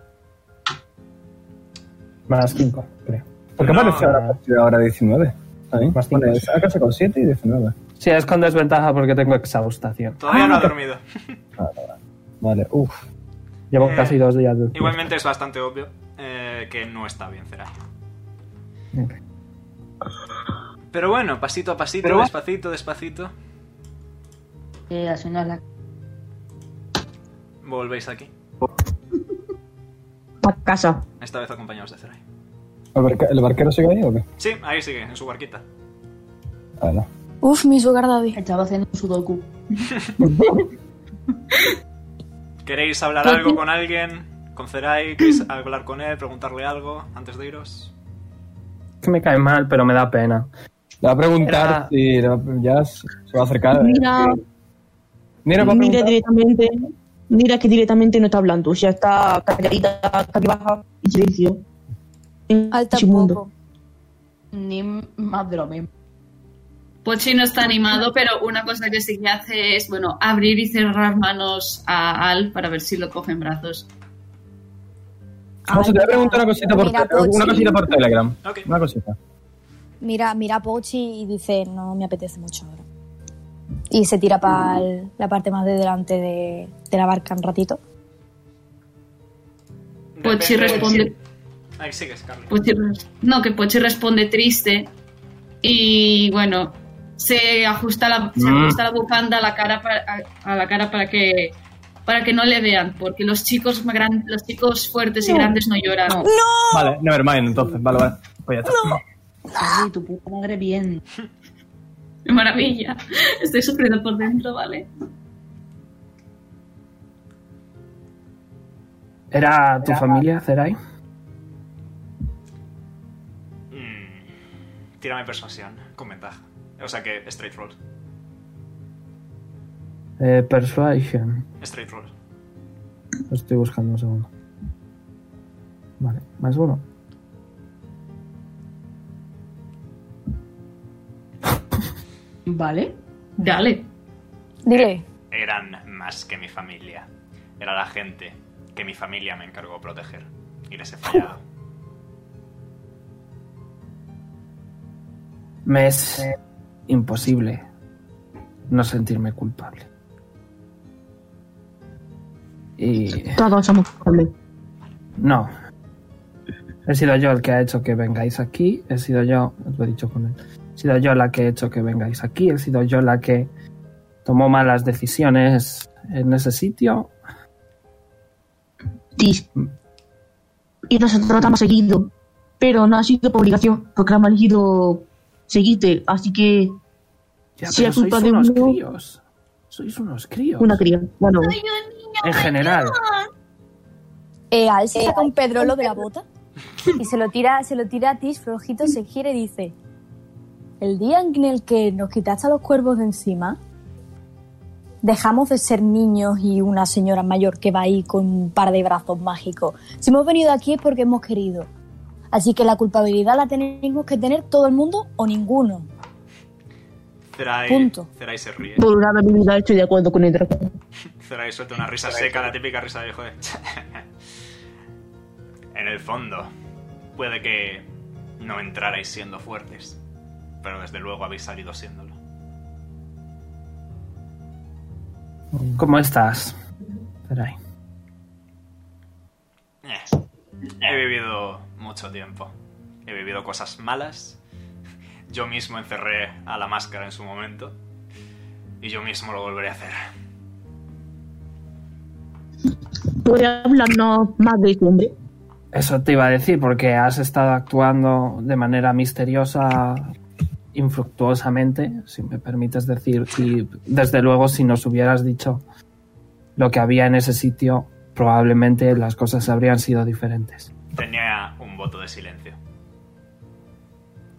Más 5, creo. ¿Por qué aparece ahora, ahora 19? ¿Ahí? Bueno, saca con 7 y 19. Sí, es con desventaja porque tengo exhaustación. Todavía Ah, no ha dormido. Vale, uff. Llevo Eh, casi dos días. de- Igualmente es bastante obvio eh, que no está bien Zerai. Ok. Pero bueno, pasito a pasito, Pero- despacito, despacito, Que hace una la volvéis aquí. Para casa. Esta vez acompañados de Zerai. ¿El, barca- el barquero sigue ahí o qué? Sí, ahí sigue, en su barquita. Ah, no. Uf, mi sugar daddy. Estaba haciendo un sudoku. ¿Queréis hablar algo con alguien? ¿Con Zerai? ¿Queréis hablar con él? ¿Preguntarle algo antes de iros? Que me cae mal, pero me da pena. Le va a preguntar Era- si le va- ya se se va a acercar. eh. Mira, Mira, va a mira preguntar. directamente. Mira que directamente no está hablando. O sea, está calladita, aquí baja y silencio. Alta mundo. Ni más de lo mismo. Pochi no está animado, pero una cosa que sí que hace es, bueno, abrir y cerrar manos a Al para ver si lo coge en brazos. Vamos, te voy a preguntar una cosita por, Mira, te- una Pochi. cosita por Telegram. Una cosita. Mira, mira a Pochi y dice, no me apetece mucho ahora. Y se tira para la parte más de delante de, de la barca un ratito. Pochi Pues responde. Pues- Ahí sigues, Carly. Pochi res- no, que Pochi responde triste y bueno, se ajusta la, se Mm. ajusta la bufanda a la cara para, a, a la cara para que para que no le vean, porque los chicos más gran- los chicos fuertes y No. grandes no lloran. Vale, nevermind, entonces. Vale, vale. Pues ya está. Ay, tu puta madre bien. Maravilla. Estoy sufriendo por dentro, vale. ¿Era tu familia, Zerai? Mm, Tírame persuasión, con ventaja. O sea que, straight roll. Eh, persuasion. Straight roll. Lo estoy buscando un segundo. Vale, más uno. Vale. Dale. Dile. Eran más que mi familia. Era la gente que mi familia me encargó proteger. Y les he fallado. Me es imposible no sentirme culpable. Y Todos somos culpables. no. He sido yo el que ha hecho que vengáis aquí. He sido yo, os lo he dicho con él. He sido yo la que he hecho que vengáis aquí. He sido yo la que tomó malas decisiones en ese sitio. Tis. Y nosotros te hemos seguido. Pero no ha sido por obligación, porque hemos elegido seguirte. Así que. Ya, si pero es culpa sois de unos uno, críos. Sois unos críos. una cría. Bueno, En general. Eh, Al se saca un pedrolo de la bota y se lo tira, se lo tira a Tish, flojito, se gira y dice: El día en el que nos quitaste a los cuervos de encima, dejamos de ser niños y una señora mayor que va ahí con un par de brazos mágicos. Si hemos venido aquí es porque hemos querido. Así que la culpabilidad la tenemos que tener todo el mundo o ninguno. Zerai, Punto. Zerai se ríe. por una vez en mi vida estoy de acuerdo con el dragón. Zerai suelta una risa seca, la típica risa de viejo de... en el fondo, puede que no entrarais siendo fuertes, pero desde luego habéis salido siéndolo. ¿Cómo estás? Zerai? Eh, He vivido mucho tiempo. He vivido cosas malas. Yo mismo encerré a la máscara en su momento. Y yo mismo lo volveré a hacer. ¿Puede hablarnos más de ese hombre? Eso te iba a decir, porque has estado actuando de manera misteriosa, infructuosamente, si me permites decir. Y desde luego, si nos hubieras dicho lo que había en ese sitio, probablemente las cosas habrían sido diferentes. Tenía un voto de silencio.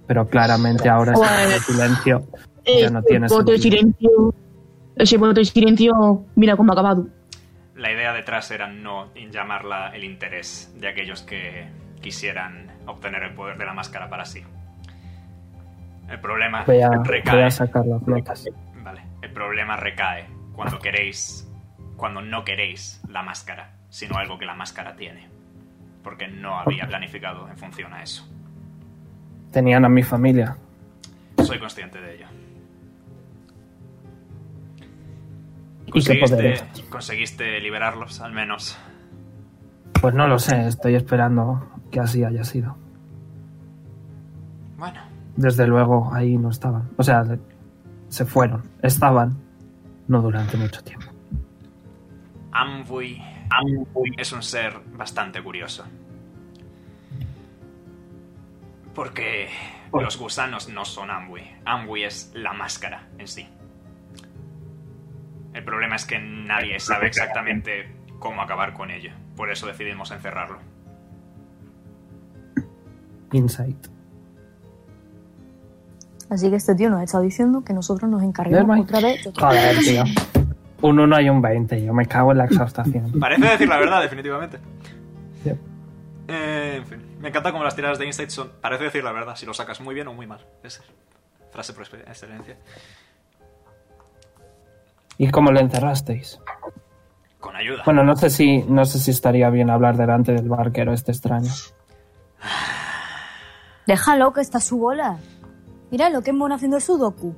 Pero claramente ahora está en Bueno. el silencio. Ya Ese no tiene Eh, voto de sentido. silencio. Ese voto de silencio, mira cómo ha acabado. La idea detrás era no llamarla el interés de aquellos que quisieran obtener el poder de la máscara para sí. El problema Voy a, voy recae. a sacar las notas. Vale. El problema recae cuando queréis, cuando no queréis la máscara, sino algo que la máscara tiene. Porque no había planificado en función a eso. Tenían a mi familia. Soy consciente de ello. ¿Y qué poderes? Conseguiste, conseguiste liberarlos, al menos. Pues no lo sé, estoy esperando que así haya sido. Bueno. Desde luego ahí no estaban. O sea, le- se fueron. Estaban. No durante mucho tiempo. Amway, es un ser bastante curioso. Porque los gusanos no son Amway. Amway es la máscara en sí. El problema es que nadie sabe exactamente cómo acabar con ello. Por eso decidimos encerrarlo. Insight. Así que este tío nos ha estado diciendo que nosotros nos encarguemos Nevermind. otra vez. de- Joder, tío. Un 1 y un 20. Yo me cago en la exhaustación. Parece decir la verdad, definitivamente. Yep. Eh, en fin, me encanta cómo las tiradas de Insight son. Parece decir la verdad, si lo sacas muy bien o muy mal. Es frase por exper- excelencia. ¿Y cómo lo encerrasteis? Con ayuda. Bueno, no sé si no sé si estaría bien hablar delante del barquero este extraño. Déjalo, que está su bola. Mira lo que es mono haciendo el sudoku.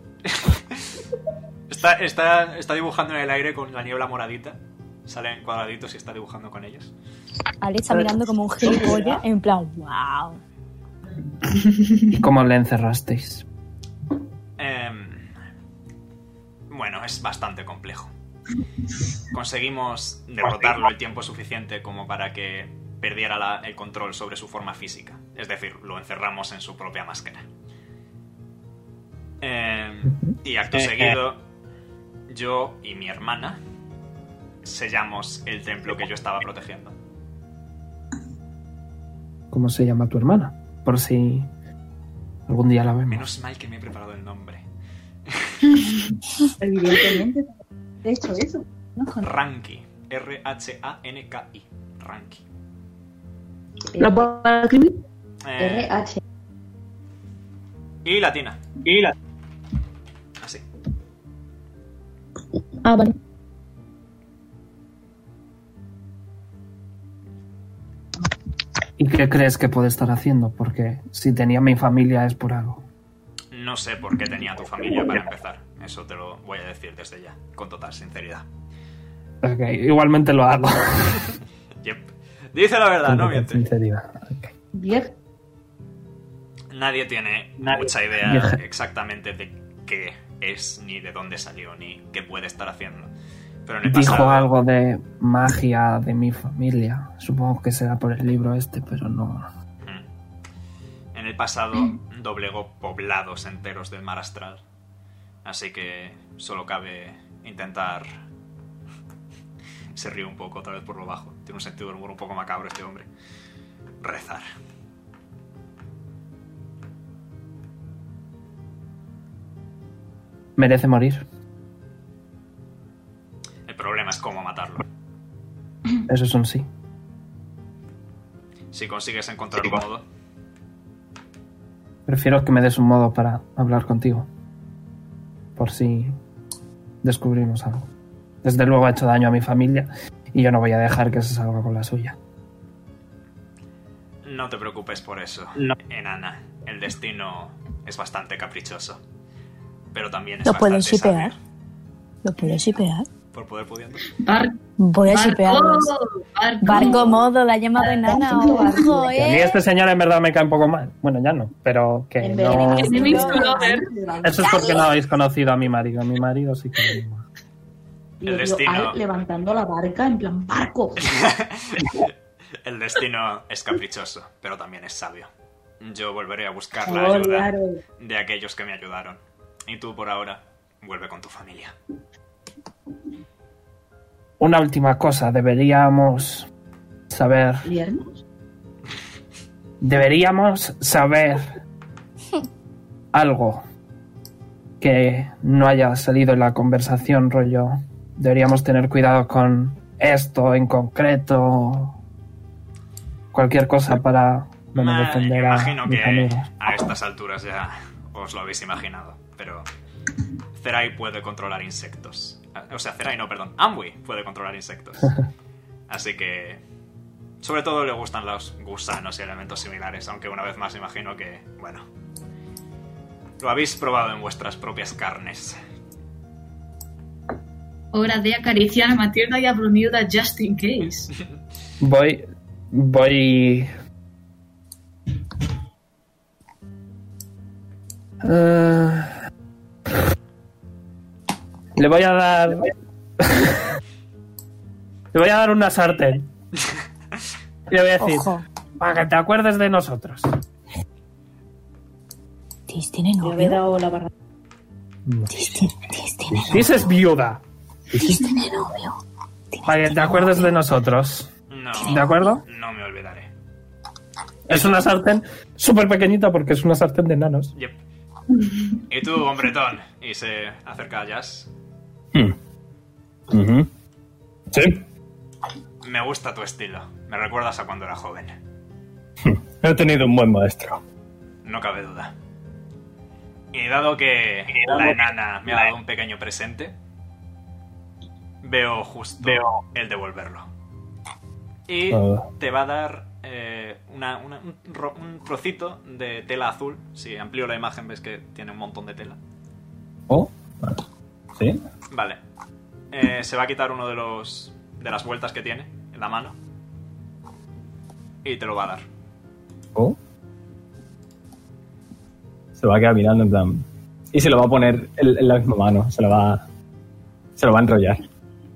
Está, está, está dibujando en el aire con la niebla moradita. Salen cuadraditos y está dibujando con ellas. Ale está mirando como un gilipollas, en plan, wow. ¿Y cómo le encerrasteis? Em, bueno, es bastante complejo. Conseguimos derrotarlo el tiempo suficiente como para que perdiera la- el control sobre su forma física. Es decir, lo encerramos en su propia máscara. Em, y acto seguido, yo y mi hermana sellamos el templo que yo estaba protegiendo. ¿Cómo se llama tu hermana? Por si algún día la vemos. Menos mal que me he preparado el nombre. Evidentemente, he hecho eso. ¿no? Ranki. R-H-A-N-K-I. Ranki. ¿Lo puedo escribir? Eh, RH. Ah, y latina. Y latina. Así. Ah, vale. ¿Y qué crees que puede estar haciendo? Porque si tenía mi familia es por algo. No sé por qué tenía tu familia para empezar. Eso te lo voy a decir desde ya, con total sinceridad. Ok, igualmente lo hago. Yep. Dice la verdad, no miente. Sinceridad. Bien. Nadie tiene Nadie. mucha idea Bien. exactamente de qué es, ni de dónde salió, ni qué puede estar haciendo. Pero en el Dijo pasado- algo de magia de mi familia. Supongo que será por el libro este, pero no. Mm. En el pasado doblegó poblados enteros del mar astral. Así que solo cabe intentar... Se ríe un poco, otra vez por lo bajo. Tiene un sentido del humor un poco macabro este hombre. Rezar. Merece morir. El problema es cómo matarlo. Eso es un sí. Si consigues encontrar un modo, Prefiero que me des un modo para hablar contigo. Por si descubrimos algo. Desde luego ha hecho daño a mi familia y yo no voy a dejar que se salga con la suya. no te preocupes por eso, No. enana. El destino es bastante caprichoso. Pero también es ¿Lo puedo bastante sabio. shipear? ¿Lo puedo shipear? Por poder pudiendo. Voy a Barco, shipearlos. barco. Barco modo, la ha llamado enana o barco, Y a mí ¿eh? este señor en verdad me cae un poco mal. Bueno, ya no, pero que Eh, no... Es mi lover. Eso es porque no habéis conocido a mi marido. Mi marido sí que... lo ama. Y El yo, destino. ay, levantando la barca en plan barco. El destino es caprichoso, pero también es sabio. Yo volveré a buscar la Oh, ayuda claro. de aquellos que me ayudaron. Y tú, por ahora, vuelve con tu familia. Una última cosa, deberíamos saber... ¿Viernes? Deberíamos saber algo que no haya salido en la conversación, rollo. Deberíamos tener cuidado con esto en concreto. Cualquier cosa para bueno, Me defender a imagino mis que amigos. a estas alturas ya os lo habéis imaginado, pero Zerai puede controlar insectos. O sea, Zerai no, perdón, Amway puede controlar insectos. Así que sobre todo le gustan los gusanos y elementos similares, aunque una vez más imagino que, bueno, lo habéis probado en vuestras propias carnes. Hora de acariciar a Matilda y a Bruniuda just in case. Voy. Voy. Eh, le voy a dar. le voy a dar una sartén. Y le voy a decir. Ojo. Para que te acuerdes de nosotros. Tis tiene Le había novio. dado la barra. Tis ti- Tis tiene Dices es viuda. Tis tiene novio. Para que te acuerdes de nosotros. No, ¿De acuerdo? No me olvidaré. Es una sartén súper pequeñita porque es una sartén de nanos. Yep. Y tú, hombretón, y se acerca a Jazz. Mm. Ujú. Sí. Me gusta tu estilo. Me recuerdas a cuando era joven. He tenido un buen maestro. No cabe duda. Y dado que la enana me ha dado un pequeño presente, veo justo el devolverlo. Y Ah. te va a dar eh, una- una- un, ro- un trocito de tela azul. Si amplío la imagen, ves que tiene un montón de tela. Oh, vale. Sí. Vale. Eh, se va a quitar uno de los de las vueltas que tiene en la mano. Y te lo va a dar. Oh. Se va a quedar mirando en plan. Y se lo va a poner en, en la misma mano. Se lo va. Se lo va a enrollar.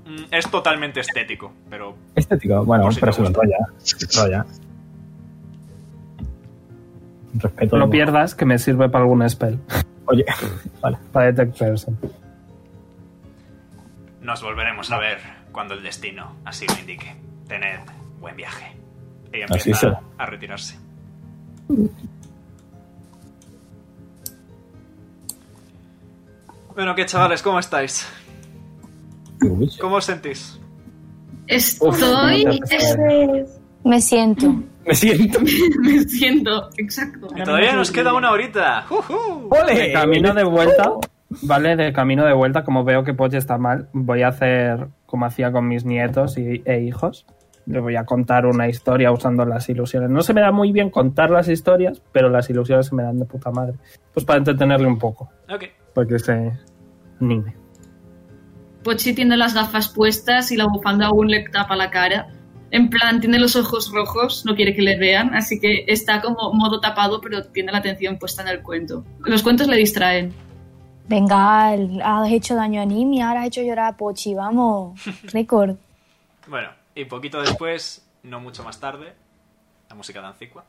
Mm, Es totalmente estético, pero Estético. Bueno, Por si pero te se lo gusta. enrolla. Se lo enrolla. Respeto. No pierdas que me sirve para algún spell. Oye, vale. Para Detect Person. Nos volveremos a ver cuando el destino así lo indique. Tened buen viaje. Y Así empieza será. a retirarse. Bueno, qué chavales, ¿cómo estáis? Uy. ¿Cómo os sentís? Estoy. Me siento. Me siento. Me siento, exacto. Y todavía nos queda una horita. ¡Ujú! ¡Ole! De camino de vuelta Vale, de camino de vuelta, como veo que Poche está mal, voy a hacer como hacía con mis nietos y- e hijos. Les voy a contar una historia usando las ilusiones. No se me da muy bien contar las historias, pero las ilusiones se me dan de puta madre. Pues para entretenerle un poco, Ok. para que se anime. Pochi tiene las gafas puestas y la bufanda aún le tapa la cara. En plan, tiene los ojos rojos, no quiere que le vean, así que está como modo tapado, pero tiene la atención puesta en el cuento. Los cuentos le distraen. Venga, el- has hecho daño a Nimi, ahora has hecho llorar a Pochi, vamos. Récord. Bueno, y poquito después, no mucho más tarde, la música de Anzicua.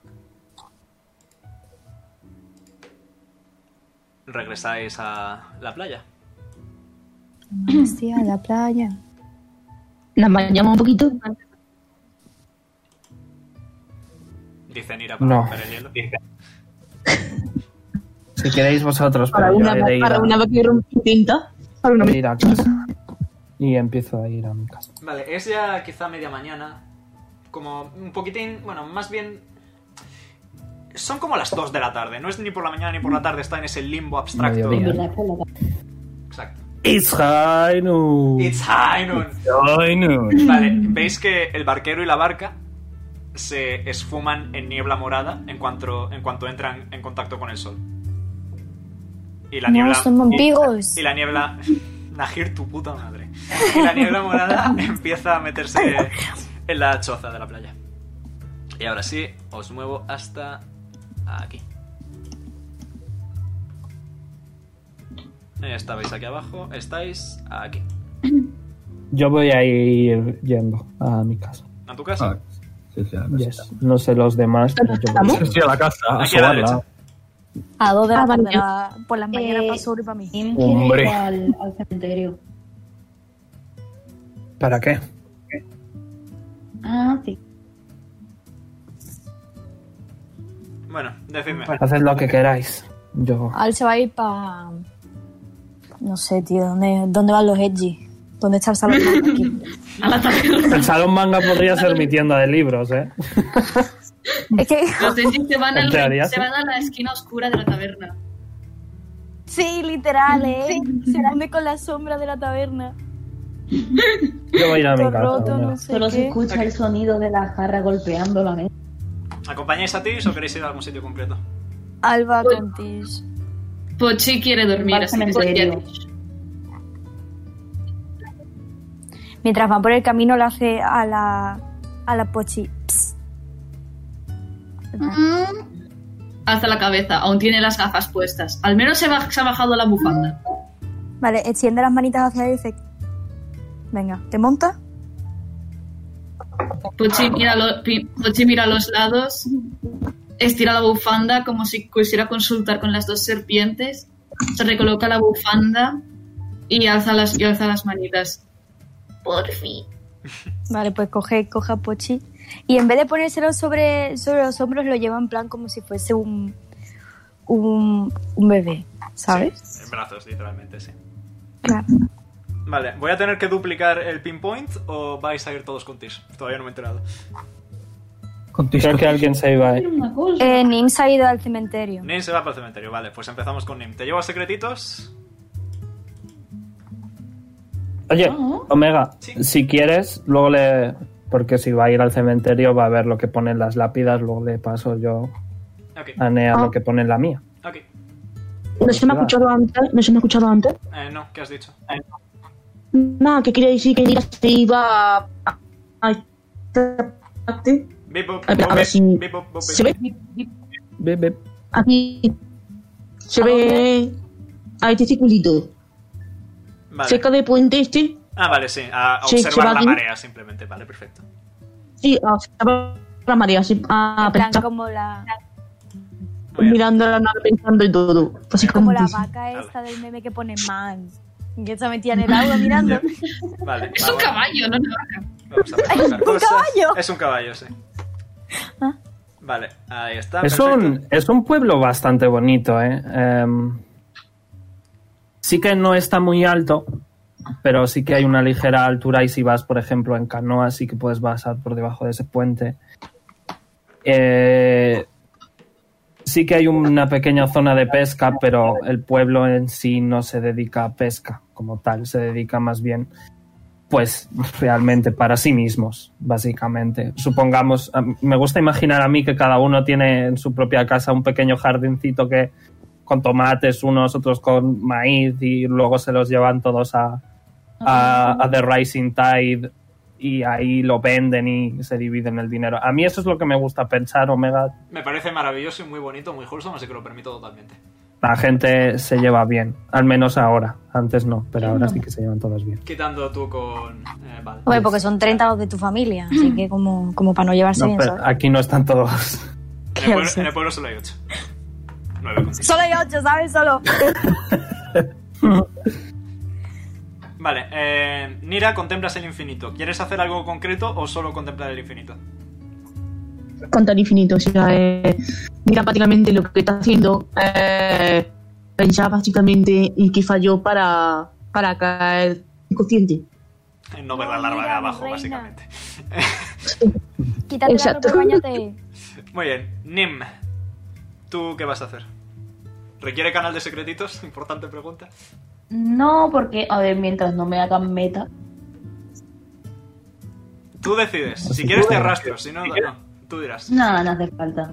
Regresáis a la playa. Hostia, la playa. Nos bañamos un poquito. Dicen ir a para No. romper el hielo. Si queréis vosotros, Para pero yo una, he de vez- ir para a- una vez que rompo tinta. Para una he vez- de ir a casa. Y empiezo a ir a mi casa. Vale, es ya quizá media mañana. Como un poquitín, bueno, más bien... Son como las 2 de la tarde, no es ni por la mañana ni por la tarde, está en ese limbo abstracto. Mediodía. Exacto. It's high noon. It's high noon. Vale, veis que el barquero y la barca se esfuman en niebla morada en cuanto, en cuanto entran en contacto con el sol. Y la No, niebla. son vampiros. Y, y la niebla. Najir, tu puta madre. Y la niebla morada empieza a meterse en la choza de la playa. Y ahora sí, os muevo hasta aquí. Estabais aquí abajo, estáis aquí. Yo voy a ir yendo a mi casa. ¿A tu casa? Yes. No sé los demás, pero yo voy a ir. Sí, a la casa, a Aquí a la sobarla. derecha. A dos de la Ah, vale. tarde, la- por las mañanas para sobre para mí. Hombre. ir al, al cementerio. ¿Para qué? Ah, sí. Bueno, decidme. Haced lo que queráis. Yo. Al se va a ir para. No sé, tío, ¿dónde, dónde van los Edgy? ¿Dónde está el salón? Aquí. El salón manga podría ser mi tienda de libros, ¿eh? Es que. Los Denji se van, al- En teoría, se sí. van a la esquina oscura de la taberna. Sí, literal, ¿eh? Se la hace con la sombra de la taberna. Yo voy a ir a mi casa. roto, ¿no? no sé. Solo qué. se escucha el sonido de la jarra golpeando la mesa. ¿Acompañáis a Tish o queréis ir a algún sitio concreto? Alba con Tish. Pochi quiere dormir, Va al así que se cementerio. Mientras van por el camino, le hace a la. a la Pochi. "Psst". Mm. Alza la cabeza, aún tiene las gafas puestas. Al menos se, baj- se ha bajado la bufanda. Vale, extiende las manitas hacia él y dice. Venga, ¿te montas? Ah, Pochi mira, lo- pi- Pochi mira a los lados, estira la bufanda como si quisiera consultar con las dos serpientes, se recoloca la bufanda y alza las, y alza las manitas. Por fin. Vale, pues coge, coge a Pochi. Y en vez de ponérselo sobre, sobre los hombros, lo lleva en plan como si fuese un. un, un bebé, ¿sabes? Sí, en brazos, literalmente, sí. Claro. Vale, voy a tener que duplicar el pinpoint o vais a ir todos con Tish. Todavía no me he enterado. Creo que alguien se iba a ir. Eh, Nim se ha ido al cementerio. Nim se va para el cementerio, vale, pues empezamos con Nim. ¿Te llevo secretitos? Oye, Omega, si quieres, luego le. Porque si va a ir al cementerio, va a ver lo que ponen las lápidas, luego le paso yo Ok. a Nea Ah. lo que pone en la mía. Ok. Eh, ¿No se me ha escuchado antes? ¿No se me ha escuchado antes? Eh, no, ¿qué has dicho? No, que quería decir que Nira se iba a... a- a esta parte. Bip, bop, A ver, a bop, ver bip, si- bip, bop, bop, ¿Se bip. ve? Bip, bip. Aquí. Se ve... A este circulito. Vale. Cerca del puente este. Ah, vale, sí, a Sí, se va observar la aquí. marea simplemente, vale, perfecto. Sí, a observar la marea. sí, Ah, a En plan, pensar, como la, Pues, mirando la nave, pensando y todo. Así como como la dice. vaca esta del meme que pone man. Que está metida en el agua mirando. Vale, Es un vamos- caballo, no una vaca. Vamos a ver, ¿Es un cosas. caballo? Ah. Es un caballo, sí. Vale, ahí está. Es perfecto. un, es un pueblo bastante bonito, ¿eh? Em, sí que no está muy alto, pero sí que hay una ligera altura y si vas, por ejemplo, en canoa, sí que puedes pasar por debajo de ese puente. Eh, Sí que hay una pequeña zona de pesca, pero el pueblo en sí no se dedica a pesca como tal, se dedica más bien, pues realmente para sí mismos, básicamente. Supongamos, a- me gusta imaginar a mí que cada uno tiene en su propia casa un pequeño jardincito que con tomates unos, otros con maíz y luego se los llevan todos a, a, a The Rising Tide y ahí lo venden y se dividen el dinero. A mí eso es lo que me gusta pensar, Omega, Me parece maravilloso y muy bonito, muy wholesome, así que lo permito totalmente. la gente se lleva bien, al menos ahora. Antes no, pero ahora sí que se llevan todos bien. Quitando tú con... eh, vale. Hombre, porque son 30 los de tu familia, así que como, como para no llevarse No, bien, pero ¿sabes? aquí no están todos. En el, pueblo, en el pueblo solo hay ocho. Nueve con cinco. Solo hay 8, ¿sabes? Solo. Vale, eh, Nira, contemplas el infinito. ¿Quieres hacer algo concreto o solo contemplar el infinito? contar infinito. O sea, eh, mira prácticamente lo que está haciendo, eh, pensar básicamente en qué falló para, para caer inconsciente. Eh, No Oh, ver la larva de abajo, básicamente. Quítate Exacto. la ropa y bañate. Muy bien, Nim, ¿tú qué vas a hacer? ¿Requiere canal de secretitos? Importante pregunta. No, porque, a ver, mientras no me hagan meta. Tú decides. Si quieres te arrastro, si no, no. Tú dirás. Nada, no hace falta.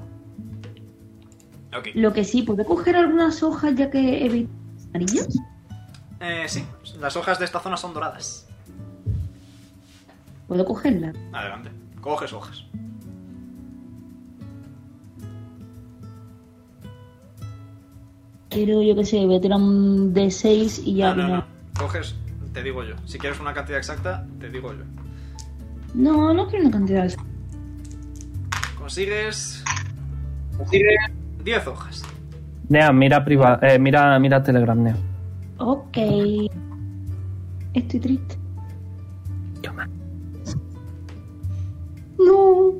Ok. Lo que sí, ¿puedo coger algunas hojas ya que he visto amarillas? Eh, sí, las hojas de esta zona son doradas. ¿Puedo cogerlas? Adelante, coges hojas. Quiero, yo qué sé, voy a tirar un D6 y ya. No, no, mira. no. Coges, te digo yo. Si quieres una cantidad exacta, te digo yo. No, no quiero una cantidad. Consigues. Consigues. 10 hojas. Nea, mira, priva eh, mira, mira Telegram, Nea. Ok. Estoy triste. No.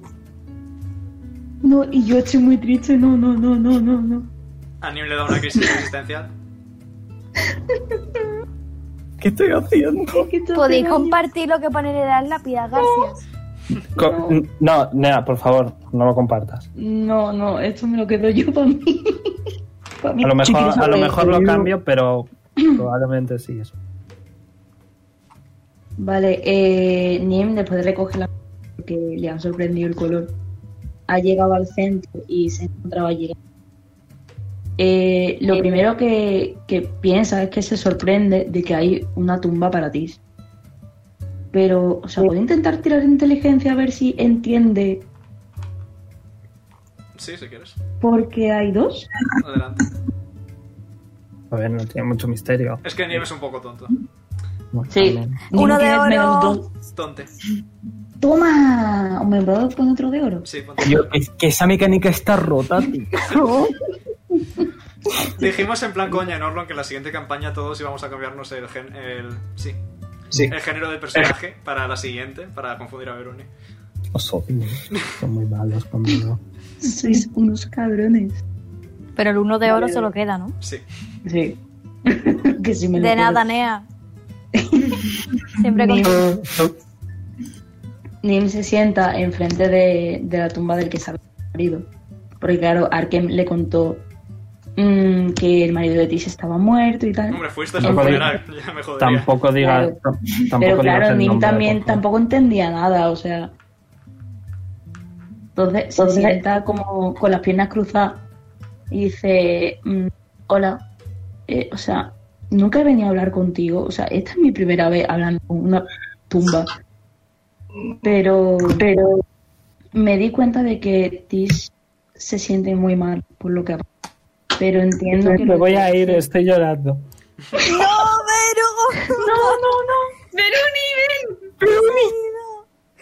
No, y yo estoy muy triste. No, no, no, no, no, no. A Nim le da una crisis existencial. ¿Qué estoy haciendo? Podéis compartir lo que pone en las lápidas, gracias. Co- n- No, Nea, por favor, no lo compartas. No, no, esto me lo quedo yo para mí. Pa' mí. A lo mejor, a lo, ¿sabes? mejor lo cambio, pero probablemente sí eso. Vale, eh, Niem, después de recoger la. porque le han sorprendido el color, ha llegado al centro y se encontraba llegando. Eh, lo primero que, que piensa es que se sorprende de que hay una tumba para ti. Pero, o sea, puedo intentar tirar inteligencia a ver si entiende Sí, si quieres. por qué hay dos. Adelante. A ver, no tiene mucho misterio. Es que Nim es un poco tonto. Sí, Uno de oro. Tonte. Toma, o me puedo poner otro de oro. Sí, ponte. Yo, es que esa mecánica está rota, tío. Dijimos en plan coña en Orlon que en la siguiente campaña todos íbamos a cambiarnos el, gen- el, sí, Sí. el género del personaje para la siguiente, para confundir a Veroni. Os odio. Son muy malos conmigo. Sois unos cabrones. Pero el uno de oro se lo queda, ¿no? Sí. Sí. que si me lo De quedo. nada, Nea. Siempre con... Nim se sienta enfrente de, de la tumba del que sabe que es su marido. Porque claro, Arkem le contó mm, que el marido de Tis estaba muerto y tal. Hombre, fuiste a su Entonces, funeral, ya me jodería. Tampoco digas. Claro. tam- Pero Tampoco digas claro, el Nim nombre, también tampoco entendía nada, o sea. Entonces se sienta como con las piernas cruzadas y dice, mm, hola, eh, o sea, nunca he venido a hablar contigo, o sea, esta es mi primera vez hablando con una tumba. Pero, pero me di cuenta de que Tish se siente muy mal por lo que ha pasado. Pero entiendo que Me no- voy a ir, estoy llorando. ¡No, No, no, no. ¡Veruni, ven!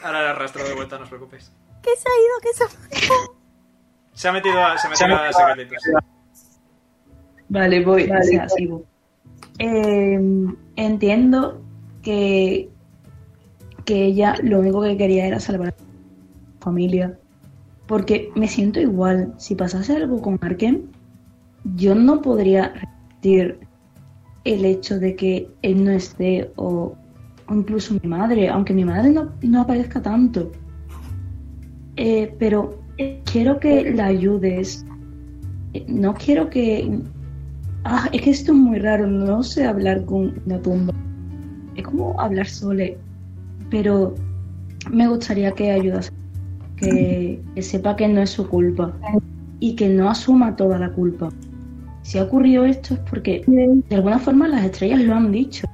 Ahora la arrastro de vuelta, no os preocupéis. ¿Qué se ha ido? ¿Qué se ha ido? Se ha metido a, se ha metido a secretitos. Vale, voy, o sea, sigo. Eh, entiendo que, que ella lo único que quería era salvar a su familia. Porque me siento igual. Si pasase algo con Arkem, yo no podría repetir el hecho de que él no esté o, o incluso mi madre, aunque mi madre no, no aparezca tanto. Eh, pero quiero que la ayudes No quiero que. Ah, es que esto es muy raro. No sé hablar con una tumba. Es como hablar solo. Pero me gustaría que ayudase. Que, que sepa que no es su culpa. Y que no asuma toda la culpa. Si ha ocurrido esto es porque de alguna forma las estrellas lo han dicho.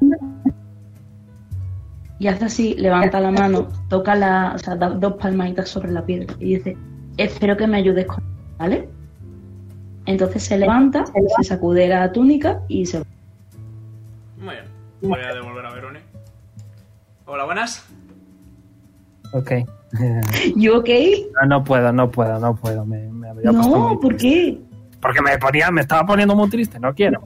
Y hace así, levanta la mano, toca la, o sea, da dos palmaditas sobre la piedra y dice, espero que me ayudes con, ¿vale? Entonces se levanta, se sacude la túnica y se va. Muy bien. Voy a devolver a Verone. Hola, buenas. Ok. ¿Yo ok? No, no puedo, no puedo, no puedo. Me, me había puesto muy No, ¿por qué? Porque me ponía, me estaba poniendo muy triste, no quiero.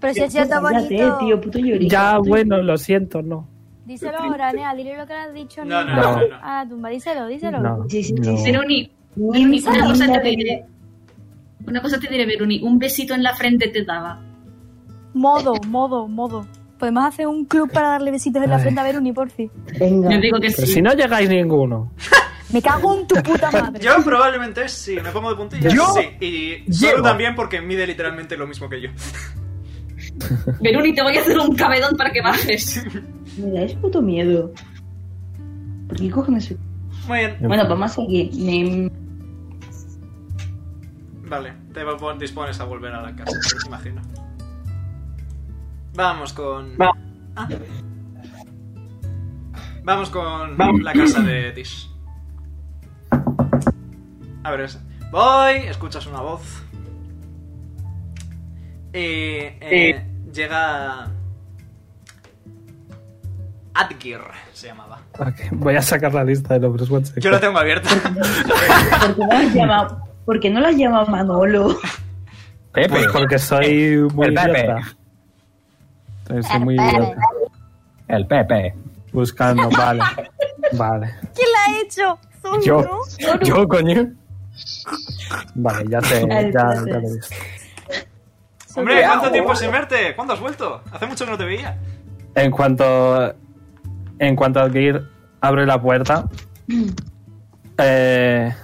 Pero si es cierto Cállate, bonito. tío, puto llorico. Ya, bueno, lo siento, no. Díselo ahora, Nea, dile lo que le has dicho. No, Nea. no, no, no. Ah, tumba, díselo, díselo. No, Sí, sí, no. sí, Veroni, Veroni, una cosa te diré. Una cosa te diré, Veroni. Un besito en la frente te daba. Modo, modo, modo. Podemos hacer un club para darle besitos en la Ay. frente a Veruni, por fin. Yo digo que Pero sí. si no llegáis ninguno. Me cago en tu puta madre. Yo probablemente sí, me pongo de puntillas. ¿Yo? Sí, y solo Llego. también porque mide literalmente lo mismo que yo. Veroni, te voy a hacer un cabedón para que bajes. Me dais puto miedo. ¿Por qué cogen ese- Muy bien, Bueno, vamos a seguir. Nem- vale, te va- dispones a volver a la casa, imagino. Vamos con. Ah. Vamos con la casa de Tish. A ver, es- voy, escuchas una voz. Y eh, llega. Adgir se llamaba. Ok, voy a sacar la lista de los Bruce Wayne. Yo la tengo abierta. ¿Por qué no las llama, por qué no las llama Manolo? Pepe. porque soy muy El Pepe. idiota. Soy- Soy muy idiota. El Pepe. Buscando, vale. Vale. ¿Quién la ha hecho? Solo, Yo, ¿no? yo, coño. Vale, ya sé, El ya, Pepe. ya lo he visto. Hombre, ¿cuánto tiempo sin verte? ¿Cuándo has vuelto? Hace mucho que no te veía. En cuanto. En cuanto Algir abre la puerta. Mm. eh,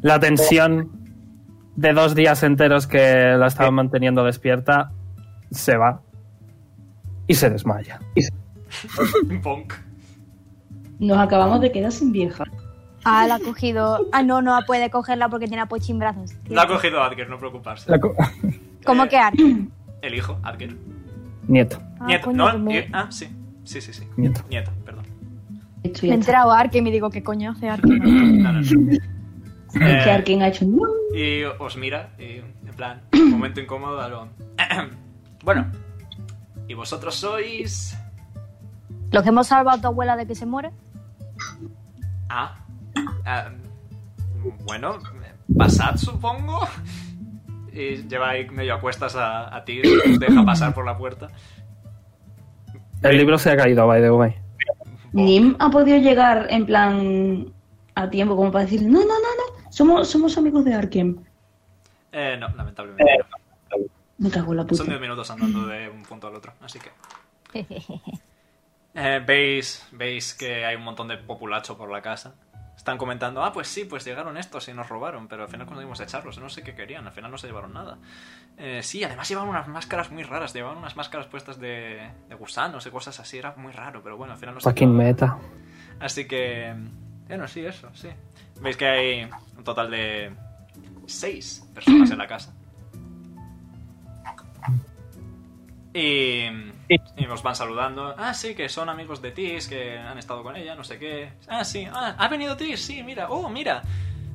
la tensión de dos días enteros que la estaban manteniendo despierta se va. Y se desmaya. Bonk. Nos acabamos de quedar sin vieja. Ah, la ha cogido. Ah, no, no puede cogerla porque tiene a Pochi en brazos. La ha cogido Adger, no preocuparse. Eh, ¿Cómo que ar? El hijo, Adger. Nieto. Ah, Nieto, coño, no, que me- nie- ah, sí. Sí, sí, sí. Nieto. Nieto, perdón. Me he enterado a Arke y me digo, ¿qué coño hace Arke? No, no, no. Eh, Que alguien ha hecho un... y os mira, y, en plan, momento incómodo, algo. bueno, y vosotros sois. Los que hemos salvado a tu abuela de que se muere. Ah. ah, bueno, pasad, supongo. Y lleva ahí medio a cuestas a, a ti, os deja pasar por la puerta. El libro se ha caído, by the way. Nim ha podido llegar en plan a tiempo como para decir, no, no, no, no, somos, somos amigos de Arkham. Eh, no, lamentablemente. Me cago en la Son puta. 10 minutos andando de un punto al otro, así que. Eh, veis, veis que hay un montón de populacho por la casa. Están comentando, ah, pues sí, pues llegaron estos y nos robaron, pero al final conseguimos echarlos, no sé qué querían, al final no se llevaron nada. Eh, sí, además llevaban unas máscaras muy raras, llevaban unas máscaras puestas de, de gusanos y cosas así, era muy raro, pero bueno, al final no se Fucking meta. Así que. Bueno, sí, eso, sí. Veis que hay un total de. seis personas en la casa. Y. Y os van saludando. Ah, sí, que son amigos de Tis, que han estado con ella, no sé qué. Ah, sí, ah, ha venido Tis, sí, mira. Oh, mira.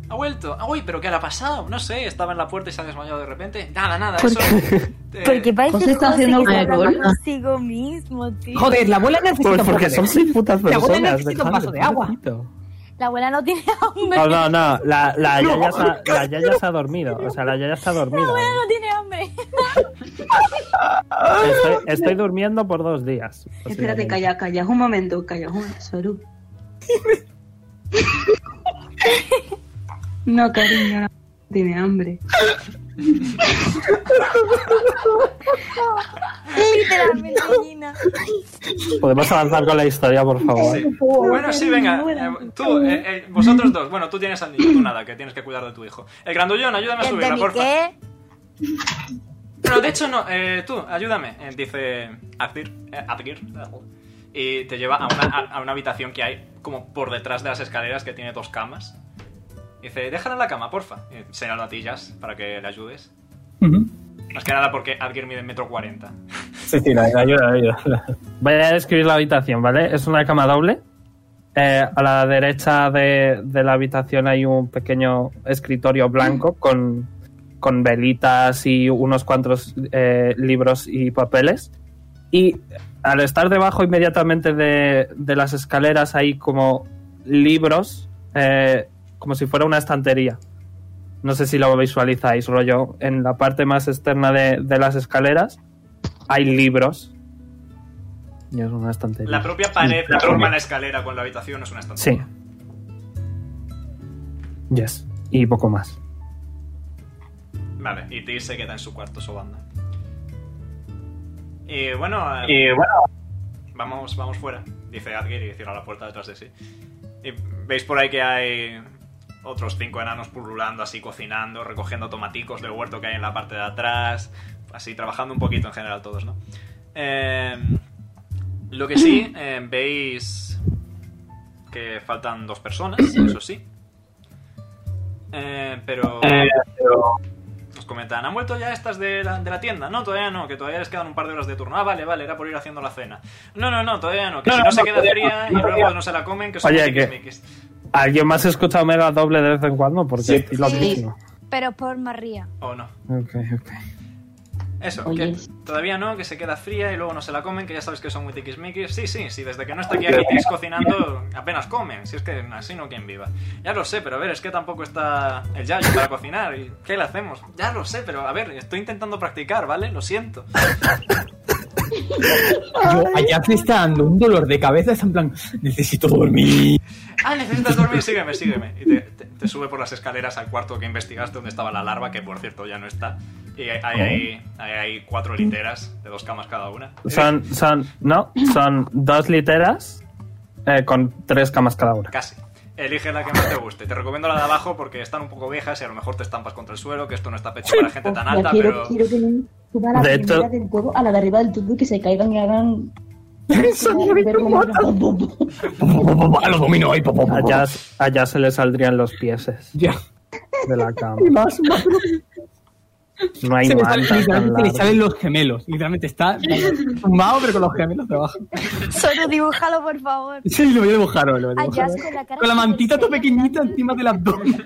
Ha vuelto. Ah, Uy, pero ¿qué le ha pasado? No sé, estaba en la puerta y se ha desmayado de repente. Nada, nada, eso. eh, Porque parece José está José haciendo que algo habla de verdad. consigo mismo, tío. Joder, la abuela necesita Pues un porque poco de- son seis putas La abuela personas. necesita un vaso de dejadme, agua. pobrecito. La abuela no tiene hambre. No, no, no. La, la, No. Yaya, se ha- la Yaya se ha dormido. O sea, la Yaya se ha La dormido. abuela no tiene hambre. Estoy, estoy durmiendo por dos días. Espérate, calla, calla un momento, calla un momento, Soru. no, cariño, no. tiene hambre. Literalmente, Nina. Podemos avanzar con la historia, por favor. Sí. Bueno, sí, venga. eh, Tú, eh, eh, vosotros dos. Bueno, tú tienes Andy, tú nada, que tienes que cuidar de tu hijo. El grandullón, ayúdame a ¿El de subirla, mi porfa. qué? Pero de hecho no, eh, tú, ayúdame, eh, dice Abdir, eh, Abdir, y te lleva a una, a- a una habitación que hay como por detrás de las escaleras que tiene dos camas. Dice, déjala en la cama, porfa. Y señala a ti, Jazz, para que le ayudes. Ujú. Más que nada porque Abdir mide metro cuarenta. Sí, sí, la ayuda, la ayuda. Voy a describir la habitación, ¿vale? Es una cama doble. Eh, a la derecha de, de la habitación hay un pequeño escritorio blanco con, con velitas y unos cuantos eh, libros y papeles. Y al estar debajo inmediatamente de, de las escaleras hay como libros, eh, como si fuera una estantería. No sé si lo visualizáis, rollo. En la parte más externa de, de las escaleras hay libros. Y es una estantería. La propia pared Sí, forma la escalera con la habitación, es una Sí. estantería. Yes. Y poco más. Vale, y Tyr se queda en su cuarto sobando. Y bueno, Y eh, bueno. Vamos, vamos fuera, dice Adgir y cierra la puerta detrás de sí. Y veis por ahí que hay otros cinco enanos pululando, así cocinando, recogiendo tomaticos del huerto que hay en la parte de atrás, así trabajando un poquito en general todos, ¿no? Eh, lo que sí, eh, veis que faltan dos personas, eso sí. Eh, pero... Nos comentan, han vuelto ya estas de la, de la tienda. No, todavía no, que todavía les quedan un par de horas de turno. Ah, vale, vale, era por ir haciendo la cena. No, no, no, todavía no, que No, si no, no, se no, queda todavía fría no, y todavía luego no. nos se la comen, que son Oye, que. tiquismiquis. ¿Alguien más escucha Omega doble de vez en cuando? Porque estoy loquísimo. Pero por María. O no. Ok, ok. Eso, que todavía no, que se queda fría y luego no se la comen, que ya sabes que son muy tiquismiquis. Sí, sí, sí, desde que no está aquí Akitis cocinando, apenas comen. Si es que así no quien viva. Ya lo sé, pero a ver, es que tampoco está el Yayo para cocinar. ¿Y qué le hacemos? Ya lo sé, pero a ver, estoy intentando practicar, ¿vale? Lo siento. Yo, allá te está dando un dolor de cabeza, está en plan, necesito dormir. Ah, necesitas dormir, sígueme, sígueme. Y te, te- te sube por las escaleras al cuarto que investigaste donde estaba la larva, que por cierto ya no está. Y hay, hay, hay- hay- hay cuatro literas de dos camas cada una. Son, son, no, son dos literas eh, con tres camas cada una. Casi. Elige la que más te guste. Te recomiendo la de abajo porque están un poco viejas y a lo mejor te estampas contra el suelo, que esto no está pecho para gente tan Ya alta, quiero, pero... quiero que me suba la De de hecho- del todo a la de arriba del todo y que se caigan y hagan. A los dominos ahí, po, po, po, po. Allá, allá se le saldrían los pieses. Ya. De la cama. Y más, más. No hay Se le sale- mantas tan literalmente le largas. salen los gemelos. Literalmente está tumbado, pero con los gemelos debajo. Solo dibújalo, por favor. Sí, lo voy a dibujar, lo voy a A dibujar. Jazz con la cara Con la mantita tan pequeñita encima del abdomen.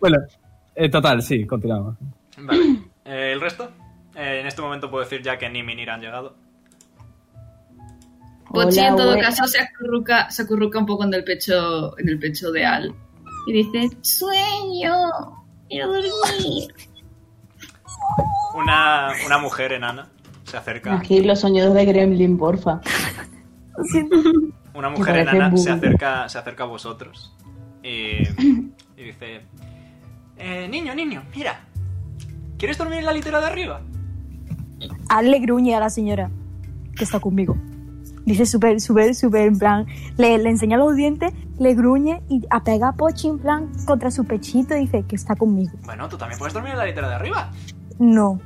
bueno, eh, total, sí, continuamos. Vale. Eh, ¿El resto? Eh, en este momento puedo decir ya que ni Minir han llegado. Pochi Hola, en todo güey. caso se acurruca, se acurruca un poco en el pecho, en el pecho de Al. Y dice, sueño, quiero dormir. Una, una mujer enana se acerca. Aquí los sonidos de Gremlin, porfa. Una Que mujer parece enana se Bubu. acerca, se acerca a vosotros y, y dice... Eh, niño, niño, mira. ¿Quieres dormir en la litera de arriba? Hazle gruñe a la señora que está conmigo. Dice súper, súper, súper, en plan. Le, le enseña los dientes, le gruñe y apega a Pochi, en plan, contra su pechito y dice que está conmigo. Bueno, tú también puedes dormir en la litera de arriba. No.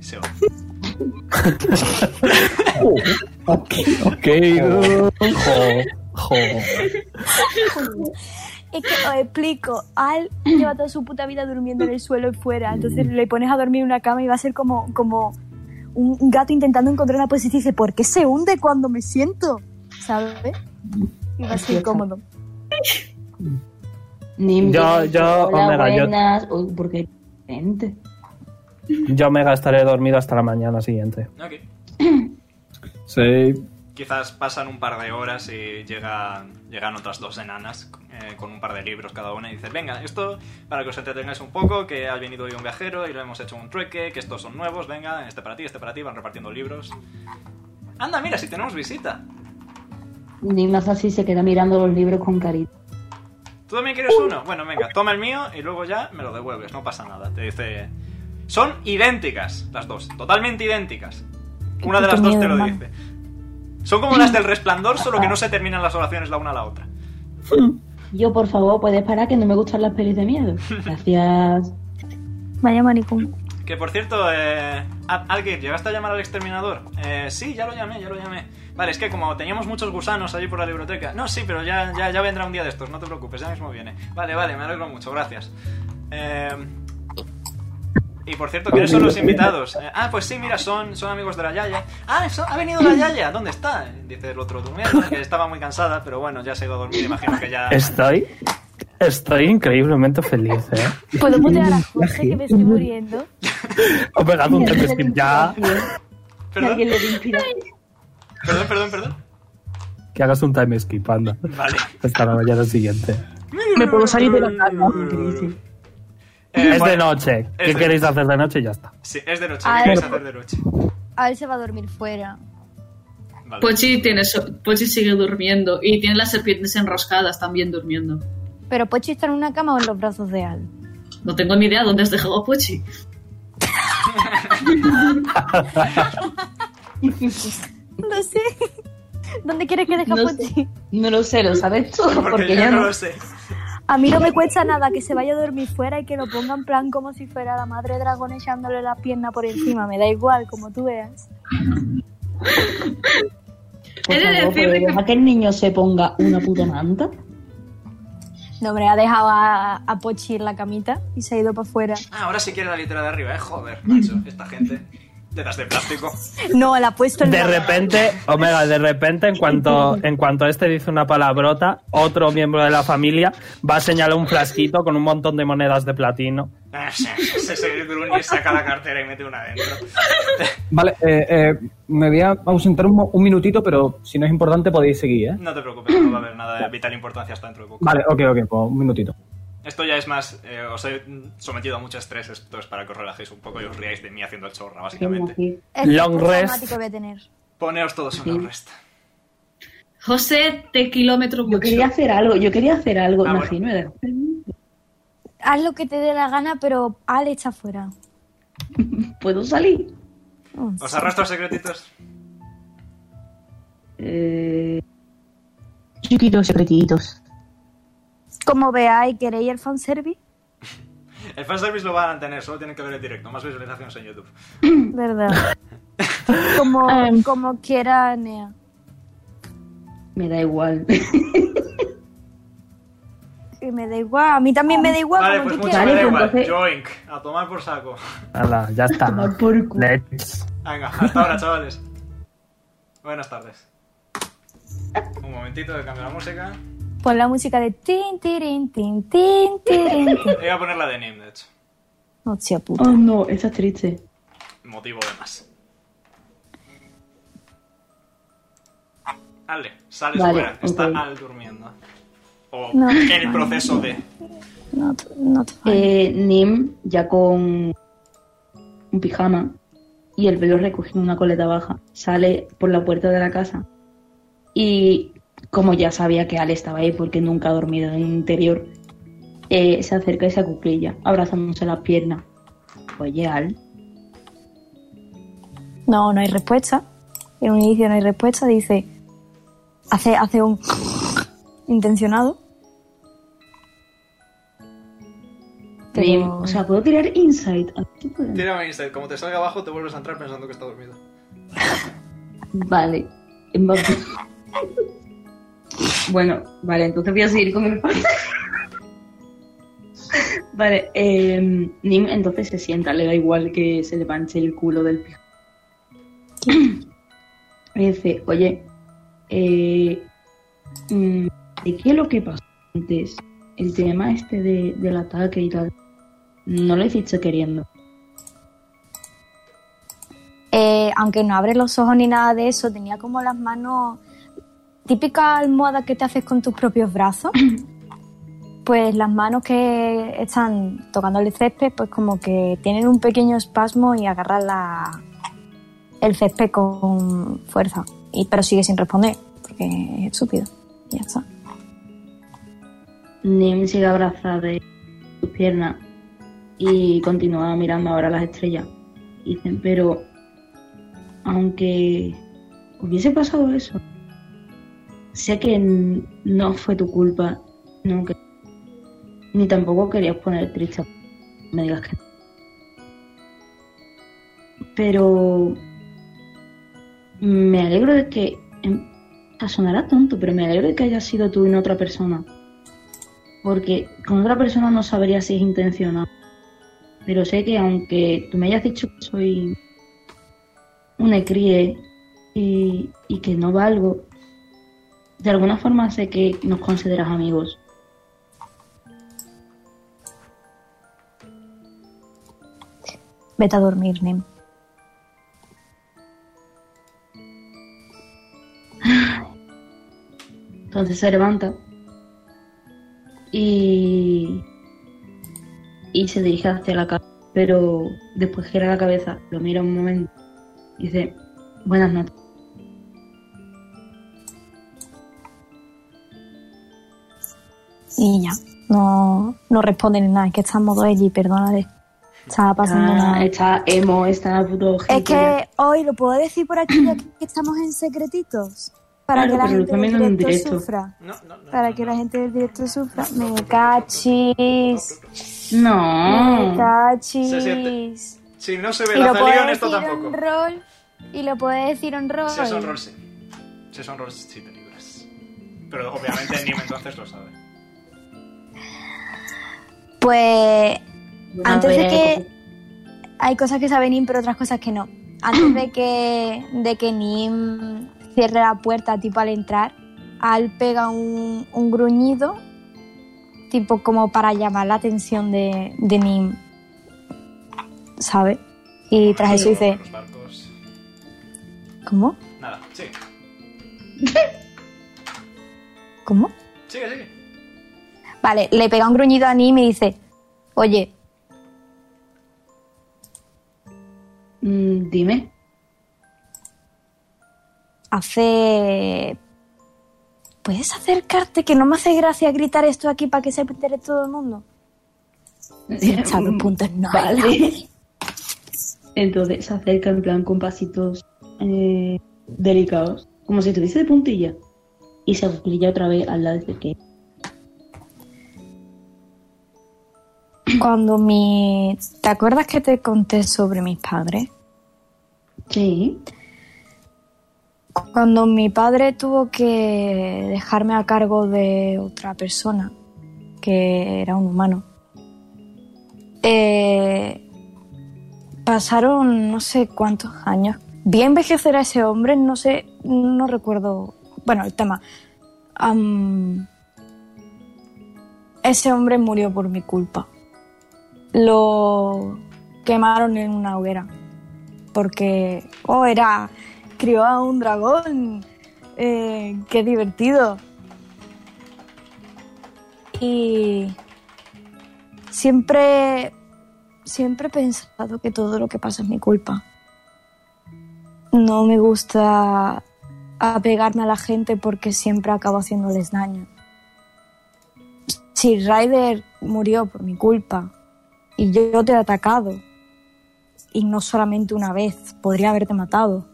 Se va. Ok, ok. Jo, jo. Es que os explico. Al lleva toda su puta vida durmiendo en el suelo y fuera. Entonces le pones a dormir en una cama y va a ser como, como un un gato intentando encontrar una posición y dice: ¿Por qué se hunde cuando me siento? ¿Sabes? Y va a ser incómodo. Yo, yo, Hola, Omega, yo- buenas. Uy, porque gente. Yo me gastaré dormido hasta la mañana siguiente. Ok. Sí. Quizás pasan un par de horas y llega, llegan otras dos enanas eh, con un par de libros cada una y dices, venga, esto para que os entretengáis un poco, que ha venido hoy un viajero y lo hemos hecho un trueque, que estos son nuevos, venga, este para ti, este para ti, van repartiendo libros. Anda, mira, si tenemos visita. Ni más así se queda mirando los libros con carita. ¿Tú también quieres uno? Bueno, venga, toma el mío y luego ya me lo devuelves, no pasa nada. Te dice. Son idénticas las dos, totalmente idénticas. Una de las dos te lo dice. Son como las del resplandor, solo que no se terminan las oraciones la una a la otra. Yo, por favor, puedes parar que no me gustan las pelis de miedo. Gracias. Vaya maricón. Que por cierto, eh, Al- Algir, ¿llegaste a llamar al exterminador? Eh, sí, ya lo llamé, ya lo llamé. Vale, es que como teníamos muchos gusanos allí por la biblioteca. No, sí, pero ya, ya, ya vendrá un día de estos, no te preocupes, ya mismo viene. Vale, vale, me alegro mucho, gracias. Eh, y por cierto, ¿quiénes son los invitados? Eh, ah, pues sí, mira, son, son amigos de la Yaya. Ah, eso- ha venido la Yaya, ¿dónde está? Dice el otro durmiendo, que estaba muy cansada, pero bueno, ya se ha ido a dormir, imagino que ya... Estoy. Estoy increíblemente feliz, ¿eh? ¿Puedo mutear a Jorge que me estoy muriendo? He pegado un tempestín ya. ¿Perdón? Alguien le dé inspiración. Perdón, perdón, perdón. Que hagas un time skip, anda. Vale. Hasta la mañana siguiente. Eh, Me puedo salir de la cama. Eh, es de bueno, noche. es ¿Qué de- queréis hacer de noche? Y ya está. Sí, es de noche, Ah, Ay. ¿qué quieres hacer de noche? A él se va a dormir fuera. Vale. Pues, Pochi, tiene so- Pochi sigue durmiendo y tiene las serpientes enroscadas también durmiendo. Pero Pochi está en una cama o en los brazos de Al. No tengo ni idea dónde has dejado a Pochi. No sé. ¿Dónde quieres que deje a No Pochi? No lo sé, lo sabes tú. Porque, Porque ya yo no. no lo sé. A mí no me cuesta nada que se vaya a dormir fuera y que lo ponga en plan como si fuera la madre dragón echándole la pierna por encima. Me da igual, como tú veas. Por He de favor, decirle ¿pero deja que el niño se ponga una puta manta. No, me ha dejado a, a Pochi en la camita y se ha ido para afuera. Ah, ahora sí quiere la litera de arriba, eh, joder, macho, esta gente. Tetas de plástico. No, la ha puesto en De la- repente, Omega, de repente, en cuanto, en cuanto este dice una palabrota, otro miembro de la familia va a señalar un frasquito con un montón de monedas de platino. Ah, Se se gruñe, saca la cartera y mete una dentro. Vale, eh, eh, me voy a ausentar un, mo- un minutito, pero si no es importante podéis seguir, ¿eh? No te preocupes, no va a haber nada de vital importancia hasta dentro de poco. Vale, ok, ok, pues un minutito. Esto ya es más, eh, os he sometido a mucho estrés, esto es para que os relajéis un poco y os riáis de mí haciendo el chorra, básicamente. Es que Long es rest. traumático voy a tener. Poneos todos en la resta. José, te kilómetro mucho. Yo quería hacer algo, yo quería hacer algo, Ah, Nafi, ¿no era? Haz lo que te dé la gana, pero Al está fuera. ¿Puedo salir? ¿Os arrastro secretitos? Eh, yo quiero secretitos. Como veáis, ¿queréis el fanservice? El fanservice lo van a tener, solo tienen que ver el directo, más visualizaciones en YouTube. ¿Verdad? Como, como quiera Nea. Me da igual. Y me da igual. A mí también me da igual. Vale, como pues tú mucho quieras. me da igual. Joink, a tomar por saco. Hala, ya está. Leches. Venga, hasta ahora, chavales. Buenas tardes. Un momentito que cambio la música. Pon la música de tin, tirin, tin, tin, tirin, tin. Voy a poner la de Name, de hecho. Hostia puta. Oh no, esa es triste. Motivo de más. Ale, sales Vale, fuera. Está ok. Al durmiendo. O No. en el proceso de. Eh, Nim ya con un pijama y el pelo recogido en una coleta baja sale por la puerta de la casa y como ya sabía que Ale estaba ahí porque nunca ha dormido en el interior eh, se acerca y se acuclilla abrazándose las piernas oye Al No, no hay respuesta. En un inicio no hay respuesta. Dice. Hace, hace un. intencionado. Nim, o sea puedo tirar insight ¿A qué puedo? Tira un insight. Como te salga abajo, te vuelves a entrar pensando que está dormido. vale bueno vale entonces voy a seguir con el Vale, eh, Nim entonces se sienta, le da igual que se le panche el culo del pijama. Y dice, oye, eh, mm, ¿de qué es lo que pasó antes? El tema este de- del ataque y tal, no lo hiciste queriendo. Eh, aunque no abre los ojos ni nada de eso, tenía como las manos. Típica almohada que te haces con tus propios brazos. Pues las manos que están tocando el césped, pues como que tienen un pequeño espasmo y agarran la, el césped con fuerza. Y, pero sigue sin responder, porque es estúpido. Y Ya está. Nim sigue abrazada de sus piernas y continúa mirando ahora las estrellas. Y dicen, pero aunque hubiese pasado eso, sé que n- no fue tu culpa, nunca, ni tampoco querías poner triste. a- Me digas que no. Pero me alegro de que, em, o sea, sonará tonto, pero me alegro de que haya sido tú y no otra persona. Porque con otra persona no sabría si es intencional. Pero sé que aunque tú me hayas dicho que soy una críe y, y que no valgo, de alguna forma sé que nos consideras amigos. Vete a dormir, Nim. Entonces se levanta y, y se dirige hacia la casa. Pero después gira la cabeza, lo mira un momento y dice, buenas noches. Y ya. No, no responde ni nada. Es que está en modo Ellie, perdónale. Estaba pasando Ah, nada. está emo, está puto Es ojete ya. que hoy lo puedo decir por aquí ya que estamos en secretitos. Para Claro, que la pero lo gente están del viendo en directo, directo. sufra. para que la gente del directo sufra. Ah. Me cachis. No. Me cachis. Ah. Se siente. Si no se ve Y la lo puedo Zalión, decir esto tampoco. un rol. Y lo puedo decir un rol. Si es un rol, sí. Si es un rol, sí te libras. Pero obviamente Nim entonces lo sabe. Pues Bueno, antes a ver, de hay que hay cosas que sabe Nim, pero otras cosas que no. Antes de que de que Nim cierre la puerta tipo al entrar, Al pega un, un gruñido tipo como para llamar la atención de, de Nim, ¿sabe? Y tras eso dice, Los barcos. ¿cómo? Nada, sí. ¿Cómo? Sigue, sigue. Vale, le pega un gruñido a Nim y dice, oye, Mm, dime. hace... ¿Puedes acercarte? Que no me hace gracia gritar esto aquí para que se entere todo el mundo. Pinchado en puntos no hay nadie. Entonces se acerca en plan con pasitos eh, delicados, como si estuviese de puntilla. Y se acuclilla otra vez al lado de que Cuando mi... ¿Te acuerdas que te conté sobre mis padres? Sí. Cuando mi padre tuvo que dejarme a cargo de otra persona, que era un humano, eh, pasaron no sé cuántos años. Vi envejecer a ese hombre, no sé, no recuerdo. Bueno, el tema. Am, ese hombre murió por mi culpa. Lo quemaron en una hoguera. Porque, oh, era. Crió a un dragón. Eh, qué divertido. Y. Siempre. Siempre he pensado que todo lo que pasa es mi culpa. No me gusta apegarme a la gente porque siempre acabo haciéndoles daño. Si Ryder murió por mi culpa y yo te he atacado, y no solamente una vez, podría haberte matado.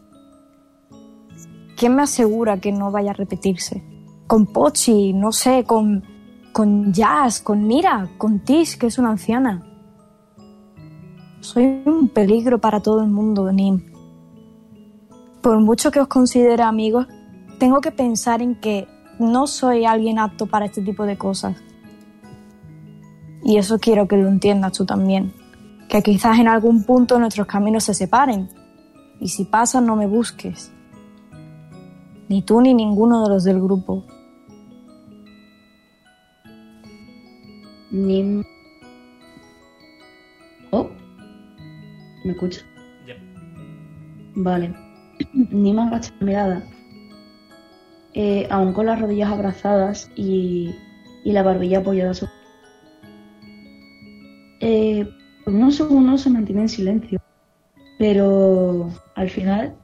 ¿Quién me asegura que no vaya a repetirse? Con Pochi, no sé, con, con Jazz, con Mira, con Tish, que es una anciana. Soy un peligro para todo el mundo, Nim. Por mucho que os considere amigos, tengo que pensar en que no soy alguien apto para este tipo de cosas. Y eso quiero que lo entiendas tú también. Que quizás en algún punto nuestros caminos se separen. Y si pasa, no me busques. Ni tú ni ninguno de los del grupo. Nim. Oh. ¿Me escucha? Vale. Nim agacha la mirada. Eh, aún con las rodillas abrazadas y, y la barbilla apoyada sobre. Eh, por unos segundos se mantiene en silencio. Pero al final.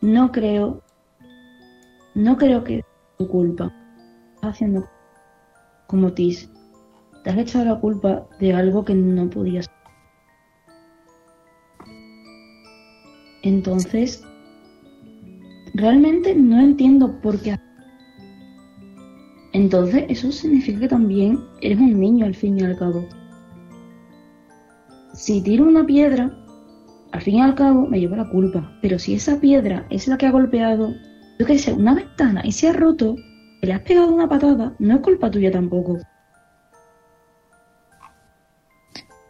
No creo. No creo que es tu culpa. Estás haciendo como Tis. Te has echado la culpa de algo que no podías. Entonces, realmente no entiendo por qué. Entonces, eso significa que también eres un niño al fin y al cabo. Si tiro una piedra, al fin y al cabo me llevo la culpa. Pero si esa piedra es la que ha golpeado, yo qué sé, una ventana y se ha roto, que le has pegado una patada, no es culpa tuya tampoco.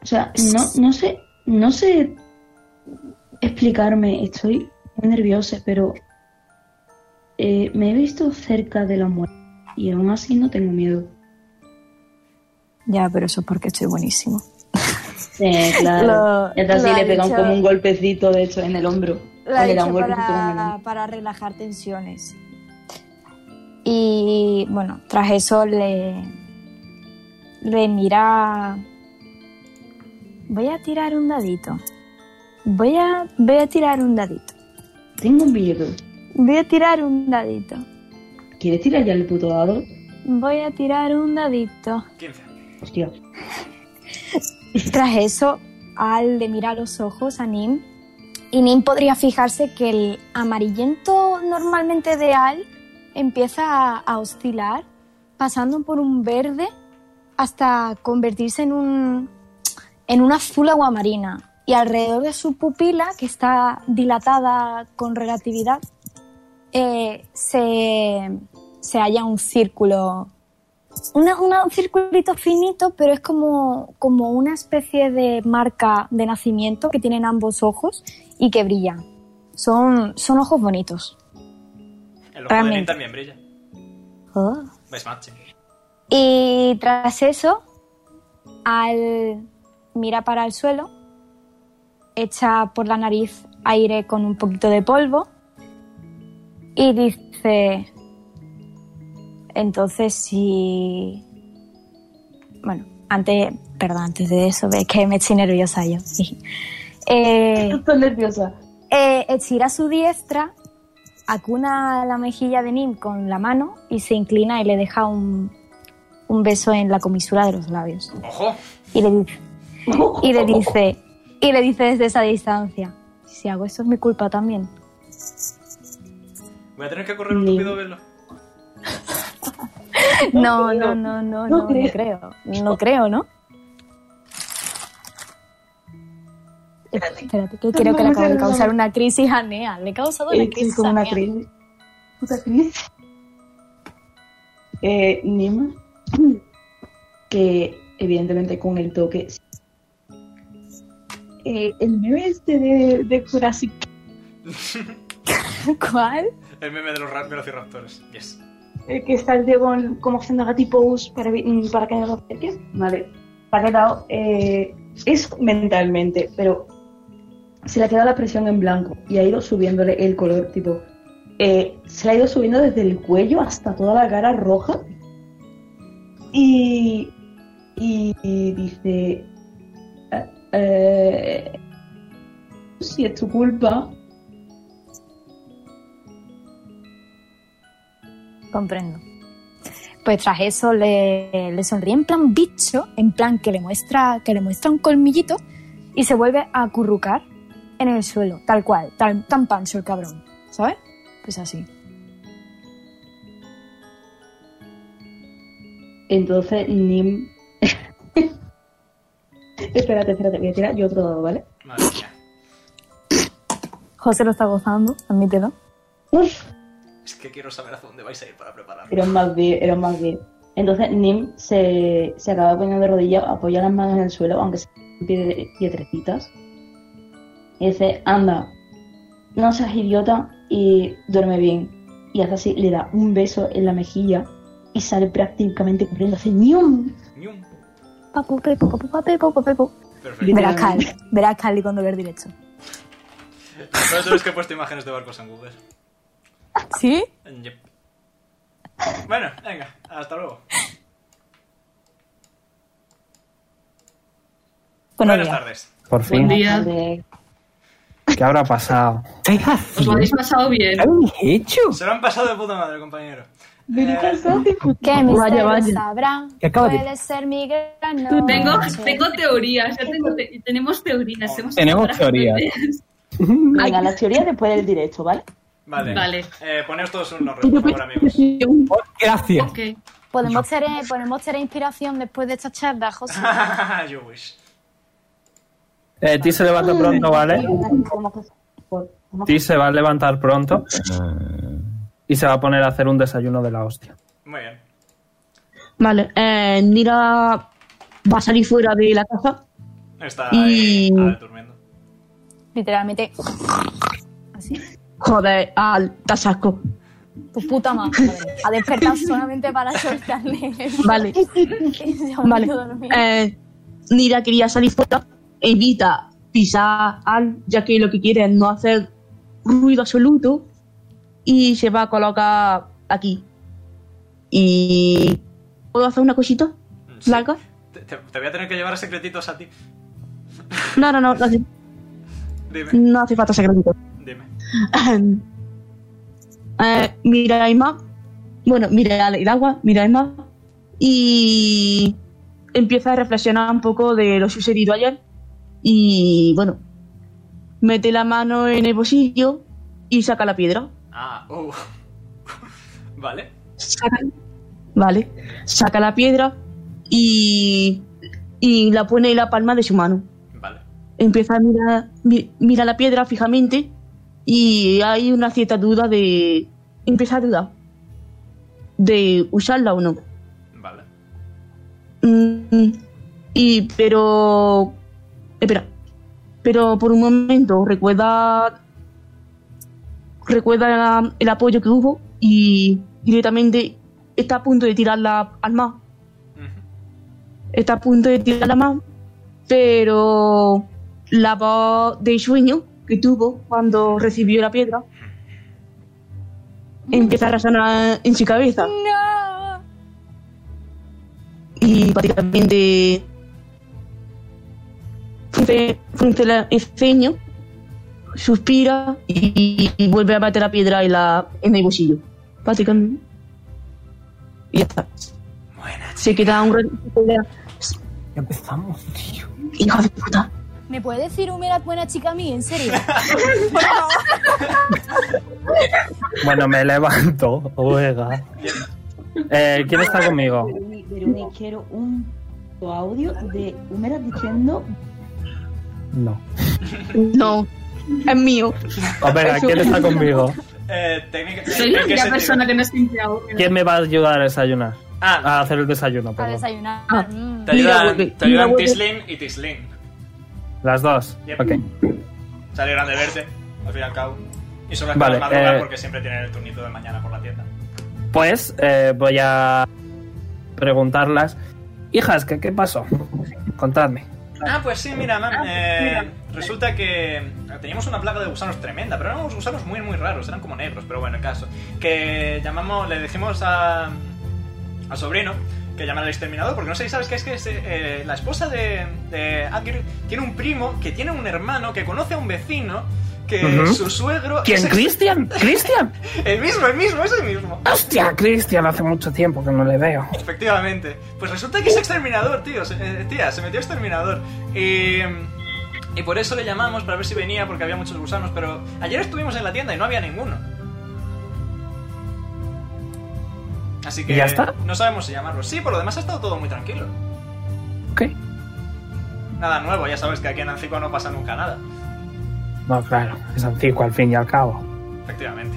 O sea, no, no sé, no sé explicarme, estoy muy nerviosa, pero eh, me he visto cerca de la muerte y aún así no tengo miedo. Ya, pero eso es porque estoy buenísimo. Eh, claro. Lo- Y así lo le ha pegan dicho- como un golpecito, de hecho, en el hombro. Lo ha O le da dicho un golpecito como en el para, hombro. para relajar tensiones. Y bueno, tras eso le, le mira... Voy a tirar un dadito. Voy a, voy a tirar un dadito. Tengo un billete. Voy a tirar un dadito. ¿Quieres tirar ya el puto dado? Voy a tirar un dadito. 15. Hostia. Tras eso, Al le mira a los ojos a Nim y Nim podría fijarse que el amarillento normalmente de Al empieza a, a oscilar, pasando por un verde hasta convertirse en un, en un azul aguamarina. Y alrededor de su pupila, que está dilatada con relatividad, eh, se, se halla un círculo una- una- un circulito finito, pero es como, como una especie de marca de nacimiento que tienen ambos ojos y que brillan. Son, son ojos bonitos. El ojo de Nin Realmente. también brilla. Oh. Ves matching. Y tras eso, al mira para el suelo, echa por la nariz aire con un poquito de polvo y dice, entonces si... Bueno, antes, perdón, antes de eso, ve que me estoy nerviosa yo. Eh, Estoy nerviosa. Eh, estira su diestra acuna la mejilla de Nim con la mano y se inclina y le deja un, un beso en la comisura de los labios. ¡Ojo! Y le dice, y le dice, y le dice desde esa distancia, si hago esto es mi culpa también. Voy a tener que correr un tupido velo. No, no, no, no, no, no creo. No creo, ¿no? Espérate, que creo que le acabo de causar una crisis a Nea. Le he causado una Eh, sí, crisis como a una Nea. crisis. Puta crisis. Eh, Nima, que evidentemente con el toque. Eh, el meme este de, de Jurassic ¿Cuál? El meme de los ra- velociraptores. Yes. eh, El que está el Diego en- como haciendo gatipose para, evi- mm, para que no lo acerques. Vale. Se ha quedado. Eh, es mentalmente, pero se le ha quedado la presión en blanco y ha ido subiéndole el color, tipo, eh, se le ha ido subiendo desde el cuello hasta toda la cara roja y, y, y dice, "Eh, eh, si es tu culpa, Comprendo. Pues tras eso le, le sonríe en plan bicho, en plan que le muestra, que le muestra un colmillito y se vuelve a acurrucar en el suelo, tal cual, tan, tan pancho el cabrón, ¿sabes? Pues así. entonces Nim... espérate, espérate, voy a tirar yo otro dado, ¿vale? José lo está gozando, admítelo. Es que quiero saber hacia dónde vais a ir para prepararlo. Era un más bien, era un más bien. Entonces Nim se, se acaba poniendo de rodillas, apoya las manos en el suelo, aunque se pide piedrecitas. Y dice, anda, no seas idiota y duerme bien. Y hace así, le da un beso en la mejilla y sale prácticamente corriendo hace ¡Nium! Papu, pepo, papu, pape, papu, pepo. Perfecto. Verás Cal, verás Cal cuando ver directo. Pero tú ves que he puesto imágenes de barcos en Google. ¿Sí? Yep. Bueno, venga, hasta luego. Buenos Buenas días. tardes. Por fin. ¿Qué habrá pasado? ¿Qué haces? Os lo habéis pasado bien. ¿Qué habéis hecho? Se lo han pasado de puta madre, compañero. Verita Exótico. ¿Qué Vaya, misterios vaya. sabrán? Que acaba de- Puede ser mi gran noche. Tengo, tengo teorías, ya tengo te- tenemos teorías. hemos Tenemos preparado teorías. Venga, las teorías después del directo, ¿vale? Vale. Vale. Eh, poneos todos unos retos, por favor, amigos. Gracias. Podemos tener, podemos tener inspiración después de esta charla, José. you wish. Eh, Ti se levanta pronto, ¿vale? Ti se va a levantar pronto. Y se va a poner a hacer un desayuno de la hostia. Muy bien. Vale, eh, Nira va a salir fuera de la casa. Está Y- ahí, ah, durmiendo. Literalmente, Joder, al tasasco. tu puta madre. Ha despertado solamente para soltarle. Vale. Vale. Eh, Nira quería salir fuera. Evita pisar al, ya que lo que quiere es no hacer ruido absoluto. Y se va a colocar aquí. Y. ¿Puedo hacer una cosita? ¿Larga? Mm, Te, te- te voy a tener que llevar secretitos a ti. No, no, no. No hace, Dime, no hace falta secretito. dime. eh, mira más. Bueno, mira el agua, mira más. Y empieza a reflexionar un poco de lo sucedido ayer. Y bueno, mete la mano en el bolsillo y saca la piedra. Ah, uh. Vale. Saca- vale, saca la piedra y, y la pone en la palma de su mano. Vale. Empieza a mirar mi- mira la piedra fijamente y hay una cierta duda de... Empieza a dudar de usarla o no. Vale. Mm, y pero... Espera. Pero por un momento recuerda... Recuerda el apoyo que hubo y directamente está a punto de tirarla al mar. Está a punto de tirarla al mar. Pero la voz de sueño que tuvo cuando recibió la piedra empieza a resonar en su cabeza y prácticamente frunce, frunce la- el ceño, suspira y, y vuelve a meter la piedra en, la, en el bolsillo. Prácticamente. Y ya está. se queda un ratito. Empezamos, tío. Hija de puta. ¿Me puede decir una buena chica a mí? ¿En serio? Bueno, me levanto. Oiga. Eh, ¿Quién está conmigo? Veroni, quiero un audio de Humera diciendo No. No, es mío. Opera, ¿quién está conmigo? Eh, técnica. Soy la única persona que no es empleado. ¿Quién me va a ayudar a desayunar? A hacer el desayuno, Para perdón. desayunar. Ah. Mm. Ah, Te ayudan, vuelve, te ayudan mira, vuelve. Tislin y Tislin. Las dos. Yep. Ok. Se alegran de verte, al fin y al cabo. Y son las Vale, que madrugan eh, porque siempre tienen el turnito de mañana por la tienda. Pues eh, voy a preguntarlas. Hijas, ¿qué, qué pasó? Contadme. Ah, pues sí, mira, mam, eh, resulta que ah, teníamos una plaga de gusanos tremenda, pero eran unos gusanos muy, muy raros, eran como negros, pero bueno, el caso. Que llamamos, le dijimos a, al sobrino que llamara al exterminador, porque no sé si sabes que es que es, eh, la esposa de, de Adgir tiene un primo que tiene un hermano que conoce a un vecino que Ujú. su suegro... es ¿Quién? ex- ¿Cristian? ¿Cristian? El mismo, el mismo, es el mismo. Hostia, Cristian, hace mucho tiempo que no le veo. Efectivamente. Pues resulta que es exterminador, tío. Se- eh, tía, se metió exterminador. Y, y por eso le llamamos para ver si venía, porque había muchos gusanos. Pero ayer estuvimos en la tienda y no había ninguno. Así que ¿Y ya está? no sabemos si llamarlo. Sí, por lo demás ha estado todo muy tranquilo. Ok. Nada nuevo, ya sabes que aquí en Ancico no pasa nunca nada. No, claro, es antiguo al fin y al cabo. Efectivamente.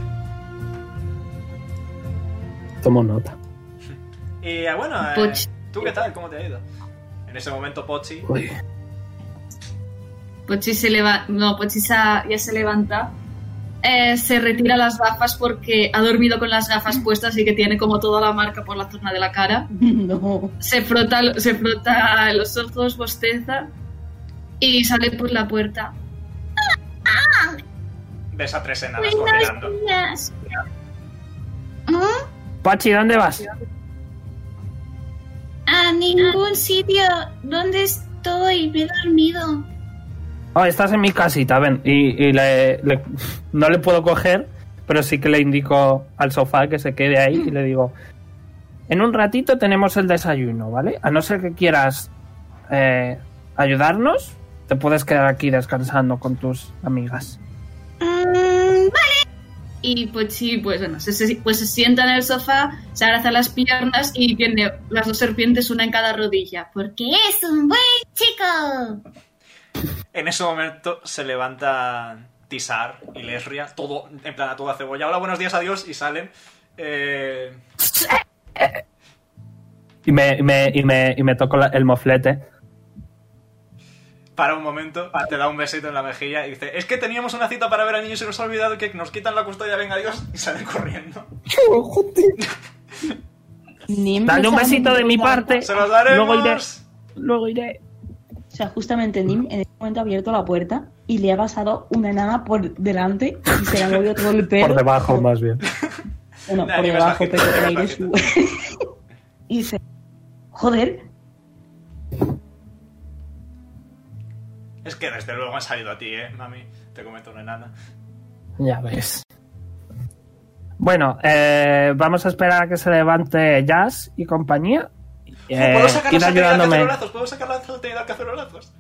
Tomo nota. Y ah, bueno, eh, Pochi. ¿tú qué tal? ¿Cómo te ha ido? En ese momento, Pochi. Pochi pues se leva- no, Pochi se ha- ya se levanta. Eh, se retira las gafas porque ha dormido con las gafas puestas y que tiene como toda la marca por la zona de la cara. No. Se frota, se frota los ojos, bosteza y sale por la puerta. Ves a tres enanas cocinando. ¿Ah? Pachi, ¿dónde vas? A ningún sitio. ¿Dónde estoy? Me he dormido. Ah, Oh, estás en mi casita, ven. Y, y le- le- no le puedo coger, pero sí que le indico al sofá que se quede ahí y le digo, en un ratito tenemos el desayuno, ¿vale? A no ser que quieras eh, ayudarnos, te puedes quedar aquí descansando con tus amigas. Mm, vale. Y Pochi, pues bueno, se, se- pues se sienta en el sofá, se abraza las piernas y tiene las dos serpientes, una en cada rodilla. Porque ¡Es un buen chico! En ese momento se levanta Tisar y Lesria, todo, en plan a toda cebolla. Hola, buenos días, adiós, y salen. Eh, Y me, y me, y me, y me toco la- el moflete. para un momento, te da un besito en la mejilla y dice: Es que teníamos una cita para ver al niño y se nos ha olvidado que nos quitan la custodia, venga, adiós, y salen corriendo. Dale un besito de mi parte. Se los daremos. Luego iré. Luego iré. O sea, justamente Nim en ese momento ha abierto la puerta y le ha pasado una enana por delante y se le ha movido todo el pelo. Por debajo, más bien. Bueno, Nah, por ni más debajo, bajito, pero ni el más aire bajito. sube. y dice, joder, Es que desde luego han salido a ti, eh, mami. Te comento una enana. Ya ves. Bueno, eh, vamos a esperar a que se levante Jazz y compañía. Eh, ¿Puedo sacar ir la sartén y dar ayudándome. cacerolazos? ¿Puedo sacar la sartén y dar cacerolazos?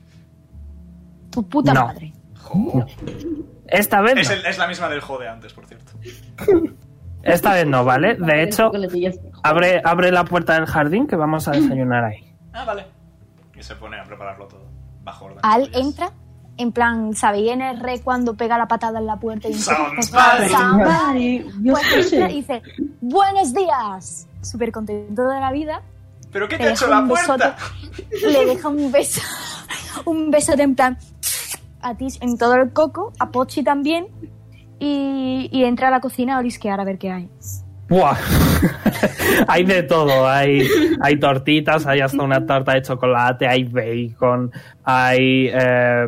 Tu puta No. madre. Esta vez Es, no. el- es la misma del juego de antes, por cierto. Esta vez no, ¿vale? De hecho, abre, abre la puerta del jardín que vamos a desayunar ahí. Ah, vale. Y se pone a prepararlo todo. Bajo orden. Al entra, en plan, ¿sabéis en el re cuando pega la patada en la puerta y dice, Somebody. "Somebody"? Yo Pues sé. entra y dice, buenos días. Súper contento de la vida. ¿Pero qué Le te ha hecho deja la un puerta? besote- le deja un beso, un beso de en plan a ti en todo el coco, a Pochi también, y, y entra a la cocina a orisquear a ver qué hay. ¡Buah! hay de todo. Hay, hay tortitas, hay hasta una tarta de chocolate, hay bacon, hay eh,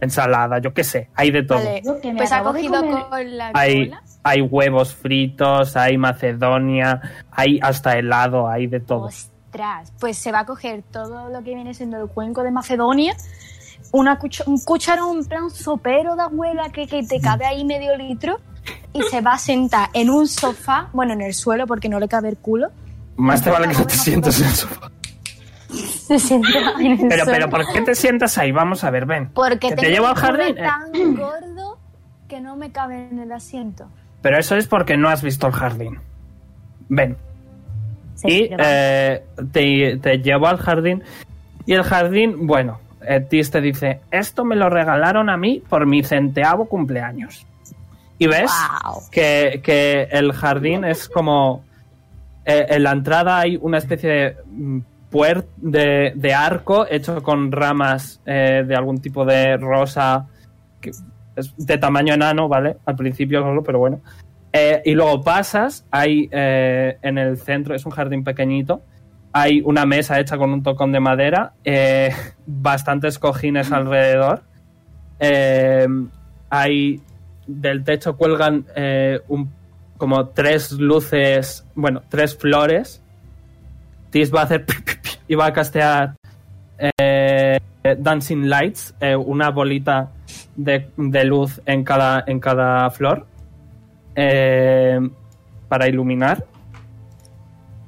ensalada, yo qué sé. Hay de todo. que me pues ha acabo de cogido comer. con la hay, cola. hay huevos fritos, hay macedonia, hay hasta helado, hay de todo. Ostras, pues se va a coger todo lo que viene siendo el cuenco de Macedonia, una cuch- un cucharón, un plan sopero de abuela que, que te cabe ahí medio litro, y se va a sentar en un sofá, bueno, en el suelo porque no le cabe el culo. Más te vale que no te sientes en el sofá. Se sienta en el Pero, suelo. pero, ¿por qué te sientas ahí? Vamos a ver, ven. Porque que tengo te un llevo al culo jardín. Eh, tan gordo que no me cabe en el asiento. Pero eso es porque no has visto el jardín. Ven. y te va. eh, te, te llevo al jardín. Y el jardín, bueno, eh, Tis te dice, esto me lo regalaron a mí por mi centeavo cumpleaños. Y ves que, que el jardín es como... eh, en la entrada hay una especie de mm, puer- de, de arco hecho con ramas eh, de algún tipo de rosa que es de tamaño enano, ¿vale? Al principio solo, pero bueno. Eh, y luego pasas, hay eh, en el centro, es un jardín pequeñito, hay una mesa hecha con un tocón de madera, eh, bastantes cojines alrededor, eh, hay del techo cuelgan eh, un- como tres luces, bueno, tres flores. Tis va a hacer y va a castear eh, Dancing Lights, eh, una bolita de, de luz en cada, en cada flor eh, para iluminar.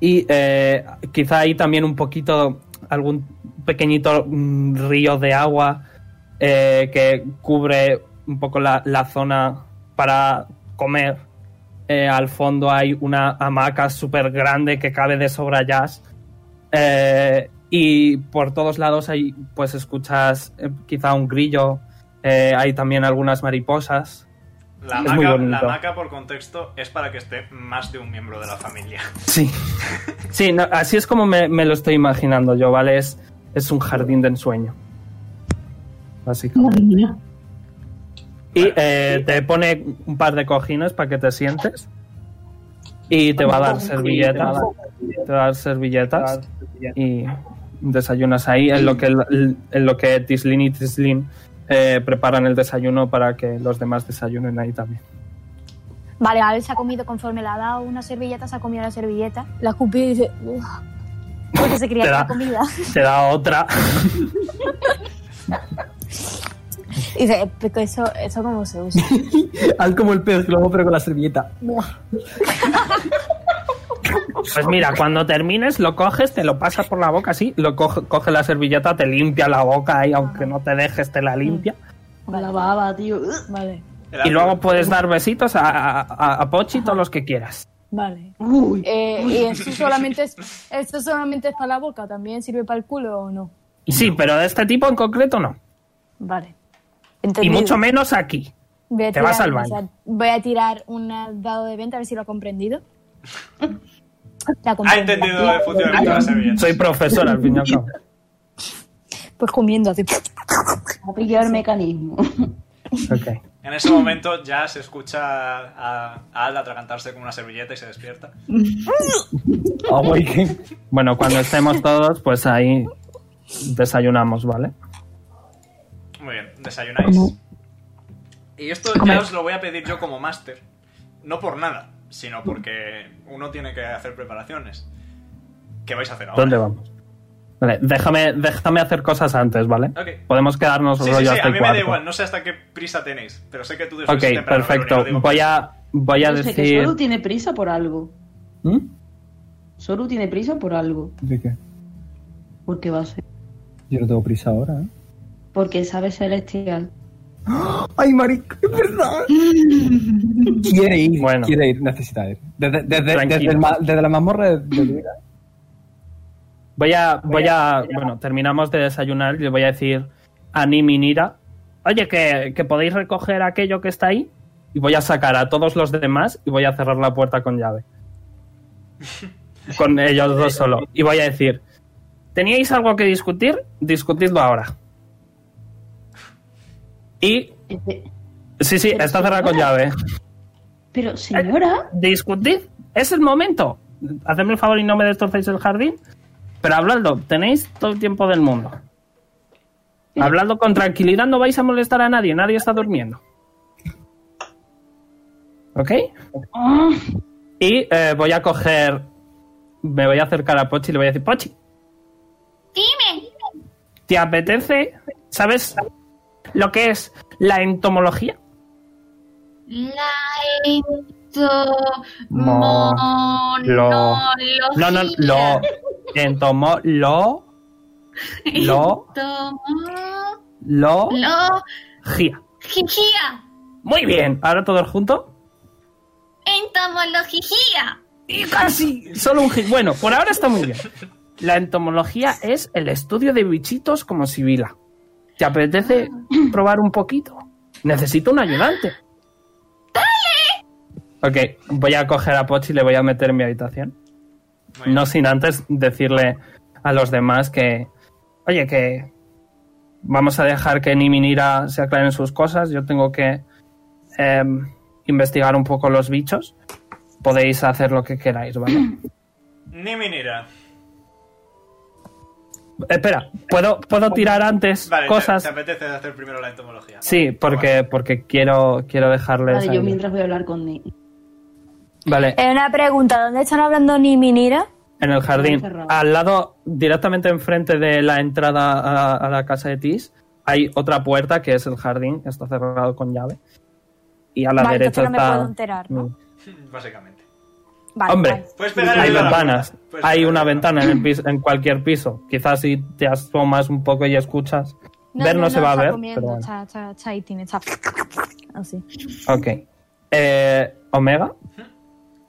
Y eh, quizá hay también un poquito, algún pequeñito mm, río de agua eh, que cubre un poco la, la zona para comer. Eh, al fondo hay una hamaca súper grande que cabe de sobra jazz. Eh, y por todos lados hay, pues escuchas eh, quizá un grillo, eh, hay también algunas mariposas. La es hamaca, muy la bonito. hamaca, por contexto, es para que esté más de un miembro de la familia. Sí. Sí, no, así es como me, me lo estoy imaginando yo, ¿vale? Es, es un jardín de ensueño. Básicamente. Y eh, te pone un par de cojines para que te sientes. Y te va a dar servilletas. Te va a dar servilletas. Y desayunas ahí en lo que, el- en lo que Tislin y Tislin eh, preparan el desayuno para que los demás desayunen ahí también. Vale, Al se ha comido conforme le ha dado una servilleta, se ha comido la servilleta, la ha escupido y dice, "Uf", porque se quería Te da- la comida. Te da otra. Y dice, "Pero eso, eso cómo se usa. Haz como el pez globo, pero con la servilleta. Pues mira, cuando termines, lo coges, te lo pasas por la boca así, lo coge, coge la servilleta, te limpia la boca ahí, aunque no te dejes, te la limpia. La baba, tío. Vale. Y luego puedes dar besitos a, a, a- a Pochi, todos los que quieras. Vale. Eh, ¿Y eso solamente, es, eso solamente es para la boca? ¿También sirve para el culo o no? Sí, pero de este tipo en concreto no. Vale. Y Entendido. mucho menos aquí. Voy a Te vas tirar- al baño. o sea, voy a tirar un dado de 20 a ver si lo ha comprendido. La Ha comprendo. entendido el funcionamiento de la servilleta. pues, Soy profesor, al fin y al cabo. Pues comiendo así. Ha pillado el mecanismo. En ese momento ya se escucha a, a Alda atragantarse con una servilleta y se despierta. Bueno, cuando estemos todos, pues ahí desayunamos, ¿vale? Muy bien, desayunáis. Y esto ya os lo voy a pedir yo como máster. No por nada, sino porque uno tiene que hacer preparaciones. ¿Qué vais a hacer ahora? ¿Dónde vamos? Vale, déjame, déjame hacer cosas antes, ¿vale? Ok. Podemos quedarnos Sí, rollo sí, sí, hasta a el mí me da cuarto. igual, no sé hasta qué prisa tenéis, pero sé que tú después Ok, perfecto. Voy a, voy a Yo sé que decir... Soru tiene prisa por algo. ¿Mm? Soru tiene prisa por algo. ¿De qué? Porque va a ser. Yo no tengo prisa ahora, ¿eh? Porque sabe celestial. ¡Ay, marico! ¡Es verdad! Quiere ir, quiere ir, necesita ir. Desde, desde, Tranquilo. desde el ma- desde la mazmorra de, de Elvira. Voy a, voy a, bueno, terminamos de desayunar y le voy a decir a Nimi Nira, oye, que, que podéis recoger aquello que está ahí y voy a sacar a todos los demás y voy a cerrar la puerta con llave. con ellos dos solo. Y voy a decir, ¿teníais algo que discutir? Discutidlo ahora. Y... Sí, sí, está cerrada con llave. Eh, Pero, señora. Discutid, es el momento. Hacedme el favor y no me destrocéis el jardín. Pero habladlo, tenéis todo el tiempo del mundo. Habladlo con tranquilidad, no vais a molestar a nadie, nadie está durmiendo. ¿Ok? Y eh, voy a coger. Me voy a acercar a Pochi y le voy a decir: Pochi, Dime. ¿te apetece? ¿Sabes lo que es la entomología? La ento- Mo- lo- No, no, lo. Entomo. Lo. Lo. Tomo- Lo. Lo. Gia. Jijía. Muy bien, ahora todos juntos. Entomología. Y casi. Solo un gi- Bueno, por ahora está muy bien. La entomología es el estudio de bichitos como Sibila. ¿Te apetece probar un poquito? Necesito un ayudante. Ok, voy a coger a Pochi y le voy a meter en mi habitación. No sin antes decirle a los demás que, oye, que vamos a dejar que Nimi Nira se aclaren sus cosas. Yo tengo que em, investigar un poco los bichos. Podéis hacer lo que queráis, ¿vale? Ni minira. Espera, ¿puedo, puedo tirar antes Vale, te- cosas? Te, apetece hacer primero la entomología. Sí, porque, porque quiero, quiero dejarles. Vale, yo ahí. mientras voy a hablar con Nick. Vale, Es una pregunta, ¿dónde están hablando ni Minira? en el jardín. Al lado, directamente enfrente de la entrada a, a la casa de Tis, hay otra puerta que es el jardín, que está cerrado con llave. Y a la Vale, derecha entonces no me puedo está. enterar, Básicamente. Vale, Hombre, vale. hay el dedo a la ventanas. puerta. Puedes Hay una ventana en, el piso- en cualquier piso. Quizás si te asomas un poco y escuchas. No, ver no, se va a está ver. comiendo, pero bueno. está, está, está ahí, tiene, está así. Ok. Eh, Omega,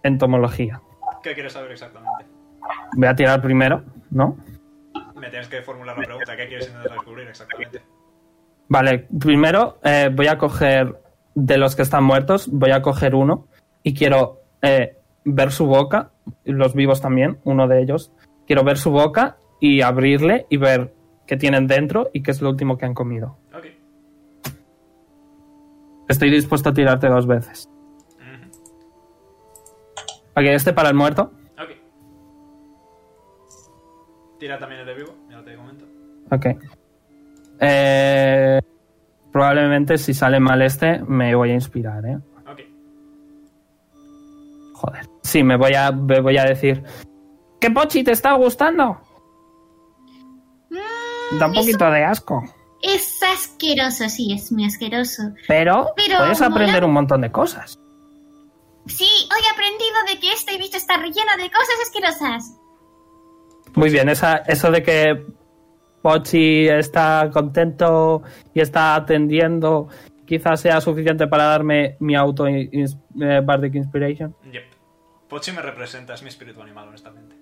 entomología. ¿Qué quieres saber exactamente? Voy a tirar primero, ¿no? Me tienes que formular la pregunta. ¿Qué quieres intentar descubrir exactamente? Vale, primero eh, voy a coger de los que están muertos, voy a coger uno y quiero eh, ver su boca, y los vivos también, uno de ellos. Quiero ver su boca y abrirle y ver qué tienen dentro y qué es lo último que han comido. Ok. Estoy dispuesto a tirarte dos veces. Ok, este para el muerto. Ok. Tira también el de vivo, ya te comento. Ok. Eh, probablemente si sale mal este, me voy a inspirar, ¿eh? Ok. Joder. Sí, me voy a, me voy a decir. ¿Qué Mm, pochi te está gustando? Da un poquito de asco. Es asqueroso, sí, es muy asqueroso. Pero, Pero puedes mola. aprender un montón de cosas. Sí, hoy he aprendido de que este bicho está relleno de cosas asquerosas. Muy bien, esa, eso de que Pochi está contento y está atendiendo quizás sea suficiente para darme mi auto ins- eh, Bardic Inspiration. Yep. Pochi me representa, es mi espíritu animal, honestamente.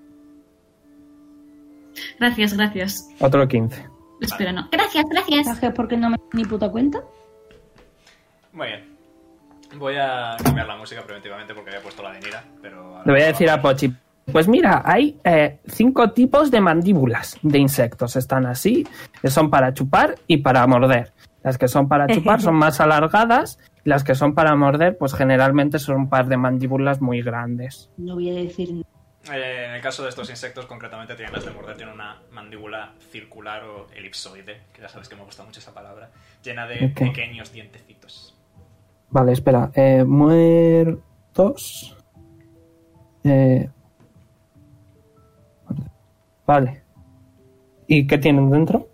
Gracias, gracias. Otro 15. Espera, no. Gracias, gracias. Gracias porque no me ni puta cuenta. Muy bien. Voy a cambiar la música preventivamente porque había puesto la de Nira, pero ahora- Le voy a decir a Pochi. Pues mira, hay eh, cinco tipos de mandíbulas de insectos. Están así, que son para chupar y para morder. Las que son para chupar son más alargadas. y Las que son para morder, pues generalmente son un par de mandíbulas muy grandes. No voy a decir nada. Eh, en el caso de estos insectos, concretamente tienen las de morder, tienen una mandíbula circular o elipsoide, que ya sabes que me gusta mucho esa palabra, llena de Ok. pequeños dientecitos. Vale, espera. Eh, muertos. Eh, Vale. ¿Y qué tienen dentro?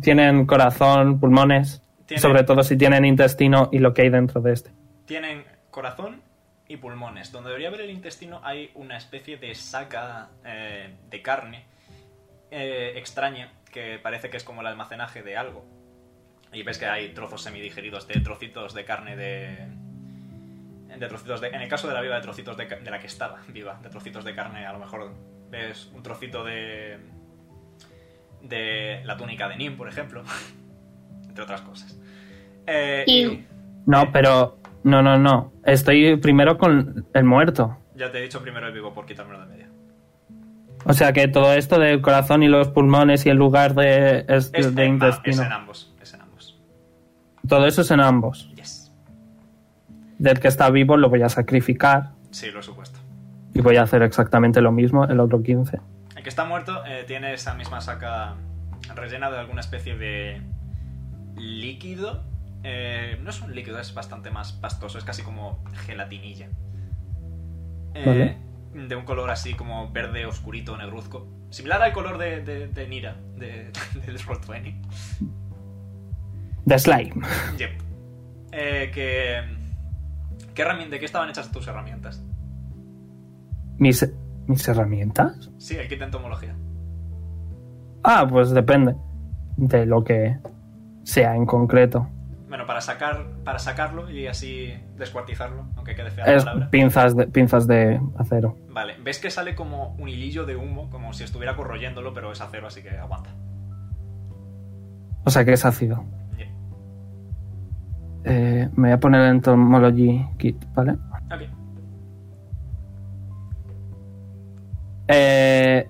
Tienen corazón, pulmones, Tienen- sobre todo si tienen intestino y lo que hay dentro de este. Tienen corazón y pulmones. Donde debería haber el intestino hay una especie de saca eh, de carne eh, extraña que parece que es como el almacenaje de algo. Y ves que hay trozos semidigeridos de trocitos de carne de... de trocitos de- en el caso de la viva, de trocitos de, ca- de la que estaba viva, de trocitos de carne, a lo mejor ves un trocito de... de la túnica de Nim, por ejemplo, entre otras cosas. Eh, y- No, pero. No, no, no. Estoy primero con el muerto. Ya te he dicho primero el vivo por quitármelo de media. O sea que todo esto del corazón y los pulmones y el lugar de, es- Es, de en, ah, es intestino. en ambos, es en ambos. Todo eso es en ambos. Yes. Del que está vivo lo voy a sacrificar Sí, lo he supuesto. y voy a hacer exactamente lo mismo, el otro 15. El que está muerto eh, tiene esa misma saca rellena de alguna especie de líquido. Eh, no es un líquido, es bastante más pastoso, es casi como gelatinilla. Eh, De un color así como verde oscurito, negruzco. Similar al color de, de, de Nira, de, del Roll20. De slime. Yep. Eh, que, ¿qué herramienta, ¿De qué estaban hechas tus herramientas? ¿Mis, mis herramientas? Sí, el kit de entomología. Ah, pues depende de lo que sea en concreto. Bueno, para sacar para sacarlo y así descuartizarlo, aunque quede fea la Es palabra. pinzas de, pinzas de acero. Vale, ves que sale como un hilillo de humo, como si estuviera corroyéndolo, pero es acero, así que aguanta. O sea que es ácido. Yeah. Eh, me voy a poner el entomology kit, ¿vale? Ok. Eh,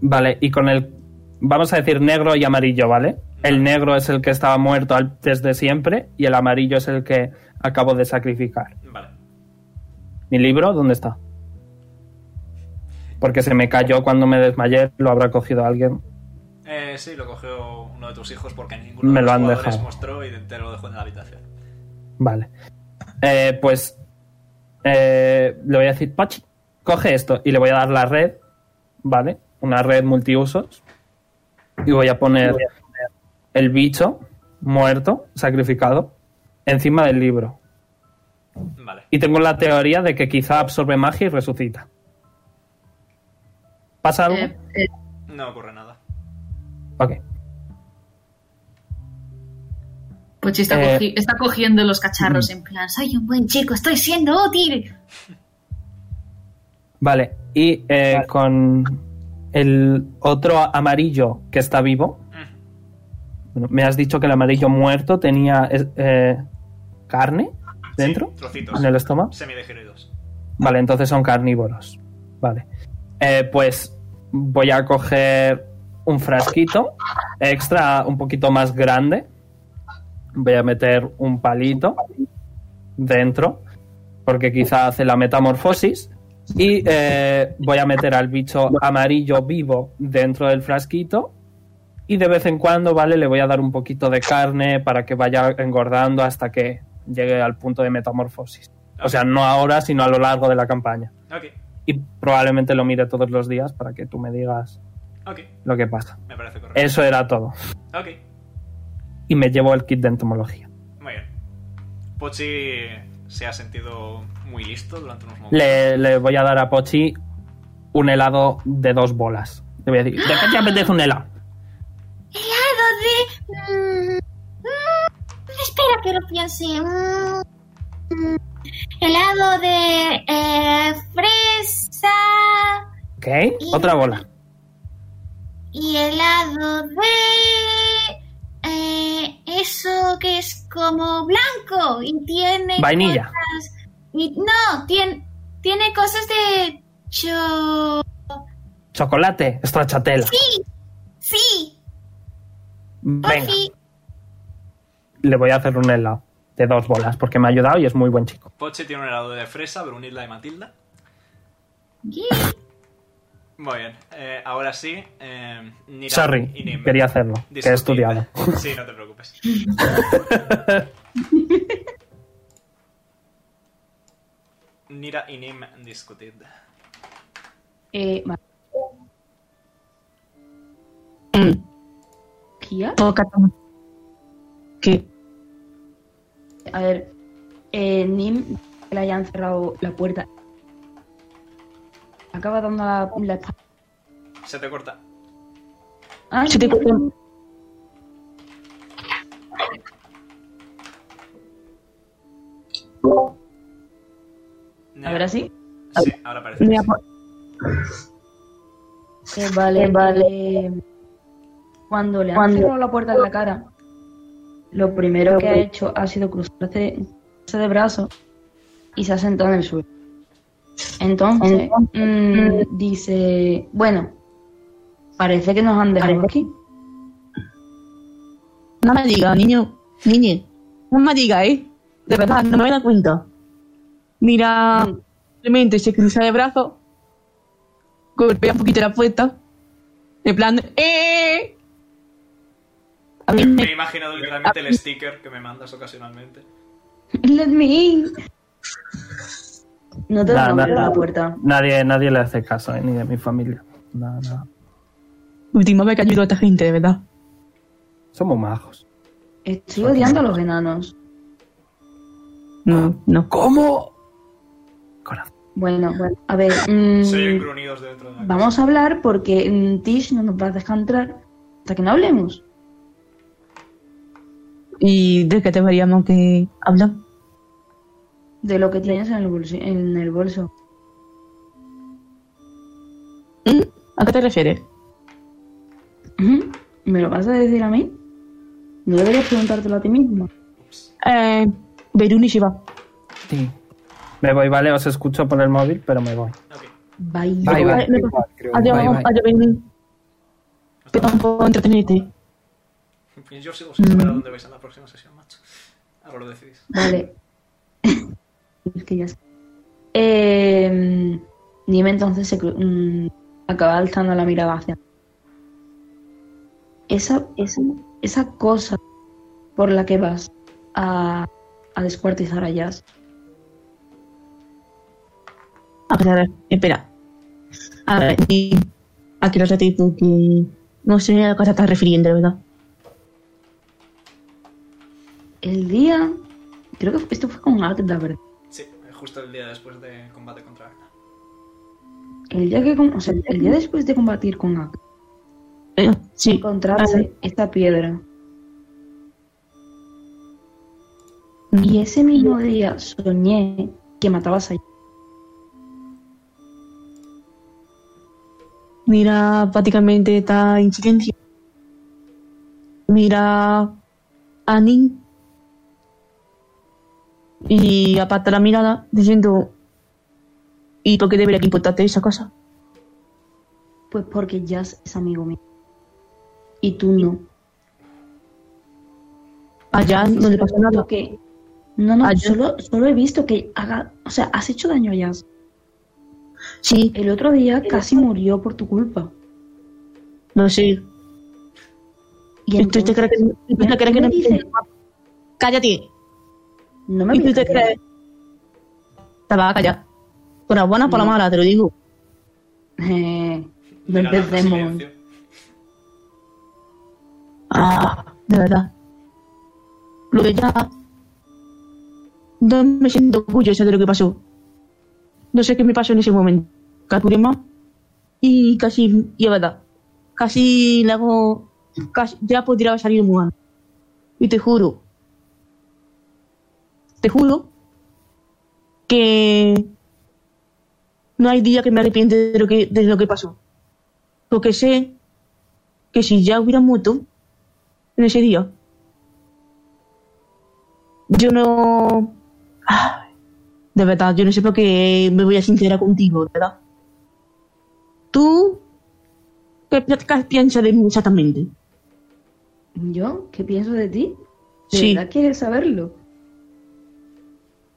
vale, y con el. Vamos a decir negro y amarillo, ¿vale? El negro es el que estaba muerto al- desde siempre y el amarillo es el que acabo de sacrificar. Vale. ¿Mi libro dónde está? Porque se me cayó cuando me desmayé, lo habrá cogido alguien. Eh, sí, lo cogió uno de tus hijos porque ninguno de Me lo los han jugadores dejado. mostró y te lo dejó en la habitación. Vale. Eh, pues eh, le voy a decir, Pachi, coge esto y le voy a dar la red, ¿vale? Una red multiusos. Y voy a poner el bicho muerto, sacrificado, encima del libro. Vale. Y tengo la teoría de que quizá absorbe magia y resucita. ¿Pasa algo? Eh, eh, No ocurre nada. ok. Pochi pues está, Eh, mm. cogi- está cogiendo los cacharros en plan, soy un buen chico, estoy siendo útil. Vale. Y eh, con el otro amarillo que está vivo, Bueno, me has dicho que el amarillo muerto tenía es- eh, carne dentro, Trocitos. en el estómago. Semidegeridos. Vale, entonces son carnívoros. Vale. Eh, pues voy a coger un frasquito extra, un poquito más grande. Voy a meter un palito dentro, porque quizá hace la metamorfosis. Y eh, voy a meter al bicho amarillo vivo dentro del frasquito. Y de vez en cuando, ¿vale? Le voy a dar un poquito de carne para que vaya engordando hasta que llegue al punto de metamorfosis. O sea, no ahora, sino a lo largo de la campaña. Ok, Y probablemente lo mire todos los días para que tú me digas ok, lo que pasa. me parece correcto. Eso era todo. Ok. y me llevo el kit de entomología. Muy bien. Pochi se ha sentido muy listo durante unos momentos. Le, le voy a dar a Pochi un helado de dos bolas. Le voy a decir, ¿de qué te apetece un helado? Helado de... mm, mm, espera que lo piense. Mm, mm, helado de eh, fresa Ok, otra bola. y helado de... eh, eso que es como blanco y tiene... Vainilla. cosas- y- no, tiene, tiene cosas de... Cho... Chocolate, stracciatella. Sí, sí, Venga, sí. le voy a hacer un helado de dos bolas porque me ha ayudado y es muy buen chico. Pochi tiene un helado de fresa, Brunilda y Matilda. Muy bien. Eh, ahora sí. Eh, Niram Sorry, y Nim. quería hacerlo, que he Discutid. estudiado. Sí, no te preocupes. Nira y Nim discutid. Eh, ma- ¿Kia? ¿Qué? A ver, eh, Nim que le hayan cerrado la puerta. Acaba dando la, la espalda. Se te corta. Ay, Se te corta. Ahora sí. Sí, ahora parece. que sí. Eh, vale, Eh, vale. Cuando le han Cuando- cerrado la puerta en la cara, lo primero que ha hecho ha sido cruzarse cruzarse de brazos y se ha sentado en el suelo. Entonces, mm, dice, bueno, parece que nos han dejado aquí. No me diga, niño, niña. No me diga, ¿eh? De verdad, no me da cuenta. Mira, simplemente se cruza de brazos, golpea un poquito la puerta, en plan, ¡eh! A mí Me he me- imaginado literalmente el sticker que me mandas ocasionalmente. Let me in. No te Nada, van a abrir nada. la puerta. Nadie, nadie le hace caso, eh, ni de mi familia. Nada, nada. Última vez que ayudo a esta gente, de verdad. Somos majos. Estoy odiando a los enanos. Ah. No, no. ¿Cómo? Bueno, bueno, a ver. mm, Se oyen grunidos dentro de la Vamos a hablar porque mm, Tish no nos va a dejar entrar hasta que no hablemos. ¿Y de qué deberíamos que hablar? De lo que tienes en el bolso. En el bolso. ¿A qué te refieres? Ujú. ¿Me lo vas a decir a mí? No deberías preguntártelo a ti mismo. Eh, Berun y Shiva. Sí. Me voy, vale, os escucho por el móvil, pero me voy. Bye. Bye, bye. Me- Adiós, Bye, bye. adiós, Berun. Que tampoco entretenerte. casa. Yo sigo sin saber a dónde vais en la próxima sesión, macho. Ahora lo decidís. Vale. es que ya está. Eh, Nime entonces se, cru- mm, acaba alzando la mirada hacia. Esa, esa, esa cosa por la que vas a, a descuartizar a Jazz. A ver, a ver, espera. A ver, y a qué te digo que no sé a qué te estás refiriendo, de verdad. El día. Creo que esto fue con Agda, ¿verdad? Sí, eh, justo el día después de combate contra Agna. El día, que, con- o sea, el día después de combatir con Agda. Eh, Sí. ah. encontrarse esta piedra. Mm. Y ese mismo día soñé que matabas a Mira prácticamente esta incidencia. Mira a Nin. Y aparta la mirada diciendo, ¿y por qué debería que importarte esa cosa? Pues porque Jazz es amigo mío. Y tú no. Allá no le pasa nada. Que... No, no, Allá- solo, solo he visto que haga. O sea, has hecho daño a Jazz. Sí. El otro día casi murió por tu culpa. No sé. Y ¿Y tú te crees que, tú te crees que no Cállate. No me ¿Y tú voy a te callar. crees? Te vas a callar. Por la buena, por la No. mala, te lo digo. Eh, no empecemos. Ah, de verdad. Lo que ya. No me siento orgullosa de lo que pasó. No sé qué me pasó en ese momento. Capturé más y casi. Y es verdad. Casi la hago. Casi, ya podría haber salido muy mal. Y te juro. Te juro que no hay día que me arrepiente de lo que, de lo que pasó. Porque sé que si ya hubiera muerto en ese día, yo no. Ah, de verdad, yo no sé por qué me voy a sincerar contigo, de verdad. ¿Tú qué, qué piensas de mí exactamente? ¿Yo? ¿Qué pienso de ti? ¿De sí. verdad quieres saberlo?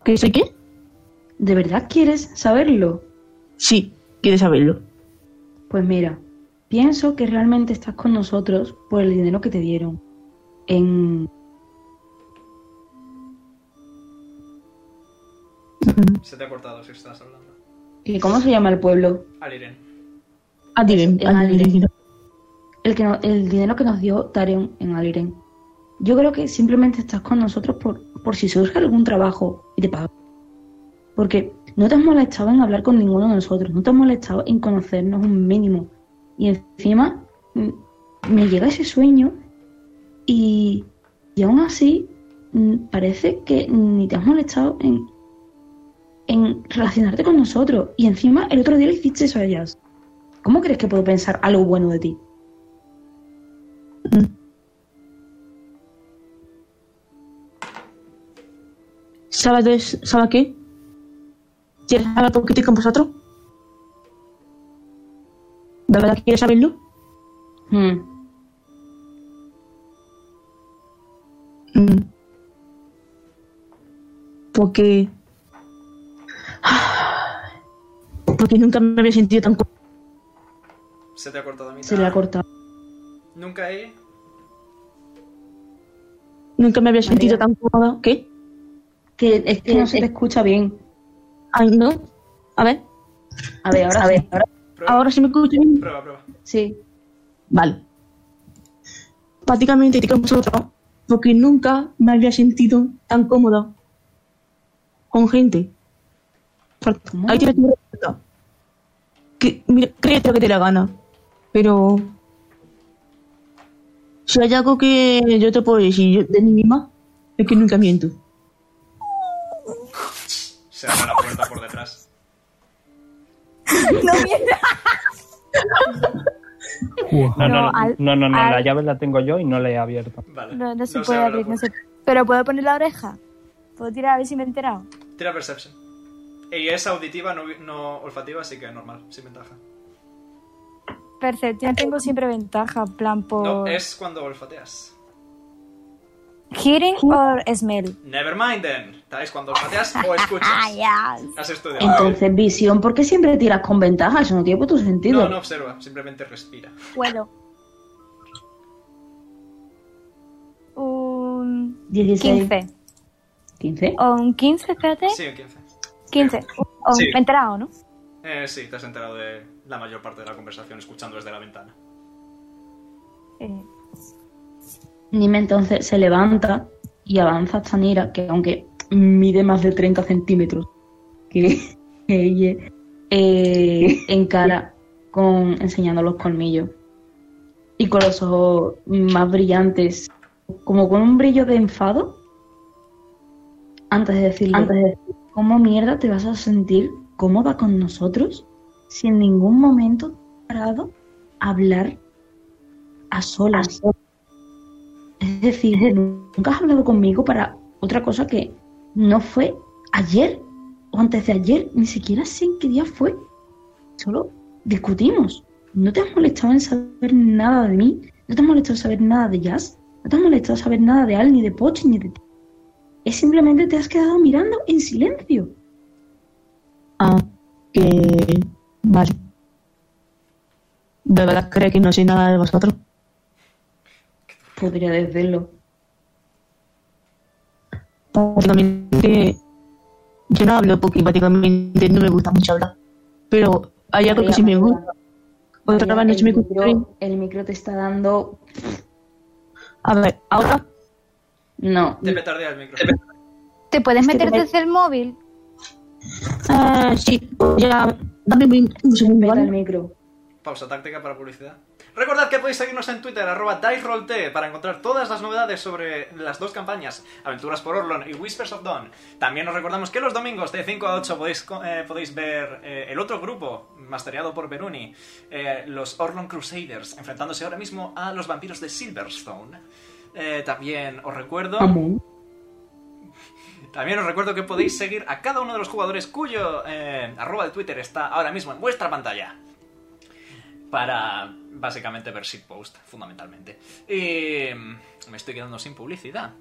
¿Qué sé qué? ¿De verdad quieres saberlo? Sí, quieres saberlo. Pues mira, pienso que realmente estás con nosotros por el dinero que te dieron. En. Se te ha cortado si estás hablando. Ah, ¿Y cómo se llama el pueblo? Aliren. Adiren, En Aliren. El, que no- el dinero que nos dio Tarion en Aliren. Yo creo que simplemente estás con nosotros por, por si surge algún trabajo y te pagan. Porque no te has molestado en hablar con ninguno de nosotros, no te has molestado en conocernos un mínimo. Y encima mm, me llega ese sueño y, y aún así mm, parece que ni te has molestado en, en relacionarte con nosotros. Y encima el otro día le hiciste eso a ellas. ¿Cómo crees que puedo pensar algo bueno de ti? ¿Sabes, ¿Sabes qué? ¿Quieres hablar un poquito con vosotros? ¿De verdad quieres saberlo? Hmm, Mm. Porque. Porque nunca me había sentido tan. co- Se te ha cortado a mitad. Se le ha cortado. Nunca he. Nunca me había sentido tan cómoda. ¿Qué? Que es que no Eh, se te escucha bien. Ay, no. A ver. A ver, ahora eh, A sí. ver, ahora, ahora sí me escucho bien. Prueba, prueba. Sí. Vale. Prácticamente estoy con vosotros porque nunca me había sentido tan cómoda con gente. Porque Ahí tienes mi respuesta. Que, mira, créete lo que te la gana. Pero. Si hay algo que yo te puedo decir yo- de mí misma, es que nunca miento. Se abre la puerta por detrás. No mierda. No, no, No, al- no, no, no, al- la llave la tengo yo y no la he abierto. No, no se No se abre puede la abrir, no puerta. se... Pero puedo poner la oreja. Puedo tirar a ver si me he enterado. Tira Perception. Y es auditiva, no, vi- no olfativa, así que normal, sin ventaja. Percepción tengo siempre ventaja, en plan por... No, es cuando olfateas. Hearing or smell. Nevermind then. ¿Sabes? Cuando olfateas o escuchas. Ah, Has estudiado. Entonces, visión, ¿por qué siempre tiras con ventaja? Eso no tiene puto sentido. No, no observa, simplemente respira. Puedo. Un 16. 15. 15. O un 15, espérate. Sí, 15. 15. O Sí. me he enterado, ¿no? Eh, sí, te has enterado de la mayor parte de la conversación escuchando desde la ventana. Eh, Nime entonces se levanta y avanza hasta Nira, que aunque mide más de 30 centímetros que, que ella, eh, encara con, enseñando los colmillos. Y con los ojos más brillantes, como con un brillo de enfado, antes de decirle, Antes de ¿cómo mierda te vas a sentir cómoda con nosotros si en ningún momento te has parado a hablar a solas? Es decir, nunca has hablado conmigo para otra cosa que no fue ayer o antes de ayer, ni siquiera sé en qué día fue. Solo discutimos. No te has molestado en saber nada de mí, no te has molestado en saber nada de Jazz, no te has molestado en saber nada de Al, ni de Poch, ni de ti. Es simplemente te has quedado mirando en silencio. Ah, que. Vale. ¿De verdad crees que no sé nada de vosotros? Podría decirlo. prácticamente yo no hablo porque prácticamente no me gusta mucho hablar pero hay algo que sí me gusta otra vez no se me gusta micro, el micro te está dando a ver ahora No. Te petardea el micro. ¿Te puedes meter desde el móvil? Ah, sí, ya. Dame un un segundo, ¿vale? el micro. Pausa táctica para publicidad. Recordad que podéis seguirnos en Twitter, arroba DiceRollT, para encontrar todas las novedades sobre las dos campañas, Aventuras por Orlon y Whispers of Dawn. También os recordamos que los domingos de 5 a 8 podéis, co- eh, podéis ver eh, el otro grupo, mastereado por Beruni, eh, los Orlon Crusaders, enfrentándose ahora mismo a los vampiros de Silverstone. Eh, también os recuerdo... También os recuerdo que podéis seguir a cada uno de los jugadores cuyo eh, arroba de Twitter está ahora mismo en vuestra pantalla. Para básicamente ver shitpost, fundamentalmente. Y mm, me estoy quedando sin publicidad.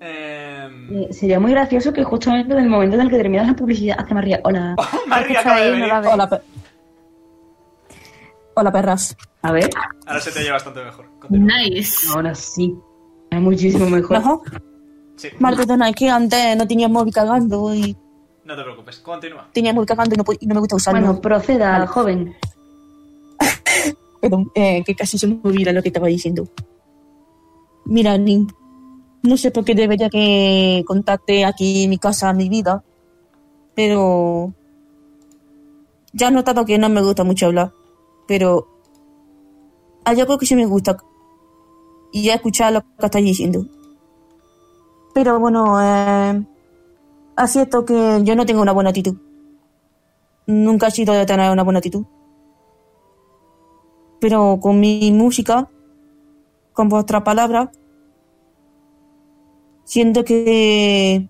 Em, Eh, Sería muy gracioso que justamente en el momento en el que terminas la publicidad hace María, hola. María Oh, acaba de venir. Hola, pe- Hola, perras. A ver. Ahora se te oye bastante mejor. Nice. Ahora sí. Es muchísimo mejor. ¿Mejor? Sí. Mal, perdona, es que antes no tenía móvil cargando y No te preocupes, continúa. tenía móvil cargando y no, pod- y no me gusta usarlo. Bueno, proceda, joven. Perdón, eh, que casi se me olvida lo que estaba diciendo. Mira, Nin, no sé por qué debería que contarte aquí mi casa, mi vida, pero ya he notado que no me gusta mucho hablar, pero hay algo que sí me gusta y ya escuchar lo que estás diciendo. Pero bueno, eh, acierto que yo no tengo una buena actitud. Nunca he sido de tener una buena actitud pero con mi música, con vuestra palabra, siento que,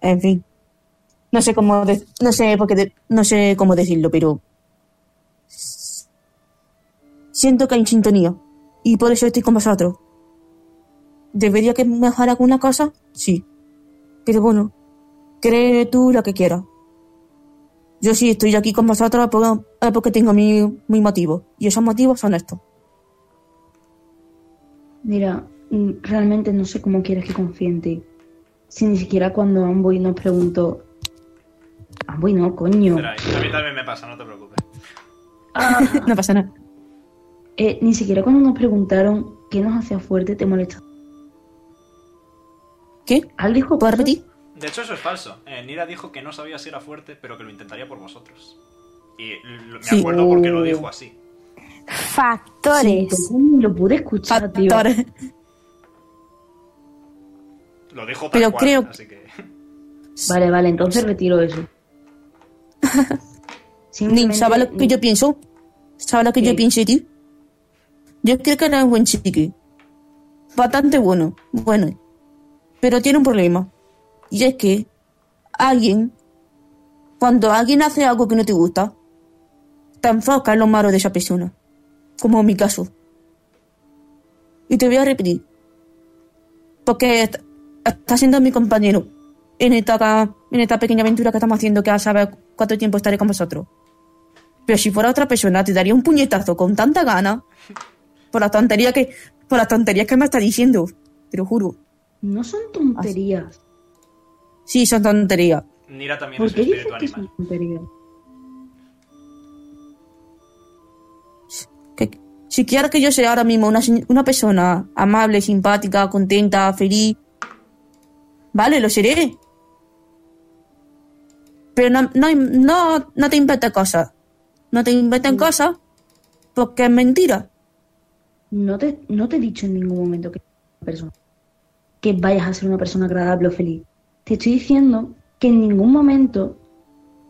en fin, no sé cómo, de- no sé porque no sé cómo decirlo, pero siento que hay sintonía y por eso estoy con vosotros. Debería que mejorar alguna cosa, sí, pero bueno, cree tú lo que quieras. Yo sí estoy aquí con vosotros porque, eh, porque tengo mi, mi motivo. Y esos motivos son estos. Mira, mm, realmente no sé cómo quieres que confíe en ti. Si ni siquiera cuando Amboy nos preguntó. Amboy no, coño. Espera, a mí también me pasa, no te preocupes. no pasa nada. Eh, ni siquiera cuando nos preguntaron qué nos hacía fuerte te molesta. ¿Qué? ¿Al dijo ¿Puedo repetir? De hecho, eso es falso. Eh, Nira dijo que no sabía si era fuerte, pero que lo intentaría por vosotros. Y lo- me Sí. acuerdo porque lo dijo así. Factores. lo pude escuchar, tío. Factores. Lo dijo tal Pero cual, creo- así que... Vale, vale, entonces retiro eso. Nin, ¿sabes lo que yo pienso? ¿Sabes lo que yo pienso de ti? Yo creo que eres un buen chiqui. Bastante bueno. Bueno. Pero tiene un problema. Y es que alguien, cuando alguien hace algo que no te gusta, te enfoca en lo malo de esa persona. Como en mi caso. Y te voy a repetir. Porque est- está siendo mi compañero en esta, ca- en esta pequeña aventura que estamos haciendo, que a saber cuánto tiempo estaré con vosotros. Pero si fuera otra persona, te daría un puñetazo con tanta gana por la tontería que, por las tonterías que me está diciendo. Te lo juro. No son tonterías. Sí, son tonterías. Nira también ¿Por es qué un dices espíritu que animal. son tonterías? que- si quiero que yo sea ahora mismo una, se- una persona amable, simpática, contenta, feliz, vale, lo seré. Pero no, no, no, no te inventes cosas. No te inventen cosas porque es mentira. No te, no te he dicho en ningún momento que, persona, que vayas a ser una persona agradable o feliz. Te estoy diciendo que en ningún momento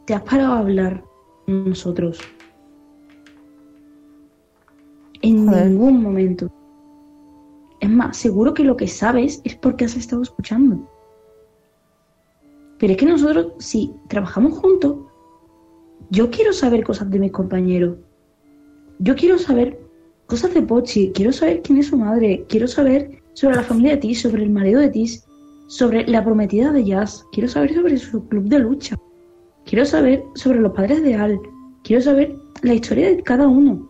te has parado a hablar con nosotros. En ningún momento. Es más, seguro que lo que sabes es porque has estado escuchando. Pero es que nosotros, si trabajamos juntos, yo quiero saber cosas de mis compañeros. Yo quiero saber cosas de Pochi, quiero saber quién es su madre, quiero saber sobre la familia de Tis, sobre el marido de Tis, sobre la prometida de Jazz, quiero saber sobre su club de lucha, quiero saber sobre los padres de Al, quiero saber la historia de cada uno.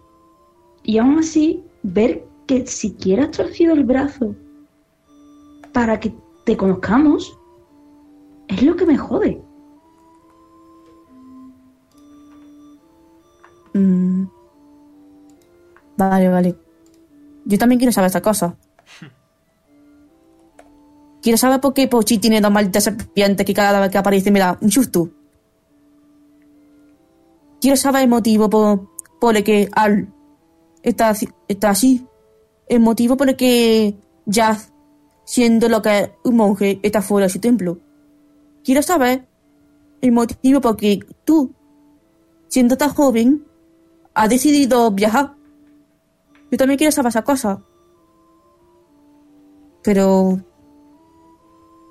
Y aún así, ver que siquiera has torcido el brazo para que te conozcamos, es lo que me jode. Mm. Vale, vale. Yo también quiero saber esta cosa. Quiero saber por qué Pochi tiene dos malditas serpientes que cada vez que aparece me da un susto. Quiero saber el motivo por, por el que Al está, así- está así. El motivo por el que Jazz, siendo lo que es un monje, está fuera de su templo. Quiero saber el motivo por el que tú, siendo tan joven, has decidido viajar. Yo también quiero saber esa cosa. Pero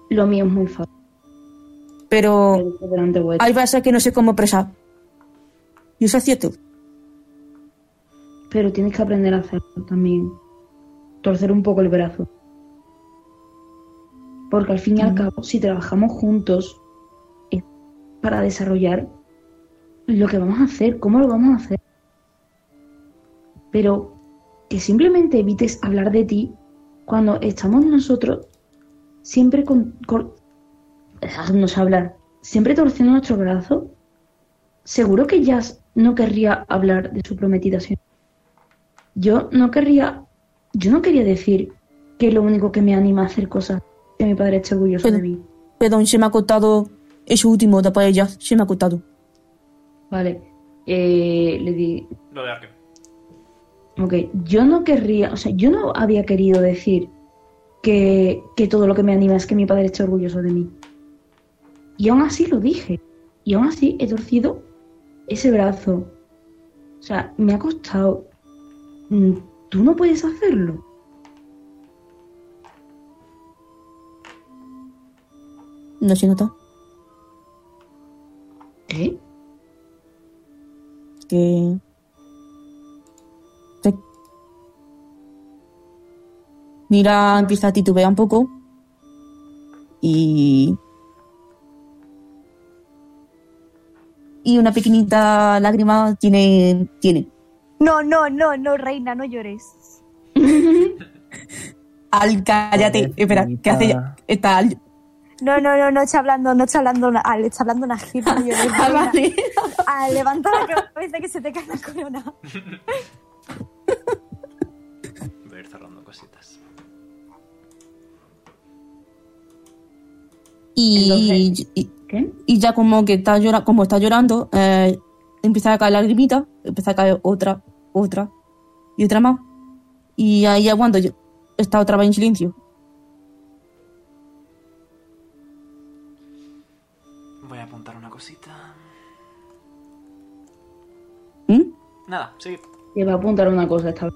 Lo mío es muy fácil. pero Delante vuestro. hay veces que no sé cómo expresar. Y eso es cierto. Pero tienes que aprender a hacerlo también. Torcer un poco el brazo. Porque al fin y Mm. al cabo, si trabajamos juntos es para desarrollar lo que vamos a hacer, cómo lo vamos a hacer. Pero que simplemente evites hablar de ti cuando estamos nosotros siempre con, con- dejándonos hablar, siempre torciendo nuestro brazo. Seguro que Jazz no querría hablar de su prometida, señor. Yo no querría, yo no quería decir que lo único que me anima a hacer cosas es que mi padre esté orgulloso de mí. Perdón, se me ha cortado eso último de para ella. Se me ha cortado. Vale, eh, le di, Lo de Arkham. ok, yo no querría, o sea, yo no había querido decir que, que todo lo que me anima es que mi padre esté orgulloso de mí. Y aún así lo dije, y aún así he torcido ese brazo. O sea, me ha costado. Mm, Tú no puedes hacerlo. No se nota. ¿Qué? Que. que- Mira, empieza a titubear un poco. Y. Y una pequeñita lágrima tiene. tiene. No, no, no, no, reina, no llores. Al, cállate. Espera, ¿qué hace ella? Está Al. No, no, no, no está hablando, no está hablando, na- Al, está hablando una gira. no llores, Ah, reina. vale. Al, levanta la cabeza que se te cae la corona. Voy a ir cerrando cositas. Y, y, ¿Qué? y ya como que está llorando, como está llorando, eh, empieza a caer lagrimita, empieza a caer otra, otra y otra más. Y ahí es cuando yo- está otra vez en silencio. Voy a apuntar una cosita. ¿Mm? Nada, sigue. Le va a apuntar una cosa esta vez,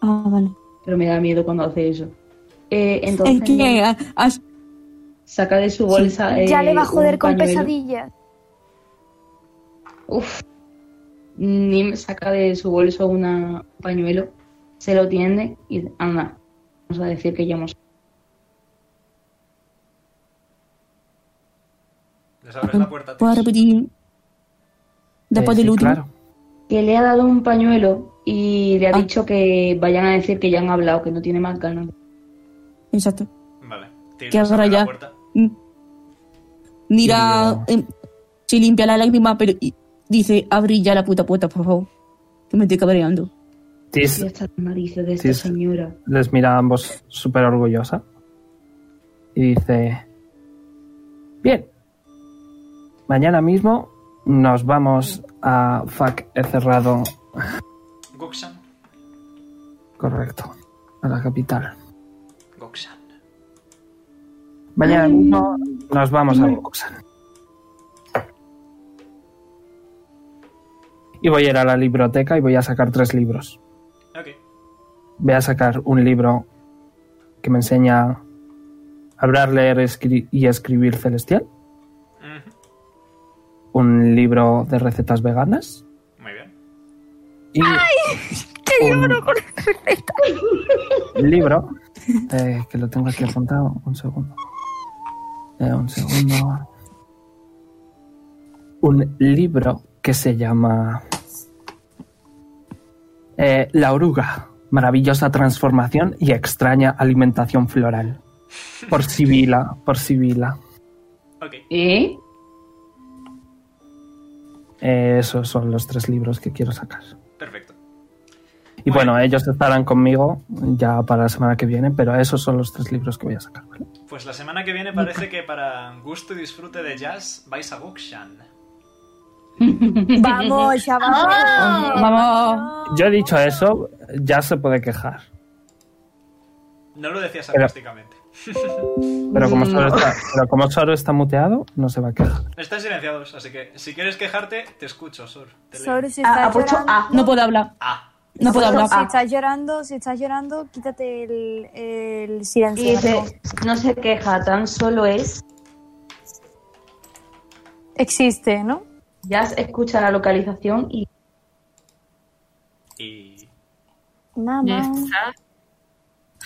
Ah, vale. pero me da miedo cuando hace eso. Eh, entonces. Es que ah, ah, Saca de su bolsa. ya eh, le va a joder un con pañuelo. pesadillas. Uf. Nim saca de su bolso una, un pañuelo, se lo tiende y dice, anda, vamos a decir que ya hemos... Les abres la puerta. ¿Puedo repetir? Después Eh, sí, del último. claro. Que le ha dado un pañuelo y Ah. le ha dicho que vayan a decir que ya han hablado, que no tiene más ganas. Exacto. Vale. que Tilda, ahora abre la ya puerta. mm, mira em, se limpia la lágrima pero y dice abrí ya la puta puerta por favor que me estoy cabreando Tis Estas narices de esta Sí, sí. señora. les mira a ambos súper orgullosa y dice: Bien, mañana mismo nos vamos a. Fuck, he cerrado Gokshan. correcto, a la capital. Gokshan. Mañana mismo nos vamos a Boxan. Y voy a ir a la biblioteca y voy a sacar tres libros. Ok. voy a sacar un libro que me enseña a hablar, leer escri- y escribir celestial. Un libro de recetas veganas. Muy bien. Y ¡Que Un- lloro con un libro eh, que lo tengo aquí apuntado. Un segundo. Eh, un segundo. Un libro que se llama eh, La oruga. Maravillosa transformación y extraña alimentación floral. Por Sibila, por Sibila. ¿Eh? Eh, esos son los tres libros que quiero sacar. Perfecto. Y Y bueno, ellos estarán conmigo ya para la semana que viene, pero esos son los tres libros que voy a sacar. ¿vale? Pues la semana que viene parece que para gusto y disfrute de jazz vais a Gukshan. Vamos, Ah, chavales. Vamos. Yo he dicho eso, ya se puede quejar. No lo decía sarcásticamente. Pero como, solo está, pero como Soro está muteado, no se va a quejar. Están silenciados, así que si quieres quejarte, te escucho, Sor. Te leo. Sor, si estás ha puesto llorando- A. No puedo hablar. Ah. No puedo Sor, hablar. Si estás llorando, si estás llorando, quítate el, el silencio. Y dice, no se queja, tan solo es. Existe, ¿no? Ya escucha la localización y. Y. Mamá. Ah.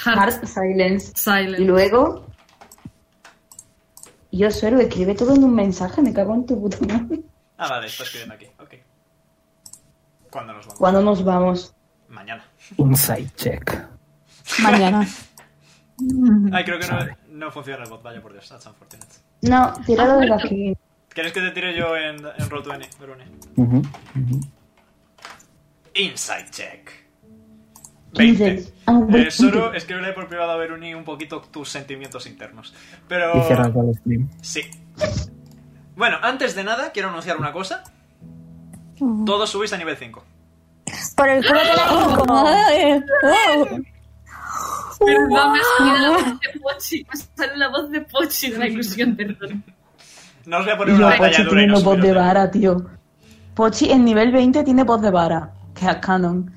Hard silence. Y luego. Yo suelo escribe todo en un mensaje, me cago en tu puta madre. Ah, vale, está escribiendo aquí. Ok. ¿Cuándo nos vamos? ¿Cuándo nos vamos? Mañana. Inside check. Mañana. Ay, creo que no, no funciona el bot. Vaya por Dios, that's unfortunate. No, tíralo de aquí. ¿Quieres que te tire yo en, en Roll20, Verone? Ujú. Inside check. Quince. Eh, Ah, bueno. Soro, escríbele por privado a Veruni un poquito tus sentimientos internos. Pero. Y cierras ya el stream. Sí. Bueno, antes de nada, quiero anunciar una cosa. Mm. Todos subís a nivel 5. Por el culo de la Perdón, me ha salido la voz de este Pochi. Me ha salido la voz de Pochi de la ilusión, perdón. No os voy a poner Y una yo, batalla Pochi dura y tiene no voz de superior. vara, tío. Pochi en nivel 20 tiene voz de vara. Que es canon.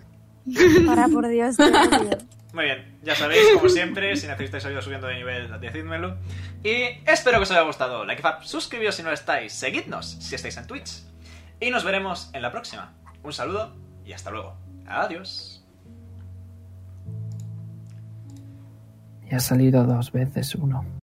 Para, por Dios. te odio. Muy bien, ya sabéis, como siempre, si necesitáis ayuda subiendo de nivel, decídmelo. Y espero que os haya gustado. Like, fab, suscribíos si no lo estáis, seguidnos si estáis en Twitch. Y nos veremos en la próxima. Un saludo y hasta luego. Adiós. Y ha salido dos veces uno.